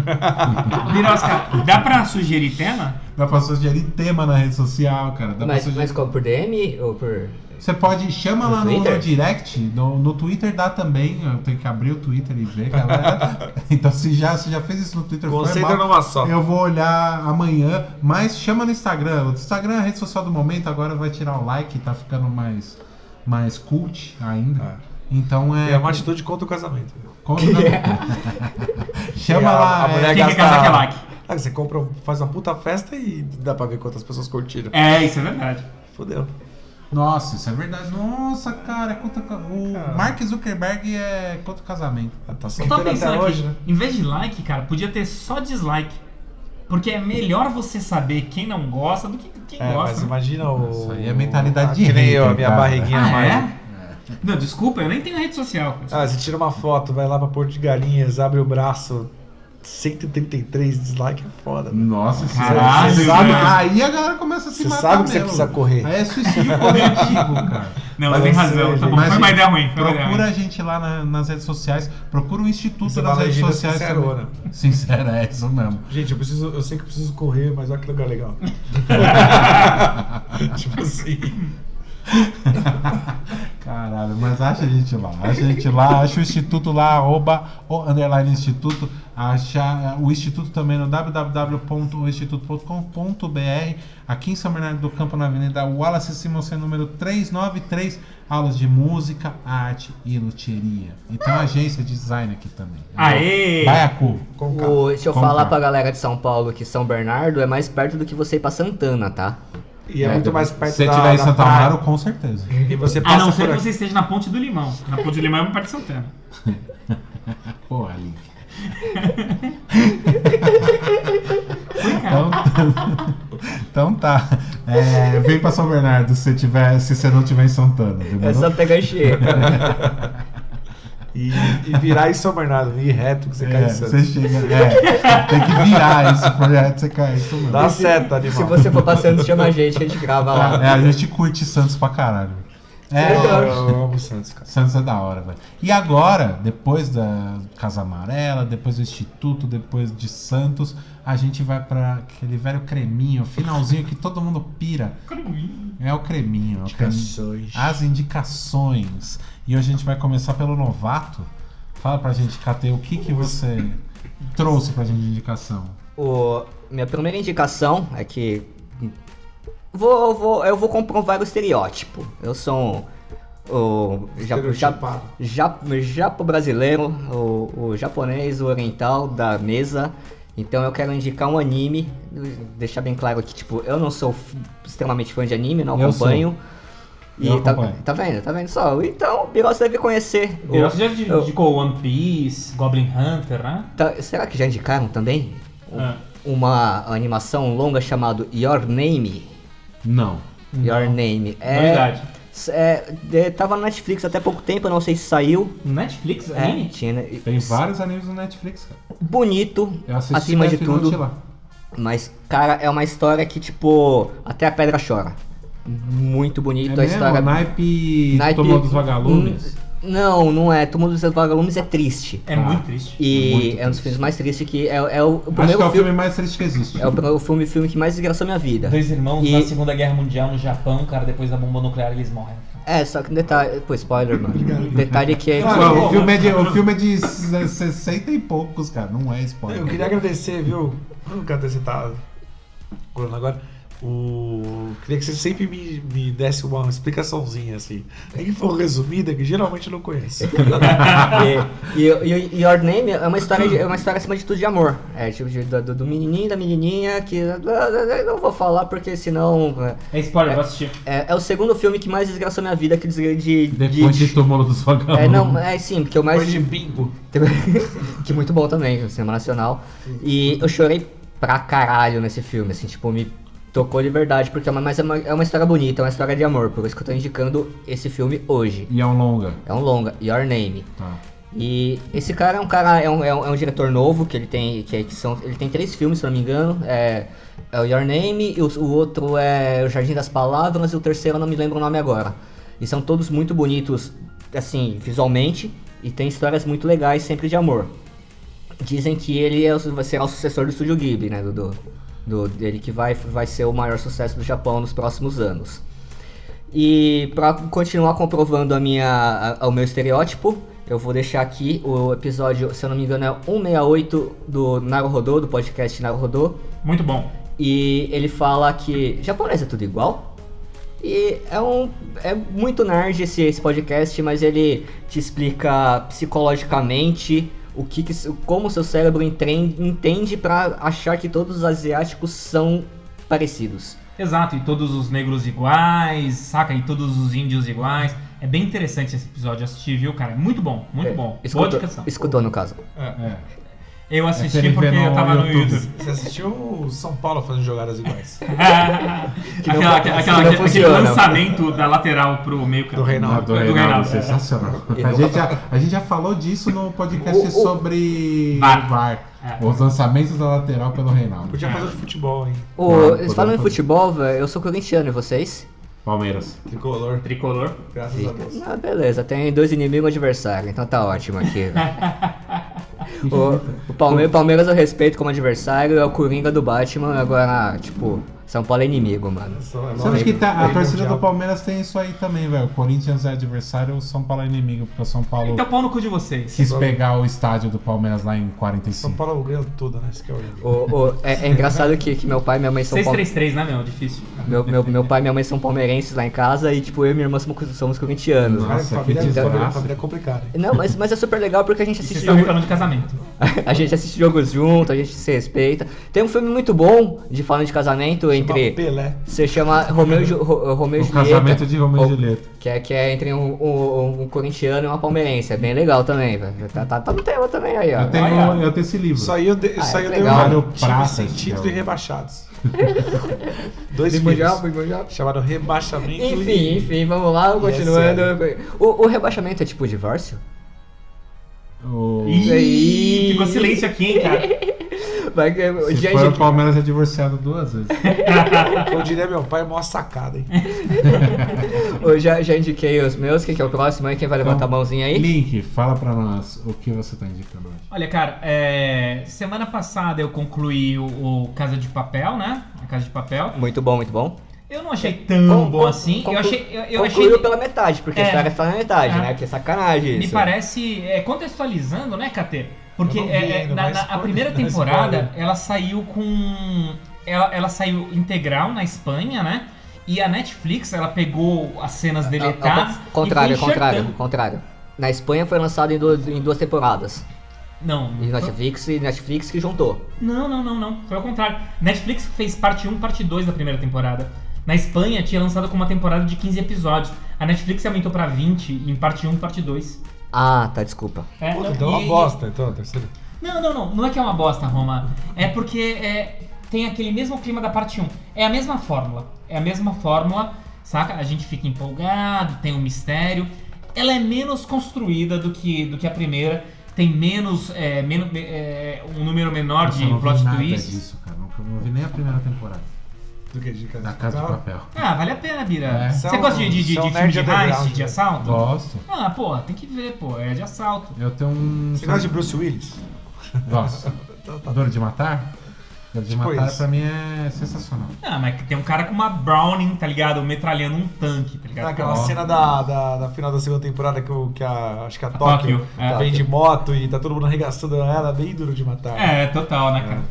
S4: Birosca, dá pra sugerir tema?
S3: Dá pra sugerir tema na rede social, cara. Dá pra
S6: Mas,
S3: sugerir-
S6: mas como, por DM ou por.
S3: Você pode, chama
S6: No
S3: lá no,
S6: Twitter?
S3: no direct, no, no Twitter dá também, eu tenho que abrir o Twitter e ver, galera. então se já, se já fez isso no Twitter, foi
S5: Concentra
S3: mal.
S5: numa só.
S3: Eu vou olhar amanhã, mas chama no Instagram. O Instagram é a rede social do momento, agora vai tirar o like, tá ficando mais, mais cult ainda. Então é.
S5: É uma atitude contra o casamento.
S3: conta- chama
S5: E a-
S3: lá.
S5: a
S3: é-
S5: mulher
S4: Quem quer
S5: gasta-
S4: casar que é like.
S5: Ah, você compra, um- faz uma puta festa e dá pra ver quantas pessoas curtiram.
S4: É, isso é verdade.
S5: Fudeu.
S3: Nossa, isso é verdade. Nossa, cara, quanto, ca- o
S5: Cara.
S3: Mark Zuckerberg é quanto casamento.
S5: Ah, Tá
S4: Eu tava
S5: solteiro até
S4: pensando aqui,
S5: hoje, né?
S4: em vez de like, cara, podia ter só dislike. Porque é melhor você saber quem não gosta do que quem
S5: É,
S4: gosta.
S5: mas imagina o.
S3: Isso aí é mentalidade tá?
S5: ah,
S3: de
S5: Que nem eu, a
S3: hater,
S5: minha
S3: cara.
S5: barriguinha
S4: Ah,
S5: mais.
S4: é? Não, desculpa, eu nem tenho rede social. cara.
S5: Ah, você tira uma foto, vai lá pra Porto de Galinhas, abre o braço, 133 dislike é foda. né?
S3: Nossa, isso
S4: Caralho,
S3: você sabe,
S4: velho.
S3: aí a galera começa a se
S5: Você
S3: matar
S5: sabe que você
S3: mesmo.
S5: precisa correr.
S3: Aí é suicídio coletivo, cara.
S4: não,
S5: mas
S4: você
S5: eu sei,
S4: tem razão. Tá
S5: gente.
S4: bom,
S3: Mas
S4: foi uma ideia ruim. Foi uma ideia
S3: Procura
S4: ruim.
S3: a gente lá na- nas redes sociais. Procura o Instituto
S5: Você
S3: nas
S5: fala
S3: redes
S5: gíria
S3: sociais.
S4: né?
S5: sincerona.
S3: também. Sincera, é isso mesmo.
S5: Gente, eu preciso, eu sei que eu preciso correr, mas olha que lugar legal. tipo assim.
S3: Caralho, mas acha a gente lá. Acha a gente lá, acha o Instituto lá, arroba o underline Instituto. Acha o Instituto também no www.instituto.com.br. Aqui em São Bernardo do Campo, na Avenida Wallace Simonsen, número 393. Aulas de música, arte e luteria. E tem uma agência de design aqui também.
S4: Aê!
S3: Baiacu.
S5: Com K.
S6: O, deixa eu
S3: Como
S6: falar
S3: tá?
S6: pra galera de São Paulo que São Bernardo é mais perto do que você ir pra Santana, tá?
S5: E é, muito mais perto
S3: Se você
S5: da,
S3: tiver em
S5: da
S3: Santa
S5: praia.
S3: Amaro, com certeza.
S5: E você
S4: A
S5: passa
S4: não ser
S5: por
S4: que
S5: aqui.
S4: você esteja na Ponte do Limão. Na Ponte do Limão é uma parte de Santana.
S3: Porra, Link.
S4: Foi, cara.
S3: Então, então tá. É, vem pra São Bernardo se, tiver, se você não tiver em Santana. demorou?
S6: É só pegar enxerga.
S5: E, e virar em São Bernardo, ir reto que você cai
S3: É,
S5: em
S3: você
S5: Santos.
S3: chega. É, tem que virar esse projeto, você cai. Isso mesmo.
S5: Dá seta, animal.
S6: Se você for passando, chama a gente, a gente grava lá.
S3: É, a gente curte Santos pra caralho.
S5: É, eu,
S3: É,
S5: eu amo Santos, cara.
S3: Santos é da hora, velho. E agora, depois da Casa Amarela, depois do Instituto, depois de Santos, a gente vai pra aquele velho creminho, finalzinho que todo mundo pira. É o creminho, é o creminho. as indicações. E hoje a gente vai começar pelo novato. Fala pra gente, Kate, o que, que você trouxe pra gente de indicação?
S6: O, minha primeira indicação é que. Vou, vou, eu vou comprovar o estereótipo. Eu sou um, o japo,
S2: Estereotipado.
S6: japo, brasileiro, o, o japonês, o oriental da mesa. Então eu quero indicar um anime, deixar bem claro que tipo, eu não sou f- extremamente fã de anime, não
S3: Eu sou.
S6: acompanho. E
S3: Eu
S6: tá,
S3: acompanho.
S6: tá vendo, tá vendo só? Então, Biros deve conhecer. o-
S4: Eu já de-
S6: o-
S4: indicou One Piece, Goblin Hunter, né?
S6: tá- será que já indicaram também? um,
S4: Ah.
S6: Uma animação longa chamada Your Name.
S3: Não.
S6: Your Name. É,
S4: Novidade.
S6: É, é, tava na Netflix até pouco tempo, eu não sei se saiu.
S4: Netflix,
S6: É,
S4: anime?
S6: tinha, né?
S3: Tem vários animes no Netflix, cara.
S6: Bonito,
S3: Eu assisti
S6: acima de
S3: Death Note
S6: tudo.
S3: lá.
S6: Mas, cara, é uma história que, tipo, até a pedra chora. Muito
S3: É
S6: bonito a
S3: mesmo?
S6: história.
S3: Naipe,
S6: Naipe-
S3: Tomou dos Vagalumes.
S6: Hum, Não, não é. Túmulo dos Vagalumes é triste.
S4: É
S3: Ah.
S4: muito triste.
S6: E
S3: Muito
S6: é um dos filmes mais tristes que. É, é o, o
S3: Acho
S6: primeiro
S3: que é o
S6: filme.
S3: filme mais triste que existe.
S6: É o primeiro filme, filme que mais desgraçou minha vida.
S4: Dois irmãos
S6: E-
S4: na Segunda Guerra Mundial no Japão, cara, depois da bomba nuclear eles morrem.
S6: É, só que um detalhe. Pô, spoiler, mano. Um Detalhe que. tipo,
S3: Claro, o, filme é de, o filme é de 60 e poucos, cara. Não é
S5: Eu
S3: spoiler.
S5: queria agradecer, viu? Nunca ter citado. Corona agora. O... Queria que você sempre me, me desse uma explicaçãozinha, assim. Nem que for resumida, que geralmente eu não conheço.
S6: E, e, e- e Your Name é uma história, de- é uma história acima de tudo de amor. É tipo de- do, do menininho, da menininha, que não vou falar porque senão é,
S4: É spoiler, eu vou assistir.
S6: é, é o segundo filme que mais desgraçou minha vida, que desgra- de, de,
S3: Depois de Túmulo dos Vagalumes.
S6: é, não, é sim, porque o mais
S5: Depois de bingo.
S6: que é muito bom também, o cinema nacional. E eu chorei pra caralho nesse filme, assim, tipo, me tocou de verdade, porque é uma, mas é uma, é uma história bonita, é uma história de amor, por isso que eu tô indicando esse filme hoje.
S3: E é um longa.
S6: É um longa, Your Name.
S3: Tá.
S6: E esse cara é um cara, é um, é um, é um diretor novo, que ele tem. Que, que são, ele tem três filmes, se não me engano. É, é o Your Name, e o, o outro é O Jardim das Palavras, e o terceiro eu não me lembro o nome agora. E são todos muito bonitos, assim, visualmente, e tem histórias muito legais sempre de amor. Dizem que ele é, o- vai ser o sucessor do Estúdio Ghibli, né? Do, do, do- dele que vai, vai ser o maior sucesso do Japão nos próximos anos. E pra continuar comprovando a minha, a- o meu estereótipo, eu vou deixar aqui o episódio, se eu não me engano, é 168 do Naruhodô, do podcast Naruhodô.
S4: Muito bom.
S6: E ele fala que japonês é tudo igual. E é um é muito nerd esse, esse podcast, mas ele te explica psicologicamente o que, que seu- como seu cérebro entren- entende pra achar que todos os asiáticos são parecidos.
S4: Exato, e todos os negros iguais, saca? E todos os índios iguais. É bem interessante esse episódio assistir, viu, cara? É Muito bom, muito bom. Boa
S6: Escutou,
S4: indicação.
S6: escutou no caso.
S3: É.
S4: Eu
S3: É que
S4: assisti
S3: ele
S4: porque
S3: vê no
S4: eu tava no
S3: YouTube.
S4: YouTube.
S5: Você assistiu o São Paulo fazendo jogadas iguais.
S4: aquela, aquela,
S6: que não
S4: aquele
S6: funciona.
S4: lançamento da lateral pro meio campo. é.
S5: Do Reinaldo.
S3: Não, é do Reinaldo, sensacional.
S6: E
S3: A
S6: do-
S3: gente, já, a gente já falou disso no podcast
S6: O- o-
S3: sobre
S4: VAR. É.
S3: Os lançamentos da lateral pelo Reinaldo.
S5: Podia fazer de futebol, hein?
S6: Ô,
S3: Ah, podemos
S6: falando em
S3: fazer.
S6: futebol, velho, eu sou corintiano e vocês?
S3: Palmeiras.
S5: Tricolor,
S4: Tricolor.
S5: graças a Deus.
S6: Ah, beleza, tem dois inimigos e um adversário, então tá ótimo aqui. né? o o Palme- Palmeiras eu respeito como adversário, é o Coringa do Batman, agora, tipo, São Paulo é inimigo, mano.
S3: Sabe que tá, a torcida do Palmeiras tem isso aí também, velho. O Corinthians é adversário, o São Paulo é inimigo, porque o São Paulo
S4: Então pau no cu de vocês.
S3: quis pegar o estádio do Palmeiras lá em
S5: São
S3: 45.
S5: Paulo ganhou tudo, né? Esse que é o
S6: O, o- é, é engraçado que, que meu pai e minha mãe são pal-
S4: 633, né, meu? Difícil.
S6: meu, meu, meu pai e minha mãe são palmeirenses lá em casa e, tipo, eu e minha irmã somos, somos corintianos.
S3: Nossa,
S5: Nossa, família,
S3: que
S5: família,
S3: desgraça.
S5: família é complicada, hein?
S6: Não, mas, mas é super legal porque a gente
S4: E Vocês
S6: assiste
S4: estão reclamando de casamento.
S6: A gente assiste jogos junto, a gente se respeita. Tem um filme muito bom de falando de casamento
S5: Chama
S6: entre.
S5: Pelé.
S6: Você chama Romeu e Ju- Ro- Romeu
S3: O
S6: e é Julieta.
S3: casamento de Romeu e
S6: Oh.
S3: Julieta.
S6: Que é, que é entre um, um, um corintiano e uma palmeirense. É bem legal também, velho. Tá, tá, tá no tema também aí, ó.
S3: Eu tenho, eu tenho esse livro.
S5: Isso aí eu, de,
S6: Ah,
S5: isso aí
S6: é
S5: eu
S6: legal.
S5: dei
S3: Mário
S5: um time
S3: Praça,
S5: sem
S3: esse
S5: título
S3: cara.
S5: e rebaixados. Dois filmes
S6: Mundial, mundial.
S5: chamado Rebaixamento
S6: Enfim,
S5: e-
S6: enfim, vamos lá, continuando.
S5: sério.
S6: O, o rebaixamento é tipo divórcio?
S3: O-
S4: Ih,
S6: Ei.
S4: ficou silêncio aqui, hein, cara?
S6: Vai, que-
S3: Se
S6: gente,
S3: for o Palmeiras é divorciado duas vezes.
S5: Eu diria meu pai, é mó sacada, hein?
S6: eu já, já indiquei os meus. Quem que é o próximo aí? Quem vai
S3: Então.
S6: levantar a mãozinha aí?
S3: Link, fala pra nós o que você tá indicando hoje.
S4: Olha, cara, é, semana passada eu concluí o, o Casa de Papel, né? A Casa de Papel.
S6: Muito bom, muito bom.
S4: Eu não achei tão bom assim. eu achei. Eu, eu achei
S6: Concluiu pela metade, porque a
S4: É.
S6: história tá na metade,
S4: É.
S6: né? Que é sacanagem
S4: Me
S6: isso.
S4: parece. é, contextualizando, né, KT? Porque
S5: Eu não vi
S4: é, é,
S5: ainda,
S4: na-
S5: mas
S4: na- a
S5: spoiler,
S4: primeira
S5: não é
S4: temporada
S5: spoiler.
S4: ela saiu com. Ela, ela saiu integral na Espanha, né? E a Netflix, ela pegou as cenas deletadas. e foi
S6: Contrário, contrário,
S4: enxertando.
S6: contrário. Na Espanha foi lançado em duas, em duas temporadas.
S4: Não,
S6: E Netflix e Netflix que juntou.
S4: Não, não, não, não. Foi ao contrário. Netflix fez parte 1, parte 2 da primeira temporada. Na Espanha tinha lançado com uma temporada de 15 episódios. A Netflix aumentou pra 20 em parte 1, parte 2.
S6: Ah, tá, desculpa.
S4: É,
S5: Puta,
S4: não,
S5: então é
S4: e-
S5: uma bosta, então, a terceira.
S4: Não, não, não. Não é que é uma bosta, Roma. É porque é, tem aquele mesmo clima da parte 1. É a mesma fórmula. É a mesma fórmula, saca? A gente fica empolgado, tem um mistério. Ela é menos construída do que, do que a primeira. Tem menos, é, menos é, um número menor
S3: Nossa,
S4: de
S3: eu não vi
S4: plot
S3: nada
S4: twists.
S3: disso, cara. Não, não vi nem a primeira temporada
S2: Do que? né? Tá? De casa
S3: da
S2: de
S3: Casa de
S2: Papel?
S3: Papel.
S4: Ah, vale a pena, Bira.
S3: É.
S4: Você
S5: São-
S4: gosta de, de, de,
S5: são
S4: de filme
S5: nerd
S4: de
S5: underground,
S4: heist, de
S5: né?
S4: assalto?
S3: Gosto.
S4: Ah, pô, tem que ver, pô. É de assalto.
S3: Eu tenho um.
S2: Você gosta de Bruce Willis?
S3: Gosto. Dor de matar? Dor de
S5: Tipo
S3: matar
S5: isso.
S3: pra mim é sensacional.
S4: Ah, mas que tem um cara com uma Browning, tá ligado? Metralhando um tanque, tá ligado?
S2: Tá, aquela
S4: Ó.
S2: cena da, da, da final da segunda temporada que, o- que a, acho que a
S4: Tóquio,
S2: Tóquio,
S4: é.
S2: vem de moto e tá todo mundo arregaçando ela, bem duro de matar.
S4: É, total, né, cara?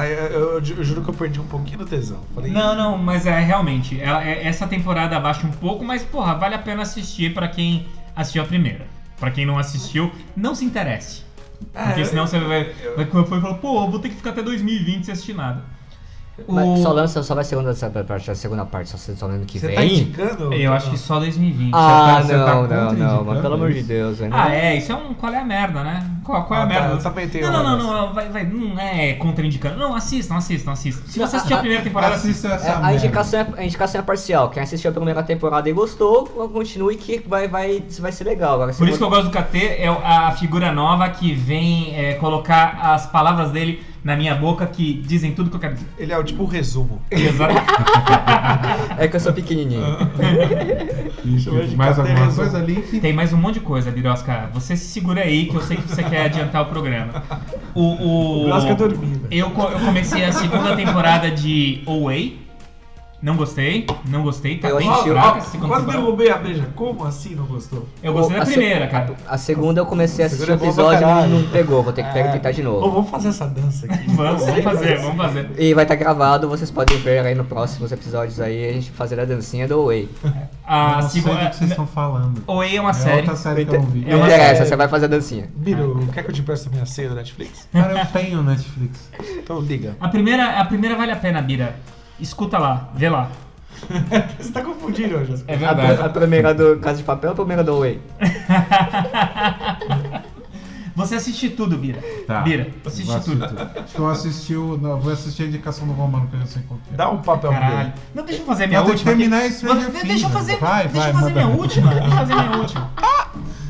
S2: Aí, eu, eu ju- eu juro que eu perdi um pouquinho do tesão. Falei,
S4: Não, não, mas é realmente. ela- é- essa temporada abaixa um pouco, mas, porra, vale a pena assistir pra quem assistiu a primeira. Pra quem não assistiu, não se interesse.
S5: É,
S4: Porque senão você vai, vai, vai falar, pô, eu vou ter que ficar até 2020 sem assistir nada.
S6: Mas
S4: O-
S6: só lança, só vai segunda essa parte, a segunda parte, só, só no ano que
S2: Você tá
S6: vem.
S2: indicando?
S4: Eu acho que só 2020.
S3: Você tá-
S6: ah,
S3: você tá
S6: não, não, não,
S3: contraindicando
S6: mas pelo amor de
S3: isso?
S6: Deus, né? velho.
S4: Ah, é, isso é um. Qual é a merda, né? Qual, qual é a
S2: Né? Ah, tá,
S4: merda?
S2: eu também tenho
S4: não, não,
S2: uma
S4: não, não, vai, vai, não é contraindicando. Não, assistam, assistam, assistam. Se
S6: Não,
S4: você assistir a
S6: a-
S4: primeira temporada, assista.
S3: Assista essa
S6: É, a,
S3: merda.
S6: indicação é, a indicação é parcial. Quem assistiu a primeira temporada e gostou, continue que vai, vai, vai ser legal. Agora,
S4: Por isso que eu gosto do KT, é a figura nova que vem é, colocar as palavras dele na minha boca que dizem tudo que eu quero dizer.
S2: Ele é o tipo o resumo.
S4: Exato.
S6: É que eu sou pequenininho.
S3: Enfim,
S2: Hoje
S3: mais
S2: que eu
S3: alguma
S2: tenho
S3: coisa, Link?
S4: Tem mais um monte de coisa, Birosca. Você se segura aí que eu sei que você quer adiantar o programa. O. o...
S2: O tá Oscar dormiu. velho.
S4: Eu, co- eu comecei a segunda temporada de Away. Não gostei, não gostei. Tá
S6: Eu
S4: bem
S6: assisti,
S4: fraca
S6: ó,
S4: a segunda
S2: Quase
S4: temporada.
S2: derrubei a beija. Como assim não gostou?
S4: Eu gostei da
S6: A se-
S4: primeira, cara.
S6: A segunda eu comecei a assistir o
S2: Segunda é boa pra
S6: episódio e
S2: caralho.
S6: não pegou. Vou ter que pegar, tentar de
S2: Ô,
S6: novo.
S2: vamos fazer essa dança aqui.
S4: Vamos, vamos fazer, vamos fazer.
S6: E vai estar gravado, vocês podem ver aí nos próximos episódios aí a gente fazer a dancinha do Way.
S4: A
S3: não sei do
S4: segunda.
S3: que vocês estão falando.
S4: Oi é
S3: é
S4: uma Ah, série.
S3: outra série que eu não vi.
S4: É
S6: Não
S4: uma
S6: interessa,
S2: série.
S6: você vai fazer a dancinha.
S2: Biro, quer que eu te peça minha senha do Netflix?
S3: Cara, eu tenho Netflix.
S2: Então liga.
S4: A primeira, a primeira vale a pena, Bira. Escuta lá, vê lá.
S2: Você tá confundindo hoje.
S4: É
S6: A,
S4: verdade.
S6: pr- a primeira do Casa de Papel ou a primeira do Way?
S4: Você assiste tudo, Bira.
S3: Tá.
S4: Bira, assiste
S3: Vou assistir
S4: tudo.
S3: Acho que eu assisti o. não, vou assistir a indicação do Romano que eu não sei qual que é.
S2: Dá um papel pra
S4: Caralho.
S2: ele.
S4: Não, deixa eu fazer minha
S3: Não, tem que
S4: última.
S3: É, terminar
S4: aqui.
S3: Stranger
S4: Mas-
S3: Things,
S4: Deixa eu
S3: né?
S4: fazer,
S3: Vai,
S4: deixa
S3: vai,
S4: eu fazer
S3: manda. Ah!
S4: minha última. Deixa eu fazer minha última.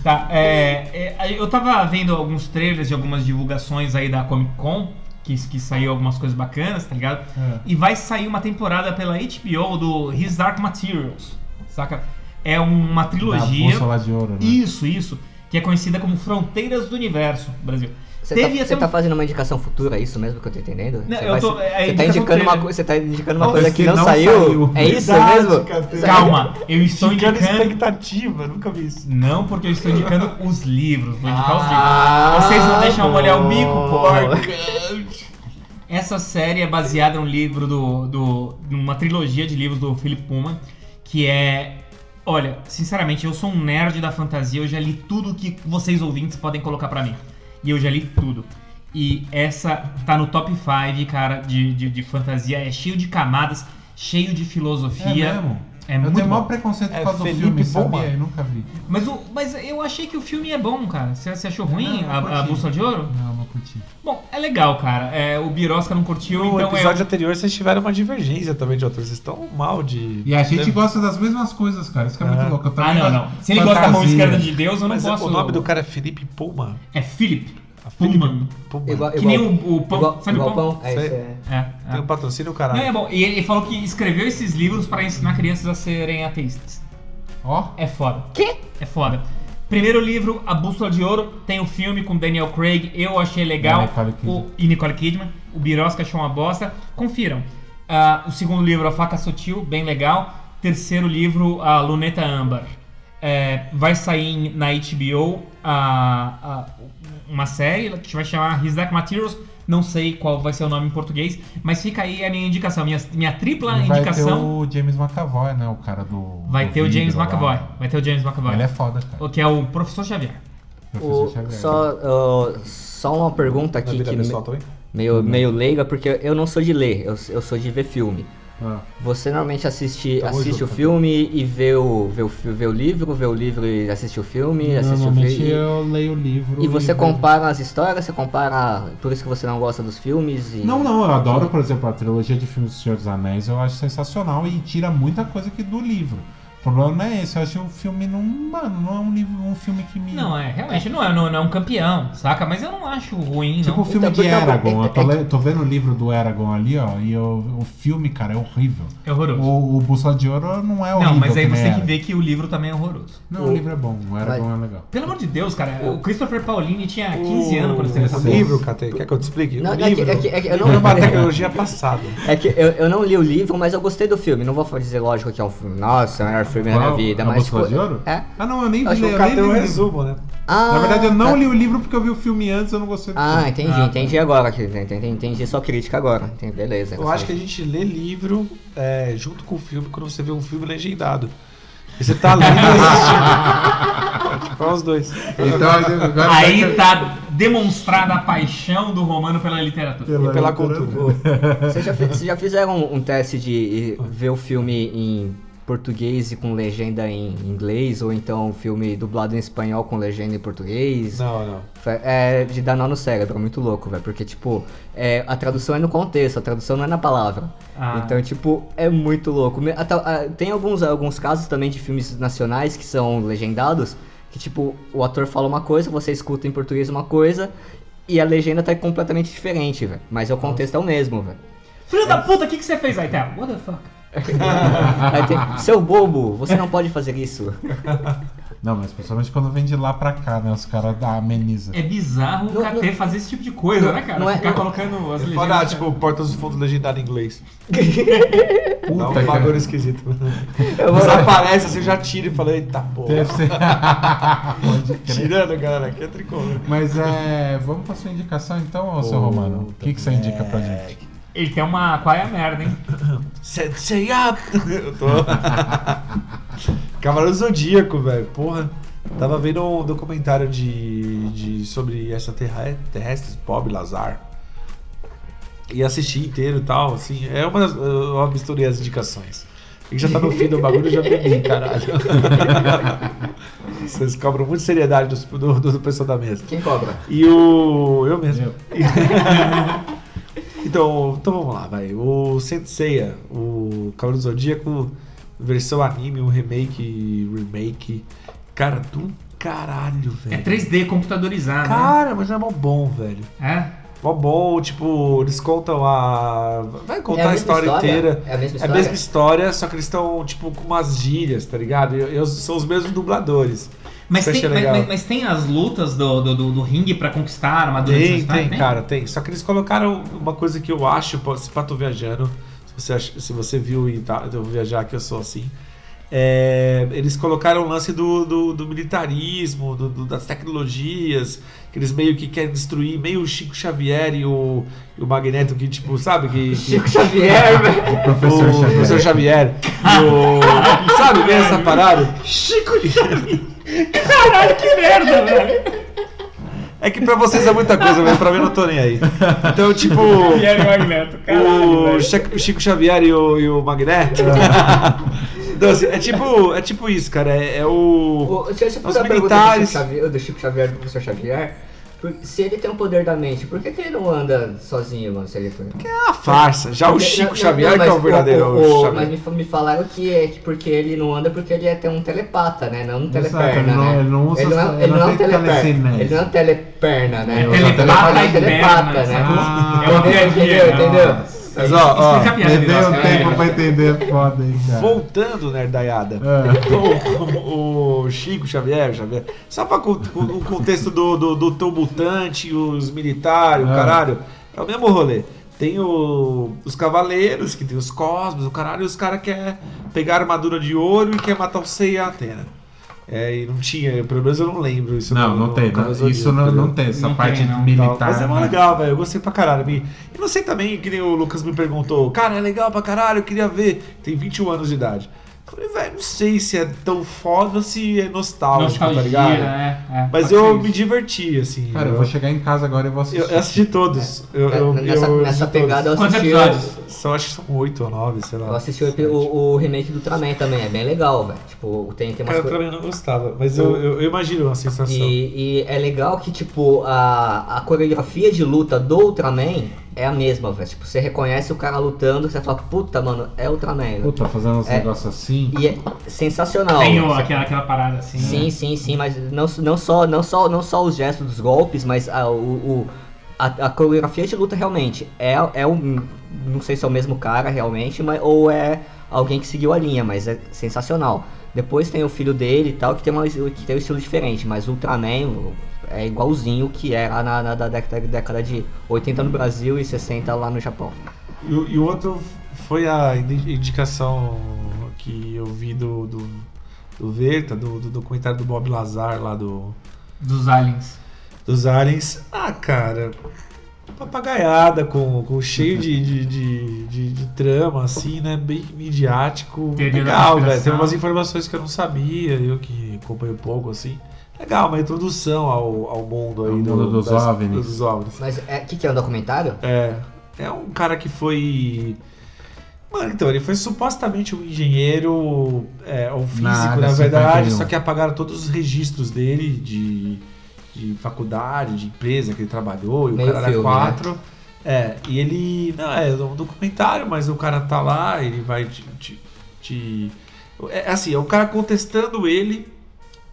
S4: Tá, é, é, eu tava vendo alguns trailers de algumas divulgações aí da Comic Con, que, que saiu algumas coisas bacanas, tá ligado?
S3: É.
S4: E vai sair uma temporada pela HBO do His Dark Materials, saca? É uma
S3: Da
S4: trilogia.
S3: bolsa lá de ouro, né?
S4: Isso, isso. Que é conhecida como Fronteiras do Universo, Brasil.
S6: Você,
S4: Teve
S6: tá,
S4: até
S6: você
S4: um-
S6: tá fazendo uma indicação futura, é isso mesmo que eu tô entendendo?
S4: Não,
S6: você
S4: eu
S6: vai
S4: tô-
S6: se-
S4: é a
S6: você, tá
S4: indicação
S6: indicando uma,
S4: dele.
S6: co- você tá indicando uma
S3: Não,
S6: coisa
S3: mas
S6: que,
S3: que
S6: não,
S3: não
S6: saiu.
S3: saiu.
S6: É isso
S2: Verdade,
S6: mesmo?
S2: cara.
S4: Calma, eu estou
S2: Indicando
S4: indicando.
S2: expectativa, nunca vi isso.
S4: Não, porque eu estou indicando os livros. Vou indicar
S6: Ah,
S4: os livros. Vocês não deixam eu molhar o bico,
S6: bom.
S4: porra. Essa série é baseada em um livro do, do. numa trilogia de livros do Philip Pullman, que é. Olha, sinceramente, eu sou um nerd da fantasia, eu já li tudo que vocês ouvintes podem colocar pra mim. E eu já li tudo. E essa tá no top 5, cara, de, de, de fantasia. É cheio de camadas, cheio de
S3: É
S4: filosofia.
S3: mesmo?
S4: É
S3: eu
S4: muito
S3: tenho o maior
S4: bom.
S3: preconceito por
S2: É
S3: causa do
S2: Felipe
S3: filme,
S2: Boma.
S3: sabia? Eu nunca vi.
S4: Mas, o, mas eu achei que o filme é bom, cara. Você, você achou ruim
S3: Não, eu
S4: a, a
S3: curti.
S4: Bússola de Ouro?
S3: Não, não curti.
S4: Bom, é legal, cara. É, o Birosca não curtiu,
S2: No
S4: então
S2: episódio
S4: eu...
S2: anterior vocês tiveram uma divergência também de autores. Vocês estão mal de.
S3: E a gente
S2: Deve-
S3: gosta das mesmas coisas, cara. Isso que é muito
S2: É.
S3: louco. Eu
S4: Ah,
S3: também
S4: não,
S3: gosto
S4: não. Se ele gosta da mão
S3: fantasia.
S4: esquerda de Deus, eu não
S2: Mas
S4: posso...
S2: o nome do cara é Felipe Puma.
S4: É Philip
S2: A Felipe
S4: Pullman.
S2: Puma.
S6: Igual-
S4: Que
S6: igual-
S4: nem o, o pão...
S6: igual-
S4: sabe
S6: igual
S4: o pão?
S6: É isso, é.
S4: É,
S2: Tem
S4: é.
S2: um patrocínio,
S4: Não,
S2: caralho.
S4: é bom. E ele falou que escreveu esses livros pra ensinar crianças a serem ateístas.
S3: Ó,
S4: É foda.
S6: Quê?
S4: É foda. Primeiro livro, A Bússola de Ouro, tem o filme com Daniel Craig, eu achei legal.
S3: E Nicole Kidman.
S4: o, e Nicole Kidman. O Birosca achou uma bosta. Confiram. Ah, o segundo livro, A Faca Sutil, bem legal. Terceiro livro, A Luneta Âmbar. É, vai sair em- na HBO a- a- uma série que vai chamar His Dark Materials Não sei qual vai ser o nome em português, mas fica aí a minha indicação, minha, minha tripla
S3: vai ter
S4: indicação.
S3: o James McAvoy, né? O cara do.
S4: Vai
S3: do
S4: ter o
S3: vidro
S4: James
S3: lá.
S4: McAvoy. Vai ter o James McAvoy.
S3: Ele é foda, cara.
S4: O que é o professor Xavier.
S3: Professor
S6: O-
S3: Xavier.
S6: só, ó, só uma pergunta
S5: Na
S6: aqui né?
S5: vida
S6: que
S5: pessoal
S6: me-
S5: também?
S3: Uhum.
S6: meio, meio leiga, porque eu não sou de ler, eu, eu sou de ver filme.
S3: Ah.
S6: Você normalmente assiste,
S3: Tamo
S6: assiste o
S3: junto. tá?
S6: filme e vê o, vê, o, fi- vê o livro, vê o livro e assiste o filme, assiste o
S3: Normalmente
S6: filme.
S3: eu leio o livro.
S6: E você
S3: vejo.
S6: compara as histórias, você compara. Por isso que você não gosta dos filmes e.
S3: Não, não, eu adoro, por exemplo, a trilogia de filmes do Senhor dos Anéis, eu acho sensacional e tira muita coisa aqui do livro. O problema não é esse, eu acho que o filme não. Mano, não é um livro, um filme que me.
S4: Não, é, realmente não é, não, não é um campeão, saca? Mas eu não acho ruim,
S3: Tipo
S4: não.
S3: o filme
S6: Então,
S3: de
S6: então,
S3: Eragon, eu tô,
S6: é- é-
S3: le- tô vendo o livro do Eragon ali, ó, e eu- o filme, cara, é horrível.
S4: É horroroso.
S3: O, o Bússola de Ouro não é horrível.
S4: não, mas aí
S3: que nem
S4: você tem que
S3: era.
S4: ver que o livro também é horroroso.
S3: Não,
S6: O-
S3: o livro é bom, o Eragon é legal.
S4: Pelo amor de Deus, cara, o Christopher Paolini tinha 15 anos quando escreveu
S5: O
S4: essa
S3: Sim.
S4: porra.
S5: livro, Kate, quer que eu te explique?
S2: Um
S6: Não,
S5: o
S6: é que-
S5: livro
S6: é que- é que eu não-
S5: é uma tecnologia passada.
S6: É que eu, eu não li o livro, mas eu gostei do filme. Não vou dizer, lógico, que é um filme. Nossa, é o melhor filme da minha
S3: Qual?
S6: vida,
S3: A
S6: mas.
S3: Bússola
S6: tipo,
S3: de Ouro?
S6: É?
S3: Ah, não, eu nem vi,
S6: Acho que
S3: eu
S6: o é
S3: nem
S5: Até
S3: li
S2: um
S5: o
S3: o livro.
S5: resumo, né?
S6: Ah,
S3: Na verdade, eu não
S6: tá.
S3: li o livro porque eu vi o filme antes e eu não gostei do
S6: Ah,
S3: filme.
S6: entendi,
S4: Ah, tá.
S6: entendi agora. que- Entendi, entendi sua crítica agora. Entendi, beleza.
S5: Eu acho que a gente lê livro é, junto com o filme quando você vê um filme legendado. E você tá lendo e assistindo. Qual os dois?
S3: Então, agora
S4: Aí tá demonstrada a paixão do romano pela literatura.
S5: E pela
S3: cultura.
S5: cultura.
S6: Vocês já, fi- vocês já fizeram um, um teste de eh, ver o filme em português e com legenda em inglês? Ou então o filme dublado em espanhol com legenda em português?
S5: Não, não.
S6: É de dar nó no cérebro, é muito louco, velho. Porque, tipo, é, a tradução é no contexto, a tradução não é na palavra.
S4: Ah.
S6: Então, tipo, é muito louco. Me- até- ah, Tem alguns, alguns casos também de filmes nacionais que são legendados, que, tipo, o ator fala uma coisa, você escuta em português uma coisa, e a legenda tá completamente diferente, velho. Mas o contexto é o mesmo, velho.
S4: Filho da puta, o que, que você fez aí, Theo? What the fuck?
S6: Aí tem, Seu bobo, você não pode fazer isso.
S3: Não, mas principalmente quando vem de lá pra cá, né? Os caras da ameniza.
S4: É bizarro
S6: Não,
S4: o KT fazer esse tipo de coisa,
S6: não-
S4: né, cara?
S6: não é-
S4: Ficar
S6: não-
S4: colocando as
S5: É
S4: legendas.
S5: foda, tipo, Porta dos Fundos legendado em inglês.
S4: É,
S5: Dá um
S3: que
S5: valor
S3: pariu.
S5: esquisito.
S6: Eu vou-
S5: Você aparece assim, eu já tiro e falo, eita porra.
S3: Deve ser. Pode crer.
S5: Tirando, galera, aqui é tricolor.
S3: Mas é. Vamos pra sua indicação então, ô seu Romano? O que, que você indica pra gente?
S4: Ele tem uma. Qual é a merda, hein?
S5: Sensei up! Eu tô. Cavaleiro do Zodíaco, velho. Porra. Tava vendo um documentário de, de sobre extraterrestres, Bob Lazar. E assisti inteiro e tal, assim. É uma das. Eu eu misturei as indicações. E já tá no fim do bagulho, eu já bebi, caralho. Vocês cobram muita seriedade dos- do, do, do pessoal da mesa.
S6: Quem cobra?
S5: E o. Eu mesmo. então, então vamos lá, vai. O Senseiya, o Cavaleiro do Zodíaco, versão anime, um remake, remake. Cara, do caralho,
S4: É
S5: velho.
S4: 3D computadorizado. né?
S5: Cara, mas é mó bom, velho.
S4: É?
S5: Mó bom, tipo, eles contam É a. Vai contar a, história, inteira.
S6: É a mesma
S5: É a
S6: história?
S5: mesma história, só que eles estão, tipo, com umas gírias, tá ligado? E, e os- são os mesmos dubladores.
S4: Mas
S5: Isso eu
S4: tem,
S5: achei
S4: mas,
S5: legal.
S4: mas- mas tem as lutas do, do, do, do ringue pra conquistar a armadura
S5: Tem,
S4: dessa história?
S5: tem, cara, tem. Só que eles colocaram uma coisa que eu acho, pô, se pá, tô viajando, se você, ach- se você viu e tá, eu vou viajar que eu sou assim. É, eles colocaram o lance do, do, do militarismo, do- do- das tecnologias, que eles meio que querem destruir, meio o Chico Xavier e o, e o Magneto, que tipo, sabe? Que, que-
S6: Chico Xavier, velho.
S3: O
S5: o
S3: professor
S5: professor,
S3: Xavier.
S5: Xavier. e o- sabe bem essa parada?
S4: Chico Xavier! Caralho, que merda, velho!
S5: É que pra vocês é muita coisa, mas pra mim eu não tô nem aí. Então, tipo.
S4: Xavier e Magneto, caralho,
S5: o
S4: velho.
S5: Chico, Chico Xavier e o, e o Magneto. então, assim, é tipo, é tipo isso, cara. É, é o.
S6: Ô, Se eu
S5: Os
S6: puder perguntar do
S5: militares.
S6: Chico, Xavier, do Chico Xavier, do professor Xavier, por- se ele tem o poder da mente, por que, que ele não anda sozinho, mano? Se ele for...
S5: a farsa. Já o
S6: Não,
S5: Chico
S6: não,
S5: Xavier
S6: não,
S5: que é
S6: mas
S5: o verdadeiro
S6: o- o- Mas
S5: Xavier.
S6: me, fa- me falaram que é que porque ele não anda porque ele é até um telepata, né? Não um teleperna,
S3: ele não-
S6: né?
S3: ele não usa-
S6: é-
S3: ele
S6: ele
S3: não
S6: não é um
S3: tem
S6: teleperna.
S3: telecinese.
S6: Ele não é um teleperna, né?
S3: Ele
S6: Ele
S3: usa
S6: é
S4: telepata
S6: um
S4: e
S6: telepata,
S4: perna,
S6: né?
S3: Ah,
S4: É uma
S6: entendeu? Entendeu?
S4: piadinha.
S6: entendeu?
S5: Mas ó, ó,
S4: Explica é a piada, né?
S3: Levei
S4: Vilas,
S3: um
S4: cara.
S3: tempo pra entender, é foda, hein, cara.
S5: Voltando, Nerdaiada.
S3: É.
S5: o, o Chico Xavier, Xavier. Só pra con- o, o contexto do, do, do teu mutante, os militares, o
S3: Ah.
S5: caralho. É o mesmo rolê. Tem o- os cavaleiros, que tem os cosmos, o caralho, e os caras querem pegar a armadura de ouro e quer matar o Seiya e a Atena. É, e não tinha, pelo menos eu não lembro isso.
S3: Não,
S5: no-
S3: não
S5: no né?
S3: tem. não-
S5: Cavalos do
S3: Isso
S5: Zodíaco,
S3: não,
S5: entendeu?
S3: não tem, essa
S4: Não
S3: parte
S4: tem, não.
S5: Tal.
S3: militar.
S5: Mas é mó
S3: né?
S5: legal, velho. Eu gostei pra caralho. E e não sei também, que nem o Lucas me perguntou, cara, é legal pra caralho, eu queria ver. Tem 21 anos de idade. Eu Falei, velho, não sei se é tão foda ou se é nostálgico,
S4: Nostalgia,
S5: tá ligado?
S4: é, é,
S5: Mas
S4: pode
S5: eu
S4: ser
S5: me
S4: isso.
S5: diverti, assim.
S3: Cara, eu vou chegar em casa agora e vou assistir.
S5: eu, eu assisti todos. Eu, eu,
S6: É, nessa
S5: eu
S6: nessa
S5: assisti
S6: pegada eu
S4: Quantos
S6: assisti,
S4: episódios?
S5: todos. São, acho que são 8 ou 9, sei lá.
S6: eu assisti o, o- o remake do Ultraman também, é bem legal, velho. Tipo, tem, tem umas
S5: Cara, eu
S6: coisas.
S5: também não gostava, mas eu, eu, eu imagino a sensação.
S6: E, e é legal que, tipo, a, a coreografia de luta do Ultraman é a mesma, velho. Tipo, você reconhece o cara lutando, você fala, puta, mano, é Ultraman. velho."
S3: Puta, fazendo uns
S6: É.
S3: negócios assim.
S6: E é sensacional.
S4: Tem
S6: velho.
S4: o-
S6: Você-
S4: aquela, aquela parada assim.
S6: Sim, sim, sim, mas não, não, só, não, só, não só os gestos dos golpes, mas a, o, o- a, a coreografia de luta realmente é, é o. Não sei se é o mesmo cara realmente, mas, ou é alguém que seguiu a linha, mas é sensacional. Depois tem o filho dele e tal, que tem, uma, que tem um estilo diferente, mas o Ultraman o- é igualzinho o que era na, na da década, década de 80 no Brasil e 60 lá no Japão.
S5: E, o- e o outro foi a indi- indicação que eu vi do, do, do Verta, do, do documentário do Bob Lazar lá do,
S4: Dos aliens.
S5: dos aliens. Ah, cara, papagaiada, com, com cheio de, de, de, de- de trama, assim, né? Bem midiático.
S4: Teoria da
S5: legal, velho.
S4: conspiração.
S5: Tem umas informações que eu não sabia, eu que acompanho pouco, assim. Legal, uma introdução ao, ao mundo aí
S3: Ao mundo dos OVNIs.
S5: dos OVNIs.
S6: Mas é- o que, que é um documentário?
S5: É um cara que foi. Mano, então, ele foi supostamente um engenheiro, é, um físico,
S3: Na
S5: na,
S3: área
S5: verdade,
S3: 51.
S5: só que apagaram todos os registros dele de, de faculdade, de empresa que ele trabalhou, e o
S6: Meio
S5: cara era
S6: filme,
S5: quatro. É, e ele. Não, é um documentário, mas o cara tá lá, ele vai te. te- te- é assim, é o cara contestando ele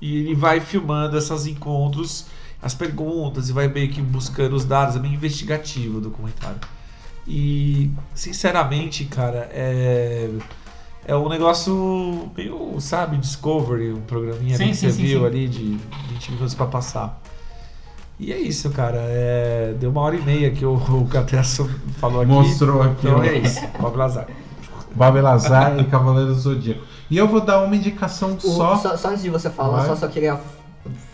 S5: e ele vai filmando esses encontros, as perguntas, e vai meio que buscando os dados. É meio investigativo o documentário. E, sinceramente, cara, é. É um negócio meio, sabe, Discovery, um programinha
S4: Sim,
S5: ali que
S4: sim,
S5: você
S4: sim,
S5: viu
S4: sim.
S5: ali de 20 minutos pra passar. E é isso, cara. É, Deu uma hora e meia que o, o Catesso falou aqui.
S3: Mostrou aqui,
S5: Então
S3: ó.
S5: é isso. Bob Lazar.
S3: Bob Lazar e Cavaleiro do Zodíaco. E eu vou dar uma indicação
S6: O-
S3: só.
S6: só, só antes de você falar,
S3: Vai.
S6: só, só queria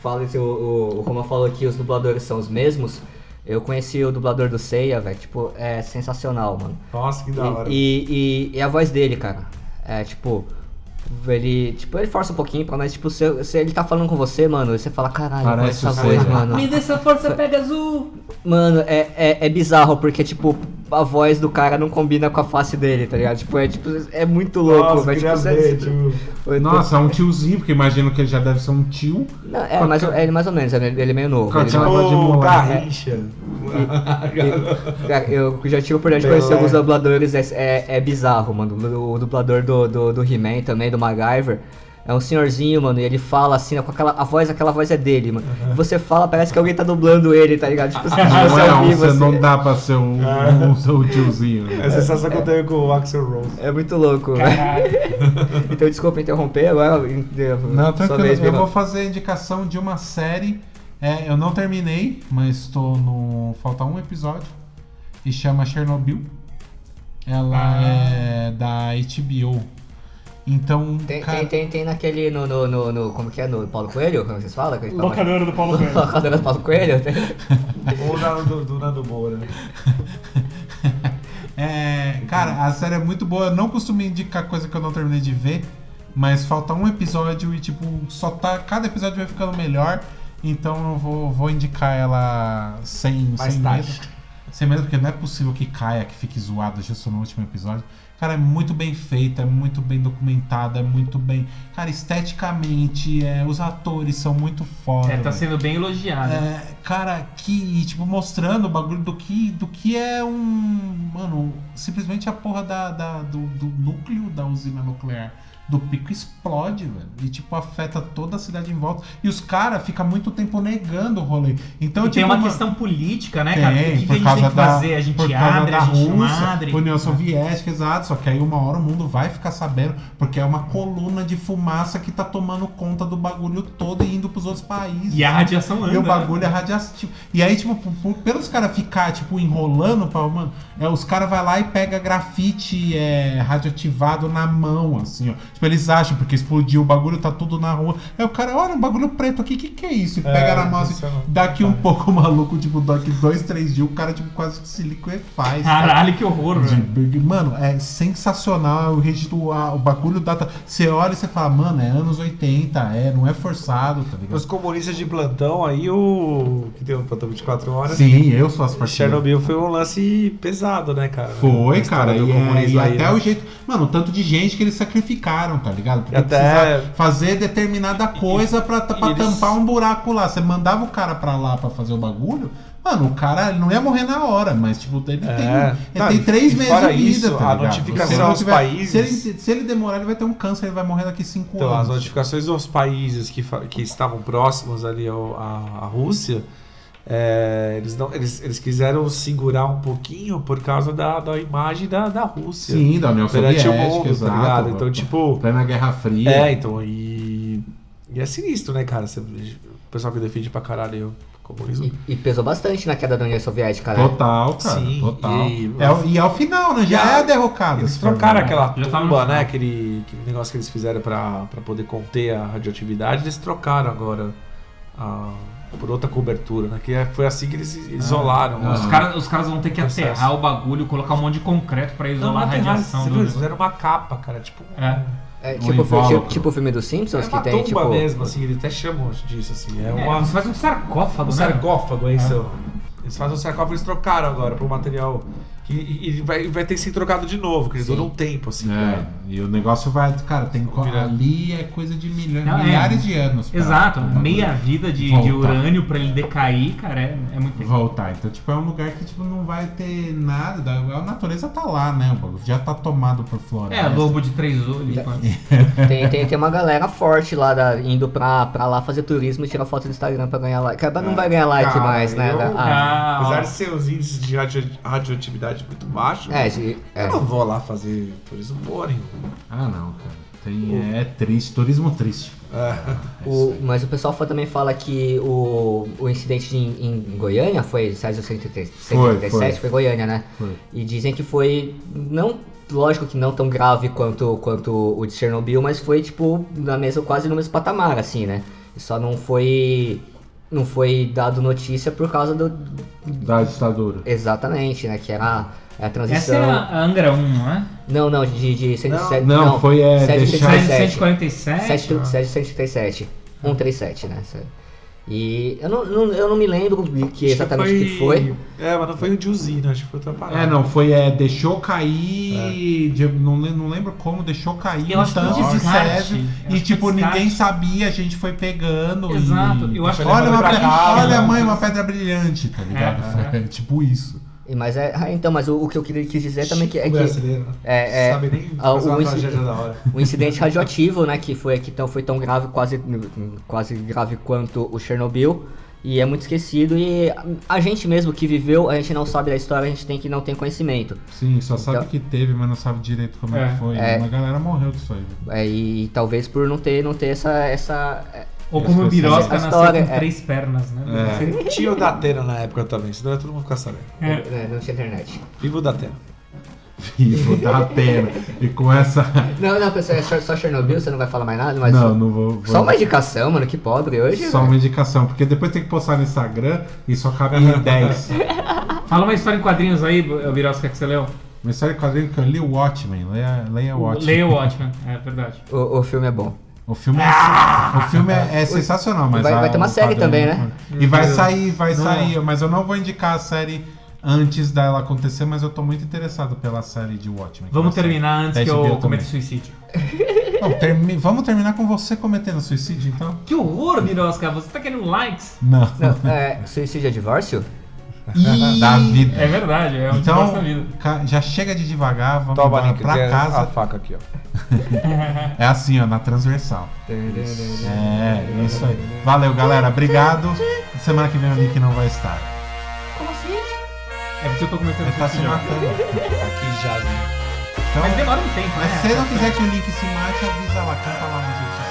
S6: falar se o, o, o Roma falou que os dubladores são os mesmos. Eu conheci o dublador do Seiya, velho, tipo, é sensacional, mano.
S5: Nossa, que da
S6: E-
S5: hora.
S6: E, e, e a voz dele, cara, é tipo, ele, tipo, ele força um pouquinho, pra- mas tipo, se, se ele tá falando com você, mano, você fala, caralho,
S3: Parece
S6: essa
S3: o
S6: voz,
S3: Seiya.
S6: mano.
S4: dê essa força, pega azul!
S6: Mano, é, é, é bizarro, porque, tipo, a voz do cara não combina com a face dele, tá ligado? Tipo, é, tipo, é muito louco,
S5: Nossa,
S6: velho. Tipo,
S5: queria
S6: você-
S5: ver, tipo,
S6: você-
S3: Nossa, é um tiozinho, porque imagino que ele já deve ser um tio.
S6: Não, é, mais, ou- é mais ou menos, ele ele é meio novo.
S3: Cara,
S6: ele é
S3: tinha- voz de
S5: tipo o
S3: moleque.
S6: né?
S5: Garrincha. né?
S6: E- Cara, eu já tive a oportunidade de
S5: Pelé.
S6: conhecer alguns dubladores, é, é, é bizarro, mano. O dublador do, do, do He-Man também, do MacGyver, é um senhorzinho, mano, e ele fala assim, né, com aquela a voz, aquela voz é dele, mano. Você fala, parece que alguém tá dublando ele, tá ligado? Tipo, você,
S3: Não,
S6: você
S3: é,
S6: ao
S3: um-
S6: vivo,
S3: você
S6: assim.
S3: não dá pra ser um, um- um tiozinho.
S5: É a sensação que eu tenho com o Axel Rose.
S6: É muito louco, velho.
S4: Caralho.
S6: Então desculpa interromper agora. em- de-
S3: Não,
S6: sua
S3: tranquilo.
S6: vez,
S3: eu
S6: Birman.
S3: vou fazer a indicação de uma série. É, eu não terminei, mas tô no. Falta um episódio. E chama Chernobyl. Ela
S4: Ah.
S3: é da HBO. Então.
S6: Tem,
S3: cara-
S6: tem, tem, tem naquele no, no, no, no- Como que é? No Paulo Coelho? Como vocês falam?
S4: Locadora do Paulo Coelho.
S6: Locadora do Paulo Coelho? Tem-
S5: Ou na, do, do Nando Moura.
S3: É, cara, a série é muito boa. Eu não costumo indicar coisa que eu não terminei de ver, mas falta um episódio e, tipo, só tá. Cada episódio vai ficando melhor. Então eu vou, vou indicar ela sem,
S5: Mais
S3: sem
S5: tarde.
S3: medo. Sem medo, porque não é possível que caia, que fique zoada justo no último episódio. Cara, é muito bem feita, é muito bem documentada, é muito bem. Cara, esteticamente, é, os atores são muito foda.
S4: É, tá
S3: velho.
S4: sendo bem elogiado.
S3: É, cara, que, tipo, mostrando o bagulho do que, do que é um. Mano, simplesmente a porra da, da- do, do núcleo da usina nuclear do pico explode, velho. E, tipo, afeta toda a cidade em volta. E os caras ficam muito tempo negando o rolê. Então,
S4: E
S3: tipo.
S4: tem uma
S3: mano,
S4: questão política, né,
S3: tem,
S4: cara? O que, que a
S3: por
S4: gente
S3: causa
S4: tem que
S3: da,
S4: fazer? A gente
S3: por causa
S4: abre,
S3: da
S4: a gente não
S3: Rússia,
S4: abre.
S3: União Soviética, exato. só que aí uma hora o mundo vai ficar sabendo, porque é uma coluna de fumaça que tá tomando conta do bagulho todo e indo pros outros países.
S4: E a radiação anda.
S3: E o
S4: né?
S3: bagulho é radiativo. E aí, tipo, por- por- pelos caras ficar, tipo, enrolando, pra, mano, é, os caras vai lá e pega grafite é, radioativado na mão, assim, ó. Tipo, eles acham, porque explodiu o bagulho, tá tudo na rua. Aí o cara, olha, um bagulho preto aqui, que que é isso? E pega na mão, assim,
S5: isso é uma-
S3: daqui um pouco o maluco, tipo, daqui dois, três dias, o cara, tipo, quase que se liquefaz. cara.
S4: Caralho, que horror,
S3: De
S4: velho.
S3: Big- Mano, é sensacional. é O registro, a- o bagulho data. Você olha e você fala, mano, é anos 80, é, não é forçado, tá ligado?
S5: Os comunistas de plantão aí, o. que deu um plantão 24 horas.
S3: Sim, eu sou as partidas.
S5: Chernobyl foi um lance pesado, né, cara? A
S3: Foi,
S5: história
S3: cara,
S5: do
S3: e, é-
S5: comunismo
S3: e
S5: aí,
S3: até
S5: né?
S3: o jeito. Mano, o tanto de gente que eles sacrificaram, tá ligado? Porque
S5: E até-
S3: precisava fazer determinada coisa pra, pra
S5: eles-
S3: tampar um buraco lá. Você mandava o cara pra lá pra fazer o bagulho, mano, o cara não ia morrer na hora, mas tipo, ele tem,
S5: É.
S3: ele
S5: Não,
S3: tem
S5: e-
S3: três
S5: e
S3: meses
S5: fora
S3: de vida,
S5: isso,
S3: tá
S5: a
S3: ligado?
S5: notificação
S3: Se ele não
S5: aos
S3: tiver-
S5: países-
S3: Se ele, se ele demorar, ele vai ter um câncer, ele vai morrer daqui cinco
S5: Então, as
S3: anos.
S5: notificações dos países que, fa- que estavam próximos ali ao- à, à Rússia, é, eles, não, eles, eles quiseram segurar um pouquinho por causa da, da imagem da, da Rússia.
S3: Sim, da União
S5: Perante
S3: Soviética,
S5: o mundo,
S3: exato.
S5: tá ligado? Então, tipo.
S3: Plena Guerra Fria.
S5: É, então, e. E é sinistro, né, cara? Você- o pessoal que defende pra caralho aí o comunismo.
S6: E, e pesou bastante na queda da União Soviética, né?
S3: Total, cara.
S5: é, Sim,
S3: total.
S5: e-
S3: É o- E, é o final, né? Já
S5: Já-
S3: é a
S6: Ah,
S3: derrocada.
S5: Eles
S3: se
S5: trocaram
S3: for ver.
S5: aquela
S4: Já tava no
S5: tumba, né?
S4: final.
S5: Aquele, aquele negócio que eles fizeram pra, pra poder conter a radioatividade, eles trocaram agora a- por outra cobertura, né? Que é- foi assim que eles
S6: Ah,
S5: isolaram.
S4: Os,
S5: né?
S4: caras, os caras vão ter que
S5: Processo.
S4: aterrar o bagulho, colocar um monte de concreto pra
S5: Não,
S4: isolar
S5: não
S4: a
S5: tem raça,
S4: radiação
S5: você
S4: do
S5: viu? Eles
S4: negócio.
S5: fizeram uma capa, cara. Tipo,
S4: É.
S6: É,
S3: Um
S6: tipo, o
S3: invólucro.
S6: tipo, tipo o filme dos
S5: é
S6: Simpsons,
S5: uma
S6: que tem,
S5: tumba
S6: tipo...
S5: mesmo, assim. Ele até chamam disso, assim. É
S4: É,
S5: uma,
S4: você faz um sarcófago,
S5: um
S4: né?
S5: sarcófago, é
S4: É.
S5: isso. Eles fazem um sarcófago, eles trocaram agora pro material. que- E, e vai, vai ter que ser trocado de novo, que eles
S6: Sim.
S5: duram um tempo, assim.
S3: É, e o negócio vai, cara, tem co-
S5: Virar.
S3: ali é coisa de milha-
S4: Não, é.
S3: milhares de anos. pra-
S4: Exato,
S3: pra bagulho
S4: meia vida de,
S3: Voltar.
S4: de urânio pra ele decair, cara, é, é muito tempo.
S3: voltar. Então, tipo, é um lugar que tipo não vai ter nada, da- a natureza tá lá, né? O bagulho já tá tomado por floresta.
S4: É, lobo de três olhos. pô.
S6: Tem, tem, tem uma galera forte lá, da- indo pra, pra lá fazer turismo e tirar foto do Instagram pra ganhar like. Acaba não vai ganhar like
S5: Cara,
S6: mais, né?
S5: É. eu-
S6: Ah,
S4: Ah,
S5: Apesar
S4: ó.
S5: de ser os índices de radio- radioatividade muito baixos,
S6: é, de- é.
S5: eu não vou lá fazer turismo porra nenhuma.
S3: Ah, não, cara. Tem, é triste, turismo triste.
S4: Ah,
S3: É isso
S6: O-
S3: aí.
S6: mas o pessoal fa- também fala que o, o incidente em, em Goiânia foi 137,
S3: Foi, foi.
S6: foi. Goiânia, né?
S3: Foi.
S6: E dizem que foi não lógico que não tão grave quanto quanto o de Chernobyl, mas foi tipo na mesma quase no mesmo patamar assim, né? Só não foi não foi dado notícia por causa do
S3: Da ditadura.
S6: exatamente, né, que era a, a
S4: Essa
S6: transição.
S4: é a a Angra 1, não é?
S6: Não, não, de, de 107,
S3: Não, foi é, deixar.
S6: 737. É,
S4: 747.
S6: então. 737. 137, né? Sério. E eu não, não- eu não me lembro de que
S5: Acho
S6: exatamente o que foi.
S5: É, mas não foi o de usina, acho que foi outra parada.
S3: É, não, foi, é, deixou cair, de- não, le- não lembro como, deixou cair
S4: Eu acho que
S3: tanto
S4: foi
S3: de
S4: descarte.
S3: Césio,
S4: Eu acho
S3: e
S4: que
S3: tipo,
S4: foi um descarte.
S3: ninguém sabia, a gente foi pegando e-
S4: Exato, eu acho que
S3: Olha, uma
S4: foi pra
S3: pedra,
S4: casa,
S3: olha
S4: né?
S3: mãe, uma pedra brilhante, tá ligado?
S4: É,
S3: É, tipo isso.
S6: E- Mas é. ah, Então, mas o, o que eu queria quis dizer também que é que
S5: brasileiro, né?
S6: é, é,
S5: Sabe nem
S6: ah,
S5: fazer
S6: o
S5: uma
S6: inci-
S5: tragédia da hora.
S6: o incidente radioativo, né? Que foi que tão, foi tão grave, quase, quase grave quanto o Chernobyl. E é muito esquecido. E a- a gente mesmo que viveu, a gente não sabe da história, a gente tem que não tem conhecimento.
S3: Sim, só sabe
S6: Então-
S3: que teve, mas não sabe direito como é,
S4: É,
S3: que foi.
S6: é.
S3: Uma galera morreu disso aí. velho.
S6: É, e, talvez por não ter, não ter essa, essa. é,
S4: Ou como o
S3: Essa
S4: Birosca
S6: história,
S4: nasceu com
S6: é.
S4: três pernas, né?
S3: É.
S5: Tinha o Datena na época também, senão todo mundo ficar sabendo.
S4: É.
S6: né, não tinha internet.
S5: Viva o Datena.
S3: Vivo da Atena. E com essa.
S6: Não, não, pessoal, é só, só Chernobyl, você não vai falar mais nada, mas.
S3: não, não vou. vou-
S6: Só uma indicação, mano, que pobre hoje.
S3: Só
S6: velho.
S3: uma indicação, porque depois tem que postar no Instagram e só cabe em 10.
S4: Fala uma história em quadrinhos aí, Birosca, que você leu.
S3: Uma história de quadrinho que eu li o Watchmen. Leia, leia o Watchmen.
S4: Leia o Watchmen, é verdade.
S6: O, o filme é bom.
S3: O filme é,
S4: Ah!
S3: o filme é, é sensacional, mas
S6: Vai- vai
S3: a-
S6: ter uma
S3: o
S6: série
S3: quadrinho-
S6: também, né?
S3: E vai
S4: Meu
S3: sair, vai sair, mas eu não vou indicar a série antes dela acontecer, mas eu tô muito interessado pela série de Watchmen. que vai
S4: Vamos
S3: sair.
S4: terminar antes
S3: Da
S4: que
S3: HBO
S4: eu
S3: também.
S4: cometa suicídio.
S3: Não, termi- vamos terminar com você cometendo suicídio, então?
S4: Que horror, Birosca, você tá querendo likes?
S3: Não.
S6: Não, é, suicídio é divórcio?
S3: Da vida.
S4: É verdade, é um
S3: Então,
S4: então... da vida.
S3: ca- já chega de devagar, vamos
S5: Toma,
S3: embora
S5: Nick,
S3: pra
S5: tem a
S3: casa.
S5: faca aqui, ó.
S3: É assim, ó, na transversal. É, isso aí. Valeu, galera. Obrigado. Semana que vem o Nick não vai estar.
S4: É porque eu tô cometendo
S3: Ele tá se
S4: suicídio.
S3: matando.
S5: Aqui já.
S3: Então, Então,
S4: Mas demora um tempo,
S3: mas
S4: né?
S3: se você não quiser que o Link se mate, avisa lá, canta lá uma musiquinha. Então,